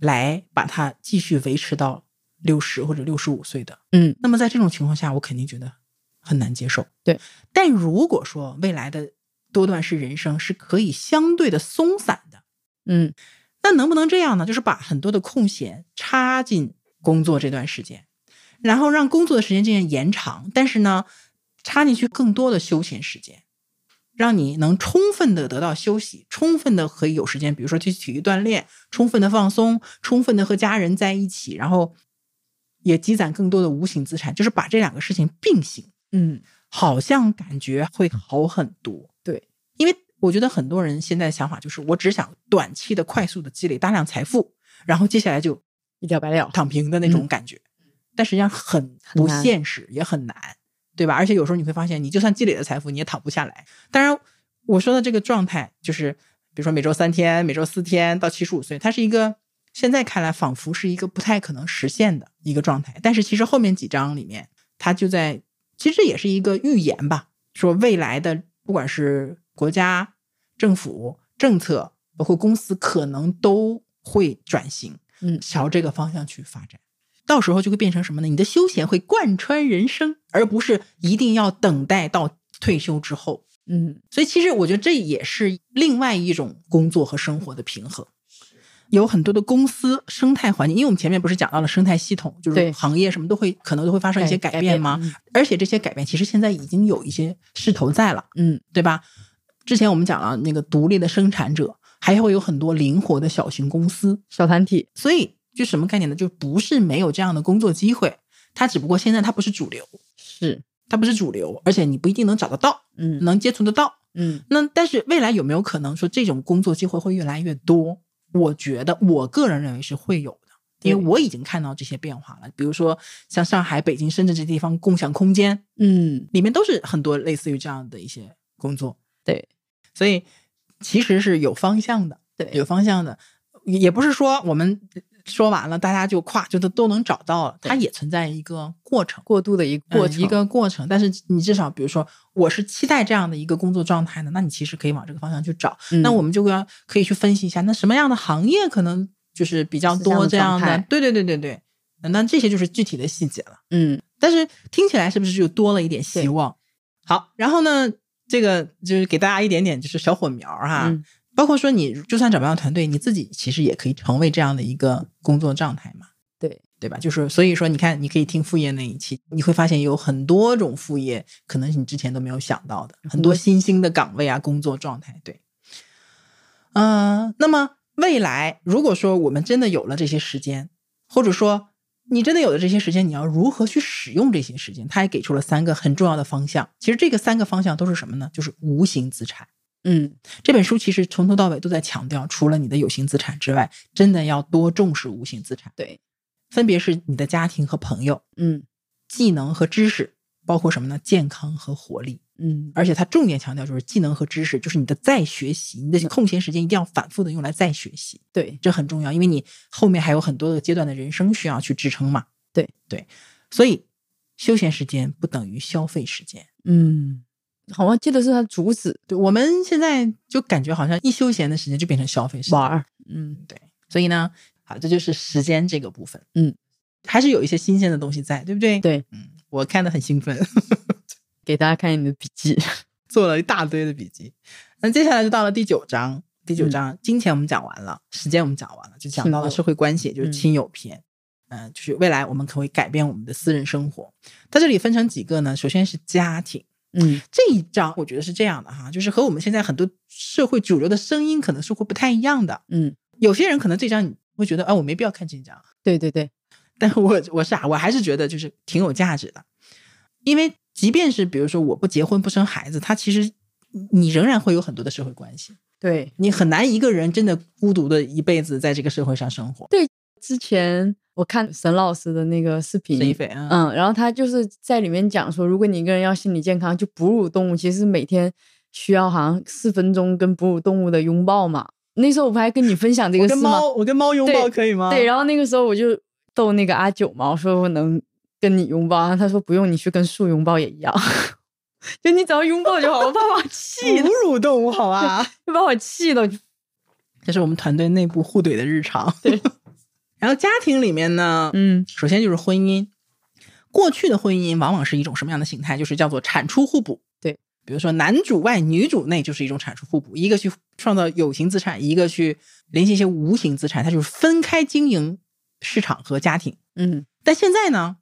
[SPEAKER 1] 来把它继续维持到六十或者六十五岁的。
[SPEAKER 2] 嗯，
[SPEAKER 1] 那么在这种情况下，我肯定觉得很难接受。
[SPEAKER 2] 对，
[SPEAKER 1] 但如果说未来的多段式人生是可以相对的松散的，
[SPEAKER 2] 嗯
[SPEAKER 1] 那能不能这样呢？就是把很多的空闲插进工作这段时间，然后让工作的时间进行延长，但是呢，插进去更多的休闲时间，让你能充分的得到休息，充分的可以有时间，比如说去体育锻炼，充分的放松，充分的和家人在一起，然后也积攒更多的无形资产，就是把这两个事情并行。
[SPEAKER 2] 嗯，
[SPEAKER 1] 好像感觉会好很多。
[SPEAKER 2] 对，
[SPEAKER 1] 因为我觉得很多人现在的想法就是，我只想短期的、快速的积累大量财富，然后接下来就
[SPEAKER 2] 一了百了，
[SPEAKER 1] 躺平的那种感觉。但实际上很不
[SPEAKER 2] 难
[SPEAKER 1] 现实，也很难，对吧？而且有时候你会发现，你就算积累了财富，你也躺不下来。当然，我说的这个状态就是，比如说每周三天、每周四天到七十五岁，它是一个。现在看来，仿佛是一个不太可能实现的一个状态，但是其实后面几章里面，他就在其实也是一个预言吧，说未来的不管是国家、政府政策，包括公司，可能都会转型。
[SPEAKER 2] 嗯
[SPEAKER 1] 朝这个方向去发展。到时候就会变成什么呢？你的休闲会贯穿人生，而不是一定要等待到退休之后。
[SPEAKER 2] 嗯，
[SPEAKER 1] 所以，其实我觉得这也是另外一种工作和生活的平衡。有很多的公司生态环境，因为我们前面不是讲到了生态系统，就是
[SPEAKER 2] 对
[SPEAKER 1] 行业什么都会可能都会发生一些改变吗？？而且这些改变其实现在已经有一些势头在了，
[SPEAKER 2] 嗯，
[SPEAKER 1] 对吧？之前我们讲了那个独立的生产者，还会有很多灵活的小型公司，
[SPEAKER 2] 小团体，
[SPEAKER 1] 所以就什么概念呢？就不是没有这样的工作机会，它只不过现在它不是主流，
[SPEAKER 2] 是，
[SPEAKER 1] 它不是主流，而且你不一定能找得到，
[SPEAKER 2] 嗯
[SPEAKER 1] 能接触得到。
[SPEAKER 2] 嗯
[SPEAKER 1] 那但是未来有没有可能说这种工作机会会越来越多？我觉得我个人认为是会有的，因为
[SPEAKER 2] 对
[SPEAKER 1] 我已经看到这些变化了。比如说像上海、北京、深圳这些地方，共享空间
[SPEAKER 2] 嗯，
[SPEAKER 1] 里面都是很多类似于这样的一些工作。
[SPEAKER 2] 对，
[SPEAKER 1] 所以其实是有方向的，
[SPEAKER 2] 对
[SPEAKER 1] 有方向的，也也不是说我们说完了，大家就咵就都都能找到了，
[SPEAKER 2] 对
[SPEAKER 1] 它也存在一个过程。
[SPEAKER 2] 过渡的一个过
[SPEAKER 1] 嗯
[SPEAKER 2] 程，
[SPEAKER 1] 一个过程，但是你至少，比如说，我是期待这样的一个工作状态的，那你其实可以往这个方向去找。
[SPEAKER 2] 嗯，
[SPEAKER 1] 那我们就要可以去分析一下，那什么样的行业可能就是比较
[SPEAKER 2] 是这样
[SPEAKER 1] 多
[SPEAKER 2] 的
[SPEAKER 1] 这样
[SPEAKER 2] 状
[SPEAKER 1] 的
[SPEAKER 2] 态？
[SPEAKER 1] 对对对对对，那这些就是具体的细节了。
[SPEAKER 2] 嗯
[SPEAKER 1] 但是听起来是不是就多了一点希望？好，然后呢，这个就是给大家一点点就是小火苗儿哈，
[SPEAKER 2] 嗯
[SPEAKER 1] 包括说你就算找不到团队，你自己其实也可以成为这样的一个工作状态嘛，
[SPEAKER 2] 对
[SPEAKER 1] 对吧？就是所以说，你看，你可以听副业那一期，你会发现有很多种副业，可能你之前都没有想到的，很多新兴的岗位啊，工作状态，对，嗯、那么未来如果说我们真的有了这些时间，或者说你真的有了这些时间，你要如何去使用这些时间？他也给出了三个很重要的方向。其实这个三个方向都是什么呢？就是无形资产。
[SPEAKER 2] 嗯
[SPEAKER 1] 这本书其实从头到尾都在强调，除了你的有形资产之外，真的要多重视无形资产。
[SPEAKER 2] 对，
[SPEAKER 1] 分别是你的家庭和朋友、
[SPEAKER 2] 嗯
[SPEAKER 1] 技能和知识，包括什么呢？健康和活力。
[SPEAKER 2] 嗯
[SPEAKER 1] 而且它重点强调就是技能和知识，就是你的再学习，你的空闲时间一定要反复的用来再学习。
[SPEAKER 2] 对
[SPEAKER 1] 这很重要，因为你后面还有很多个阶段的人生需要去支撑嘛。
[SPEAKER 2] 对
[SPEAKER 1] 对，所以休闲时间不等于消费时间。
[SPEAKER 2] 嗯，好像记得是他主旨
[SPEAKER 1] 对，我们现在就感觉好像一休闲的时间就变成消费时间。
[SPEAKER 2] 玩儿，嗯
[SPEAKER 1] 对，所以呢，好，这就是时间这个部分。
[SPEAKER 2] 嗯，
[SPEAKER 1] 还是有一些新鲜的东西在，对不对？，
[SPEAKER 2] 对，
[SPEAKER 1] 嗯，我看的很兴奋， [laughs]
[SPEAKER 2] 给大家看你的笔记，
[SPEAKER 1] 做了一大堆的笔记。那接下来就到了第九章。第九章，金钱我们讲完了，时间我们讲完了，就讲到了
[SPEAKER 2] 亲友
[SPEAKER 1] 社会关系，嗯也就是
[SPEAKER 2] 嗯
[SPEAKER 1] 亲友篇。嗯、就是未来我们可不可以改变我们的私人生活？它这里分成几个呢？首先是家庭
[SPEAKER 2] 嗯
[SPEAKER 1] 这一章，我觉得是这样的哈，就是和我们现在很多社会主流的声音可能是会不太一样的。
[SPEAKER 2] 嗯，
[SPEAKER 1] 有些人可能这章你会觉得，啊，我没必要看这一章，
[SPEAKER 2] 对对对，
[SPEAKER 1] 但我我是啊，我还是觉得就是挺有价值的，因为即便是比如说我不结婚不生孩子，他其实你仍然会有很多的社会关系，
[SPEAKER 2] 对，
[SPEAKER 1] 你很难一个人真的孤独的一辈子在这个社会上生活。
[SPEAKER 2] 之前我看沈老师的那个视频，
[SPEAKER 1] 沈一菲啊，
[SPEAKER 2] 嗯，然后他就是在里面讲说，如果你一个人要心理健康，就哺乳动物其实每天需要好像四分钟跟哺乳动物的拥抱嘛。那时候我不还跟你分享这
[SPEAKER 1] 我
[SPEAKER 2] 个事
[SPEAKER 1] 跟
[SPEAKER 2] 吗？
[SPEAKER 1] 猫我啊跟猫拥抱
[SPEAKER 2] 对
[SPEAKER 1] 可以吗？
[SPEAKER 2] 对，然后那个时候我就逗那个阿九嘛，我说我能跟你拥抱，然后他说不用，你去跟树拥抱也一样， [laughs] 就你只要拥抱就好。我把我
[SPEAKER 1] [laughs]
[SPEAKER 2] 气
[SPEAKER 1] 哺
[SPEAKER 2] 的，
[SPEAKER 1] 乳动物好吧，
[SPEAKER 2] [laughs] 就把我
[SPEAKER 1] [laughs]
[SPEAKER 2] 气的，
[SPEAKER 1] 这是我们团队内部互怼的日常。
[SPEAKER 2] 对，
[SPEAKER 1] [laughs] 然后家庭里面呢，
[SPEAKER 2] 嗯
[SPEAKER 1] 首先就是婚姻，过去的婚姻往往是一种什么样的形态？就是叫做产出互补。
[SPEAKER 2] 对，
[SPEAKER 1] 比如说男主外女主内就是一种产出互补，一个去创造有形资产，一个去联系一些无形资产，它就是分开经营市场和家庭。
[SPEAKER 2] 嗯，
[SPEAKER 1] 但现在呢，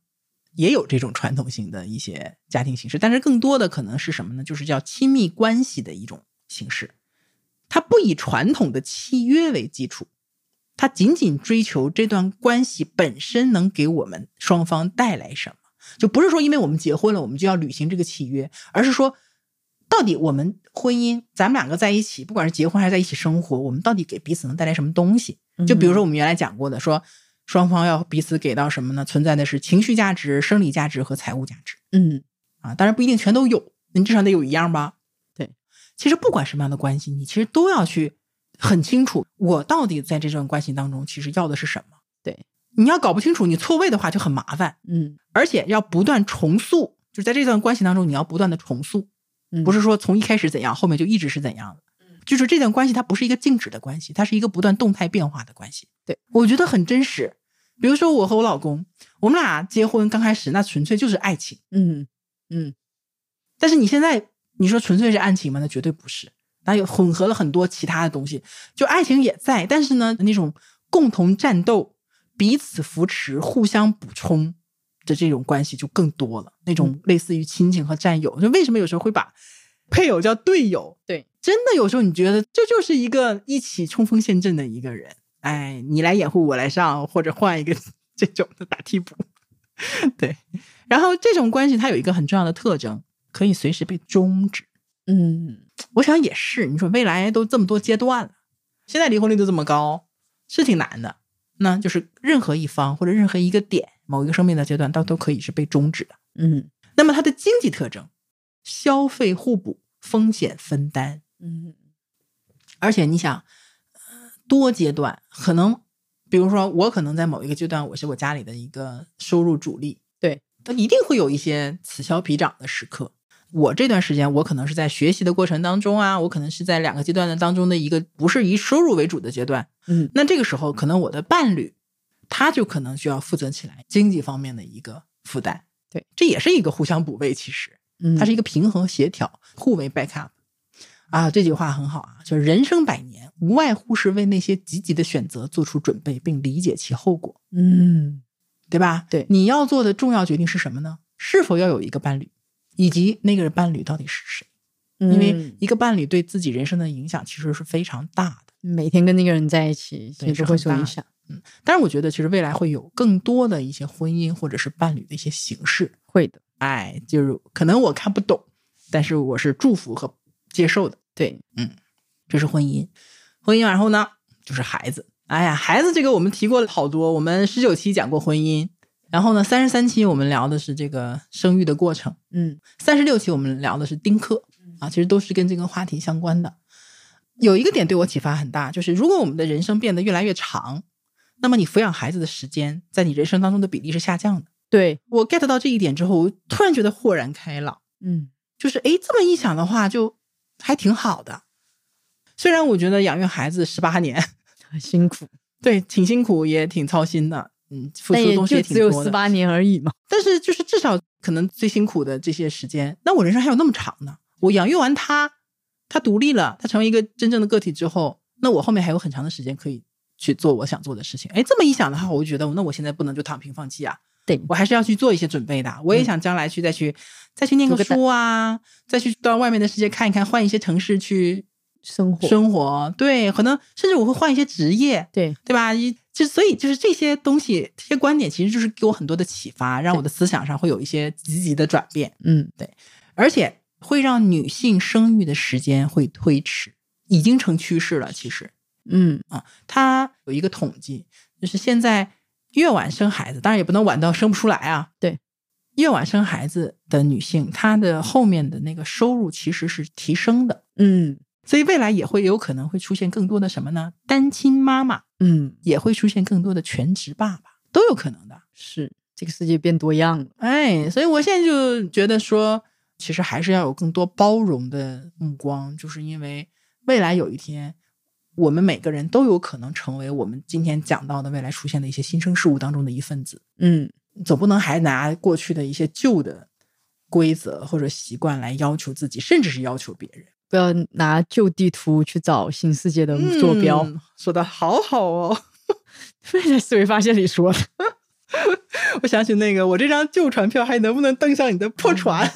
[SPEAKER 1] 也有这种传统型的一些家庭形式，但是更多的可能是什么呢？就是叫亲密关系的一种形式。它不以传统的契约为基础，它仅仅追求这段关系本身能给我们双方带来什么。就不是说因为我们结婚了，我们就要履行这个契约，而是说，到底我们婚姻，咱们两个在一起，不管是结婚还是在一起生活，我们到底给彼此能带来什么东西？
[SPEAKER 2] 嗯
[SPEAKER 1] 就比如说我们原来讲过的，说双方要彼此给到什么呢？存在的是情绪价值、生理价值和财务价值
[SPEAKER 2] 嗯，
[SPEAKER 1] 啊，当然不一定全都有，你至少得有一样吧。
[SPEAKER 2] 对，
[SPEAKER 1] 其实不管什么样的关系，你其实都要去很清楚，我到底在这段关系当中其实要的是什么。
[SPEAKER 2] 对，
[SPEAKER 1] 你要搞不清楚，你错位的话就很麻烦，
[SPEAKER 2] 嗯
[SPEAKER 1] 而且要不断重塑，就在这段关系当中，你要不断的重塑，
[SPEAKER 2] 嗯，
[SPEAKER 1] 不是说从一开始怎样，后面就一直是怎样的。就是这段关系它不是一个静止的关系，它是一个不断动态变化的关系。
[SPEAKER 2] 对，
[SPEAKER 1] 我觉得很真实。比如说我和我老公，我们俩结婚刚开始那纯粹就是爱情，
[SPEAKER 2] 嗯嗯，
[SPEAKER 1] 但是你现在你说纯粹是爱情吗？那绝对不是，那有混合了很多其他的东西。就爱情也在，但是呢，那种共同战斗、彼此扶持、互相补充的这种关系就更多了。那种类似于亲情和战友，就为什么有时候会把配偶叫队友？
[SPEAKER 2] 对，
[SPEAKER 1] 真的有时候你觉得这就是一个一起冲锋陷阵的一个人，哎，你来掩护，我来上，或者换一个这种的打替补。对，然后这种关系它有一个很重要的特征，可以随时被终止。
[SPEAKER 2] 嗯，
[SPEAKER 1] 我想也是，你说未来都这么多阶段了，现在离婚率都这么高，是挺难的。那就是任何一方或者任何一个点，某一个生命的阶段，它都可以是被终止的。
[SPEAKER 2] 嗯
[SPEAKER 1] 那么它的经济特征，消费互补，风险分担，
[SPEAKER 2] 嗯
[SPEAKER 1] 而且你想，呃多阶段可能，比如说我可能在某一个阶段我是我家里的一个收入主力，
[SPEAKER 2] 对，
[SPEAKER 1] 但一定会有一些此消彼长的时刻。我这段时间，我可能是在学习的过程当中啊，我可能是在两个阶段的当中的一个不是以收入为主的阶段。
[SPEAKER 2] 嗯
[SPEAKER 1] 那这个时候，可能我的伴侣他就可能需要负责起来经济方面的一个负担。
[SPEAKER 2] 对，
[SPEAKER 1] 这也是一个互相补位，其实。
[SPEAKER 2] 嗯，
[SPEAKER 1] 它是一个平衡协调，互为 backup。啊，这句话很好啊，就是人生百年，无外乎是为那些积极的选择做出准备，并理解其后果，
[SPEAKER 2] 嗯
[SPEAKER 1] 对吧？
[SPEAKER 2] 对
[SPEAKER 1] 你要做的重要决定是什么呢？是否要有一个伴侣，以及那个伴侣到底是谁？因为
[SPEAKER 2] 嗯
[SPEAKER 1] 一个伴侣对自己人生的影响其实是非常大的。
[SPEAKER 2] 每天跟那个人在一起，
[SPEAKER 1] 对
[SPEAKER 2] 你
[SPEAKER 1] 是
[SPEAKER 2] 都会
[SPEAKER 1] 很
[SPEAKER 2] 受
[SPEAKER 1] 大
[SPEAKER 2] 影
[SPEAKER 1] 的
[SPEAKER 2] 响，
[SPEAKER 1] 但是我觉得，其实未来会有更多的一些婚姻或者是伴侣的一些形式，
[SPEAKER 2] 会的，
[SPEAKER 1] 哎，就是可能我看不懂，但是我是祝福和接受的。
[SPEAKER 2] 对，
[SPEAKER 1] 这是婚姻。婚姻，然后呢，就是孩子。哎呀，孩子这个我们提过了好多，我们十九期讲过婚姻，然后呢，三十三期我们聊的是这个生育的过程，
[SPEAKER 2] 嗯
[SPEAKER 1] 三十六期我们聊的是丁克啊，其实都是跟这个话题相关的。有一个点对我启发很大，就是如果我们的人生变得越来越长，那么你抚养孩子的时间在你人生当中的比例是下降的。
[SPEAKER 2] 对，
[SPEAKER 1] 我 get 到这一点之后，我突然觉得豁然开朗。
[SPEAKER 2] 嗯
[SPEAKER 1] 就是诶，这么一想的话，就还挺好的。虽然我觉得养育孩子十八年， [laughs]
[SPEAKER 2] 很辛苦，
[SPEAKER 1] 对，挺辛苦，也挺操心的，嗯，付
[SPEAKER 2] 但
[SPEAKER 1] 出的
[SPEAKER 2] 也
[SPEAKER 1] 东西
[SPEAKER 2] 就
[SPEAKER 1] 也
[SPEAKER 2] 只
[SPEAKER 1] 挺
[SPEAKER 2] 有
[SPEAKER 1] 多
[SPEAKER 2] 十
[SPEAKER 1] 的。
[SPEAKER 2] 八年而已嘛，
[SPEAKER 1] 但是就是至少可能最辛苦的这些时间，那我人生还有那么长呢。我养育完他，他独立了，他成为一个真正的个体之后，那我后面还有很长的时间可以去做我想做的事情。诶，这么一想的话，我就觉得那我现在不能就躺平放弃啊，
[SPEAKER 2] 对嗯
[SPEAKER 1] 我还是要去做一些准备的。我也想将来去再去、再去念
[SPEAKER 2] 读
[SPEAKER 1] 个
[SPEAKER 2] 个大
[SPEAKER 1] 书啊，再去到外面的世界看一看，换一些城市去
[SPEAKER 2] 生活，
[SPEAKER 1] 生活。对，可能甚至我会换一些职业，
[SPEAKER 2] 对，
[SPEAKER 1] 对吧？一就所以就是这些东西，这些观点其实就是给我很多的启发，让我的思想上会有一些积极的转变，
[SPEAKER 2] 嗯
[SPEAKER 1] 而且会让女性生育的时间会推迟，已经成趋势了。其实
[SPEAKER 2] 嗯
[SPEAKER 1] 它有一个统计，就是现在越晚生孩子，当然也不能晚到生不出来啊。
[SPEAKER 2] 对，
[SPEAKER 1] 越晚生孩子的女性，她的后面的那个收入其实是提升的，
[SPEAKER 2] 嗯
[SPEAKER 1] 所以未来也会有可能会出现更多的什么呢？单亲妈妈
[SPEAKER 2] 嗯，
[SPEAKER 1] 也会出现更多的全职爸爸，都有可能的。
[SPEAKER 2] 是这个世界变多样了，
[SPEAKER 1] 哎，所以我现在就觉得说，其实还是要有更多包容的目光，就是因为未来有一天，我们每个人都有可能成为我们今天讲到的未来出现的一些新生事物当中的一份子。
[SPEAKER 2] 嗯
[SPEAKER 1] 总不能还拿过去的一些旧的规则或者习惯来要求自己，甚至是要求别人。
[SPEAKER 2] 不要拿旧地图去找新世界的坐标， [laughs]
[SPEAKER 1] 嗯说的好好哦。 [laughs]
[SPEAKER 2] 被在思维发现里说了，
[SPEAKER 1] 我想起那个，我这张旧船票还能不能登上你的破船？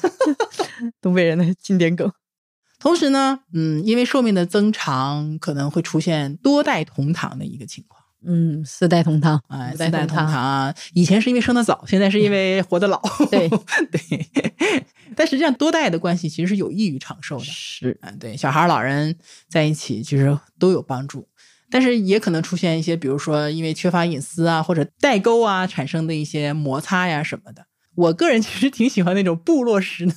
[SPEAKER 2] 东北人的经典梗，
[SPEAKER 1] 同时呢，嗯，因为寿命的增长，可能会出现多代同堂的一个情况。
[SPEAKER 2] 嗯，四代同堂，
[SPEAKER 1] 哎，
[SPEAKER 2] 五
[SPEAKER 1] 四代同
[SPEAKER 2] 堂，
[SPEAKER 1] 堂啊，以前是因为生的 [laughs] 早，现在是因为活得老。[laughs]
[SPEAKER 2] 对
[SPEAKER 1] 对， [laughs] 但实际上多代的关系其实是有益于长寿的。
[SPEAKER 2] 是，
[SPEAKER 1] 嗯，对，小孩儿老人在一起其实都有帮助，但是也可能出现一些，比如说因为缺乏隐私啊，或者代沟啊产生的一些摩擦呀什么的。我个人其实挺喜欢那种部落式的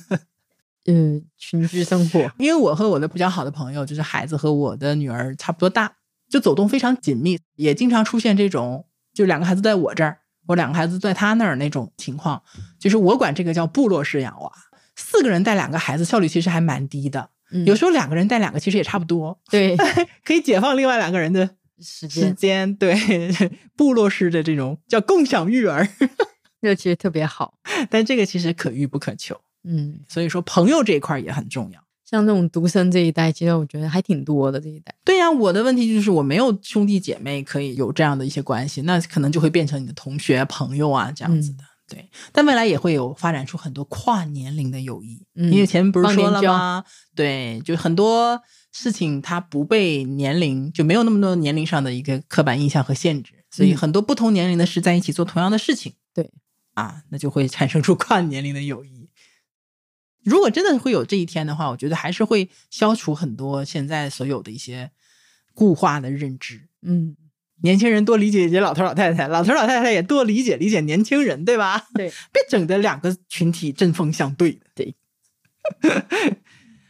[SPEAKER 2] 嗯，群居生活，
[SPEAKER 1] 因为我和我的比较好的朋友，就是孩子和我的女儿差不多大，就走动非常紧密，也经常出现这种，就两个孩子在我这儿，我两个孩子在他那儿那种情况。就是我管这个叫部落式养娃，四个人带两个孩子，效率其实还蛮低的。
[SPEAKER 2] 嗯
[SPEAKER 1] 有时候两个人带两个其实也差不多，
[SPEAKER 2] 对
[SPEAKER 1] 可以解放另外两个人的时
[SPEAKER 2] 时间，
[SPEAKER 1] 间。对， [laughs] 部落式的这种叫共享育儿，
[SPEAKER 2] 这其实特别好。
[SPEAKER 1] 但这个其实可遇不可求，
[SPEAKER 2] 嗯，
[SPEAKER 1] 所以说朋友这一块儿也很重要。
[SPEAKER 2] 像这种独生这一代，其实我觉得还挺多的这一代。
[SPEAKER 1] 对呀、我的问题就是我没有兄弟姐妹可以有这样的一些关系，那可能就会变成你的同学、朋友啊这样子的。对，但未来也会有发展出很多跨年龄的友谊，
[SPEAKER 2] 嗯
[SPEAKER 1] 因为前面不是说了
[SPEAKER 2] 忘年
[SPEAKER 1] 吗
[SPEAKER 2] 交？
[SPEAKER 1] 对，就很多事情它不被年龄就没有那么多年龄上的一个刻板印象和限制，所以
[SPEAKER 2] 嗯
[SPEAKER 1] 很多不同年龄的事在一起做同样的事情，
[SPEAKER 2] 对
[SPEAKER 1] 啊，那就会产生出跨年龄的友谊。如果真的会有这一天的话，我觉得还是会消除很多现在所有的一些固化的认知。
[SPEAKER 2] 嗯，
[SPEAKER 1] 年轻人多理解理解老头老太太，老头老太太也多理解理解年轻 [laughs] 人，对吧？
[SPEAKER 2] 对，
[SPEAKER 1] 别整的两个群体针锋相对的。
[SPEAKER 2] 对。
[SPEAKER 1] [laughs]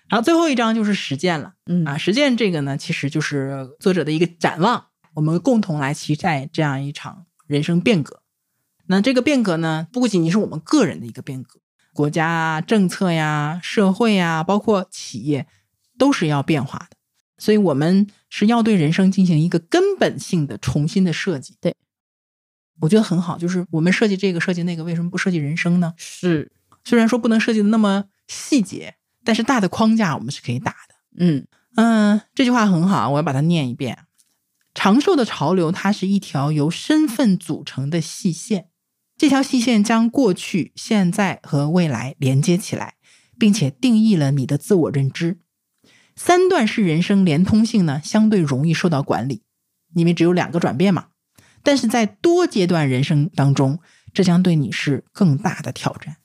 [SPEAKER 1] 然后最后一章就是实践了
[SPEAKER 2] 嗯
[SPEAKER 1] 啊，实践这个呢，其实就是作者的一个展望，我们共同来期待这样一场人生变革。那这个变革呢，不仅仅是我们个人的一个变革，国家啊、政策呀、社会呀，包括企业，都是要变化的。所以我们是要对人生进行一个根本性的重新的设计。
[SPEAKER 2] 对，
[SPEAKER 1] 我觉得很好，就是我们设计这个设计那个，为什么不设计人生呢？
[SPEAKER 2] 是，
[SPEAKER 1] 虽然说不能设计的那么细节，但是大的框架我们是可以打的。
[SPEAKER 2] 嗯
[SPEAKER 1] 嗯，这句话很好，我要把它念一遍。长寿的潮流，它是一条由身份组成的细线，这条细线将过去、现在和未来连接起来，并且定义了你的自我认知。三段式人生连通性呢，相对容易受到管理，因为只有两个转变嘛。但是在多阶段人生当中，这将对你是更大的挑战。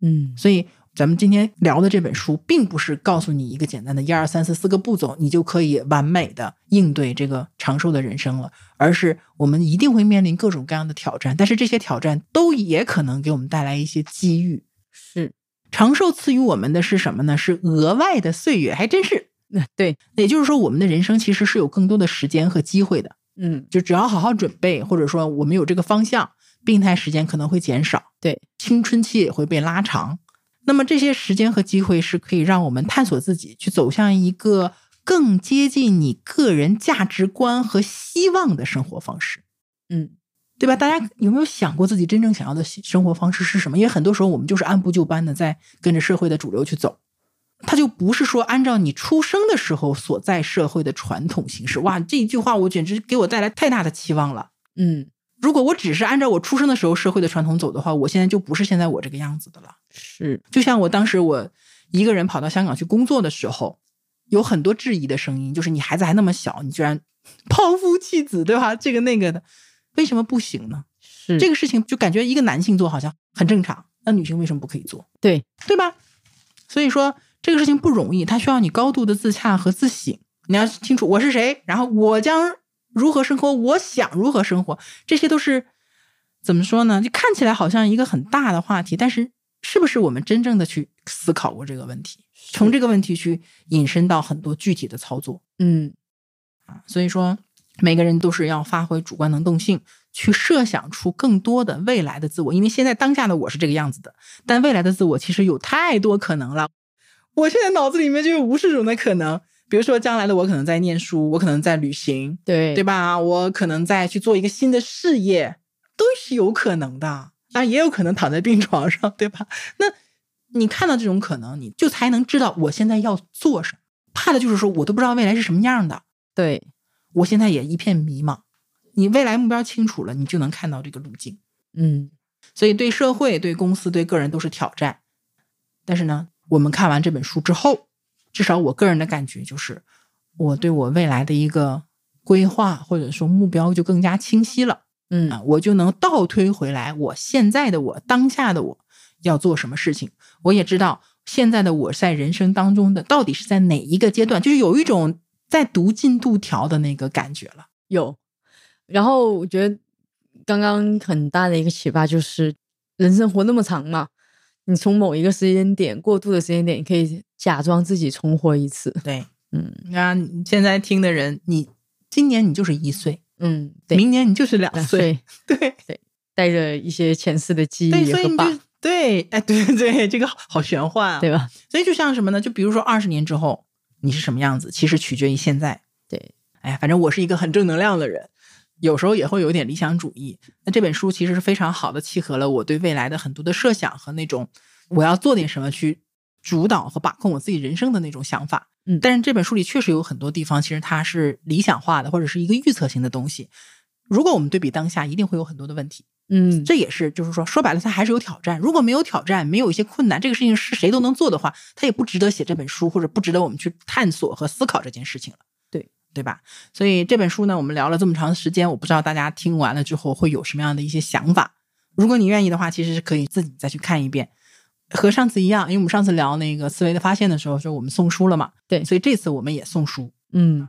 [SPEAKER 2] 嗯，
[SPEAKER 1] 所以咱们今天聊的这本书，并不是告诉你一个简单的一二三四四个步骤，你就可以完美的应对这个长寿的人生了，而是我们一定会面临各种各样的挑战，但是这些挑战都也可能给我们带来一些机遇。
[SPEAKER 2] 是，
[SPEAKER 1] 长寿赐予我们的是什么呢？是额外的岁月，还真是。
[SPEAKER 2] 那 [laughs] 对，
[SPEAKER 1] 也就是说，我们的人生其实是有更多的时间和机会的，
[SPEAKER 2] 嗯
[SPEAKER 1] 就只要好好准备，或者说我们有这个方向，病态时间可能会减少。
[SPEAKER 2] 对，
[SPEAKER 1] 青春期也会被拉长。那么这些时间和机会是可以让我们探索自己，去走向一个更接近你个人价值观和希望的生活方式，
[SPEAKER 2] 嗯
[SPEAKER 1] 对吧？大家有没有想过自己真正想要的生活方式是什么？因为很多时候我们就是按部就班的在跟着社会的主流去走，它就不是说按照你出生的时候所在社会的传统形式。哇，这一句话我简直给我带来太大的期望了。
[SPEAKER 2] 嗯
[SPEAKER 1] 如果我只是按照我出生的时候社会的传统走的话，我现在就不是现在我这个样子的了。
[SPEAKER 2] 是，
[SPEAKER 1] 就像我当时我一个人跑到香港去工作的时候，有很多质疑的声音，就是你孩子还那么小，你居然 [laughs] 抛夫弃子，对吧？这个那个的，为什么不行呢？
[SPEAKER 2] 是
[SPEAKER 1] 这
[SPEAKER 2] 个
[SPEAKER 1] 个事情就感觉一个男性做好像很正常，那女性为什么不可以做？
[SPEAKER 2] 对，
[SPEAKER 1] 对吧？所以说这个事情不容易，它需要你高度的自洽和自省。你要清楚我是谁，然后我将如何生活，我想如何生活，这些都是怎么说呢？就看起来好像一个很大的话题，但是是不是我们真正的去思考过这个问题？从这个问题去引申到很多具体的操作。
[SPEAKER 2] 嗯
[SPEAKER 1] 啊。所以说，每个人都是要发挥主观能动性，去设想出更多的未来的自我。因为现在当下的我是这个样子的，但未来的自我其实有太多可能了。我现在脑子里面就有无数种的可能，比如说将来的我可能在念书，我可能在旅行，
[SPEAKER 2] 对
[SPEAKER 1] 对吧？我可能在去做一个新的事业，都是有可能的。当然，也有可能躺在病床上，对吧？那你看到这种可能，你就才能知道我现在要做什么。怕的就是说我都不知道未来是什么样的，
[SPEAKER 2] 对，
[SPEAKER 1] 我现在也一片迷茫。你未来目标清楚了，你就能看到这个路径。
[SPEAKER 2] 嗯
[SPEAKER 1] 所以对社会、对公司、对个人都是挑战。但是呢，我们看完这本书之后，至少我个人的感觉就是，我对我未来的一个规划或者说目标就更加清晰了啊
[SPEAKER 2] 嗯，
[SPEAKER 1] 我就能倒推回来，我现在的我、当下的我要做什么事情，我也知道现在的我在人生当中的到底是在哪一个阶段，就是有一种在读进度条的那个感觉了。
[SPEAKER 2] 有。然后我觉得刚刚很大的一个启发就是，人生活那么长嘛，你从某一个时间点过渡的时间点，你可以假装自己重活一次。
[SPEAKER 1] 对，
[SPEAKER 2] 嗯
[SPEAKER 1] 那你现在听的人，你今年你就是一岁，
[SPEAKER 2] 嗯，对，
[SPEAKER 1] 明年你就是两
[SPEAKER 2] 两
[SPEAKER 1] 岁，
[SPEAKER 2] 岁
[SPEAKER 1] 对
[SPEAKER 2] 带着一些前世的记
[SPEAKER 1] 对，
[SPEAKER 2] 忆
[SPEAKER 1] 所以
[SPEAKER 2] 和
[SPEAKER 1] 你
[SPEAKER 2] 疤，
[SPEAKER 1] 就对，哎，对对，这个好好玄幻啊。
[SPEAKER 2] 对吧？
[SPEAKER 1] 所以就像什么呢？就比如说二十年之后，你是什么样子，其实取决于现在。
[SPEAKER 2] 对，
[SPEAKER 1] 哎呀，反正我是一个很正能量的人，有时候也会有点理想主义。那这本书其实是非常好的契合了我对未来的很多的设想和那种我要做点什么去主导和把控我自己人生的那种想法。
[SPEAKER 2] 嗯
[SPEAKER 1] 但是这本书里确实有很多地方，其实它是理想化的，或者是一个预测型的东西。如果我们对比当下，一定会有很多的问题。
[SPEAKER 2] 嗯，
[SPEAKER 1] 这也是，就是说，说白了，它还是有挑战。如果没有挑战，没有一些困难，这个事情是谁都能做的话，它也不值得写这本书，或者不值得我们去探索和思考这件事情了。
[SPEAKER 2] 对，
[SPEAKER 1] 对吧？所以这本书呢，我们聊了这么长时间，我不知道大家听完了之后会有什么样的一些想法。如果你愿意的话，其实是可以自己再去看一遍。和上次一样，因为我们上次聊那个思维的发现的时候，说我们送书了嘛，
[SPEAKER 2] 对
[SPEAKER 1] 所以这次我们也送书。
[SPEAKER 2] 嗯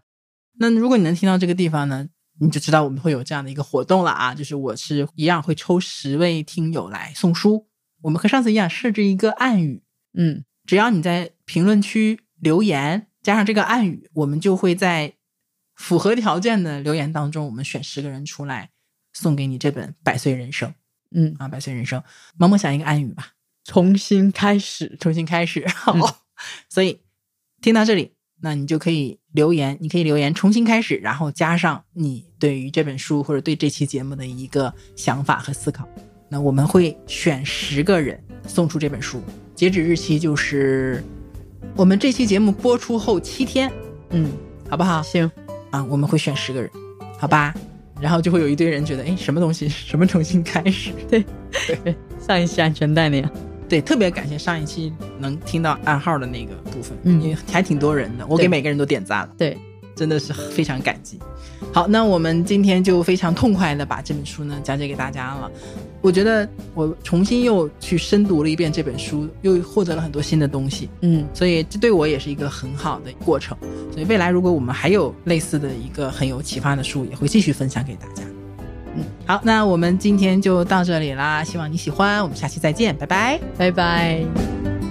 [SPEAKER 1] 那如果你能听到这个地方呢，你就知道我们会有这样的一个活动了啊！就是我是一样会抽十位听友来送书，我们和上次一样设置一个暗语，
[SPEAKER 2] 嗯
[SPEAKER 1] 只要你在评论区留言加上这个暗语，我们就会在符合条件的留言当中，我们选十个人出来送给你这本《百岁人生》
[SPEAKER 2] 嗯，
[SPEAKER 1] 啊，《百岁人生》。萌萌想一个暗语吧。
[SPEAKER 2] 重新开始，
[SPEAKER 1] 重新开始。好，
[SPEAKER 2] 嗯
[SPEAKER 1] 所以听到这里，那你就可以留言，你可以留言重新开始，然后加上你对于这本书或者对这期节目的一个想法和思考。那我们会选十个人送出这本书，截止日期就是我们这期节目播出后七天，
[SPEAKER 2] 嗯，
[SPEAKER 1] 好不好？
[SPEAKER 2] 行，
[SPEAKER 1] 啊，我们会选十个人，好吧？然后就会有一堆人觉得，哎，什么东西，什么重新开始？
[SPEAKER 2] 上一期安全带那样，
[SPEAKER 1] 对，特别感谢上一期能听到暗号的那个部分，
[SPEAKER 2] 嗯
[SPEAKER 1] 因为还挺多人的，我给
[SPEAKER 2] 对
[SPEAKER 1] 每个人都点赞了，
[SPEAKER 2] 对，
[SPEAKER 1] 真的是非常感激。好，那我们今天就非常痛快的把这本书呢讲解给大家了。我觉得我重新又去深读了一遍这本书，又获得了很多新的东西，
[SPEAKER 2] 嗯
[SPEAKER 1] 所以这对我也是一个很好的过程。所以未来如果我们还有类似的一个很有启发的书，也会继续分享给大家。嗯，好，那我们今天就到这里啦，希望你喜欢，我们下期再见，拜拜。
[SPEAKER 2] 拜拜。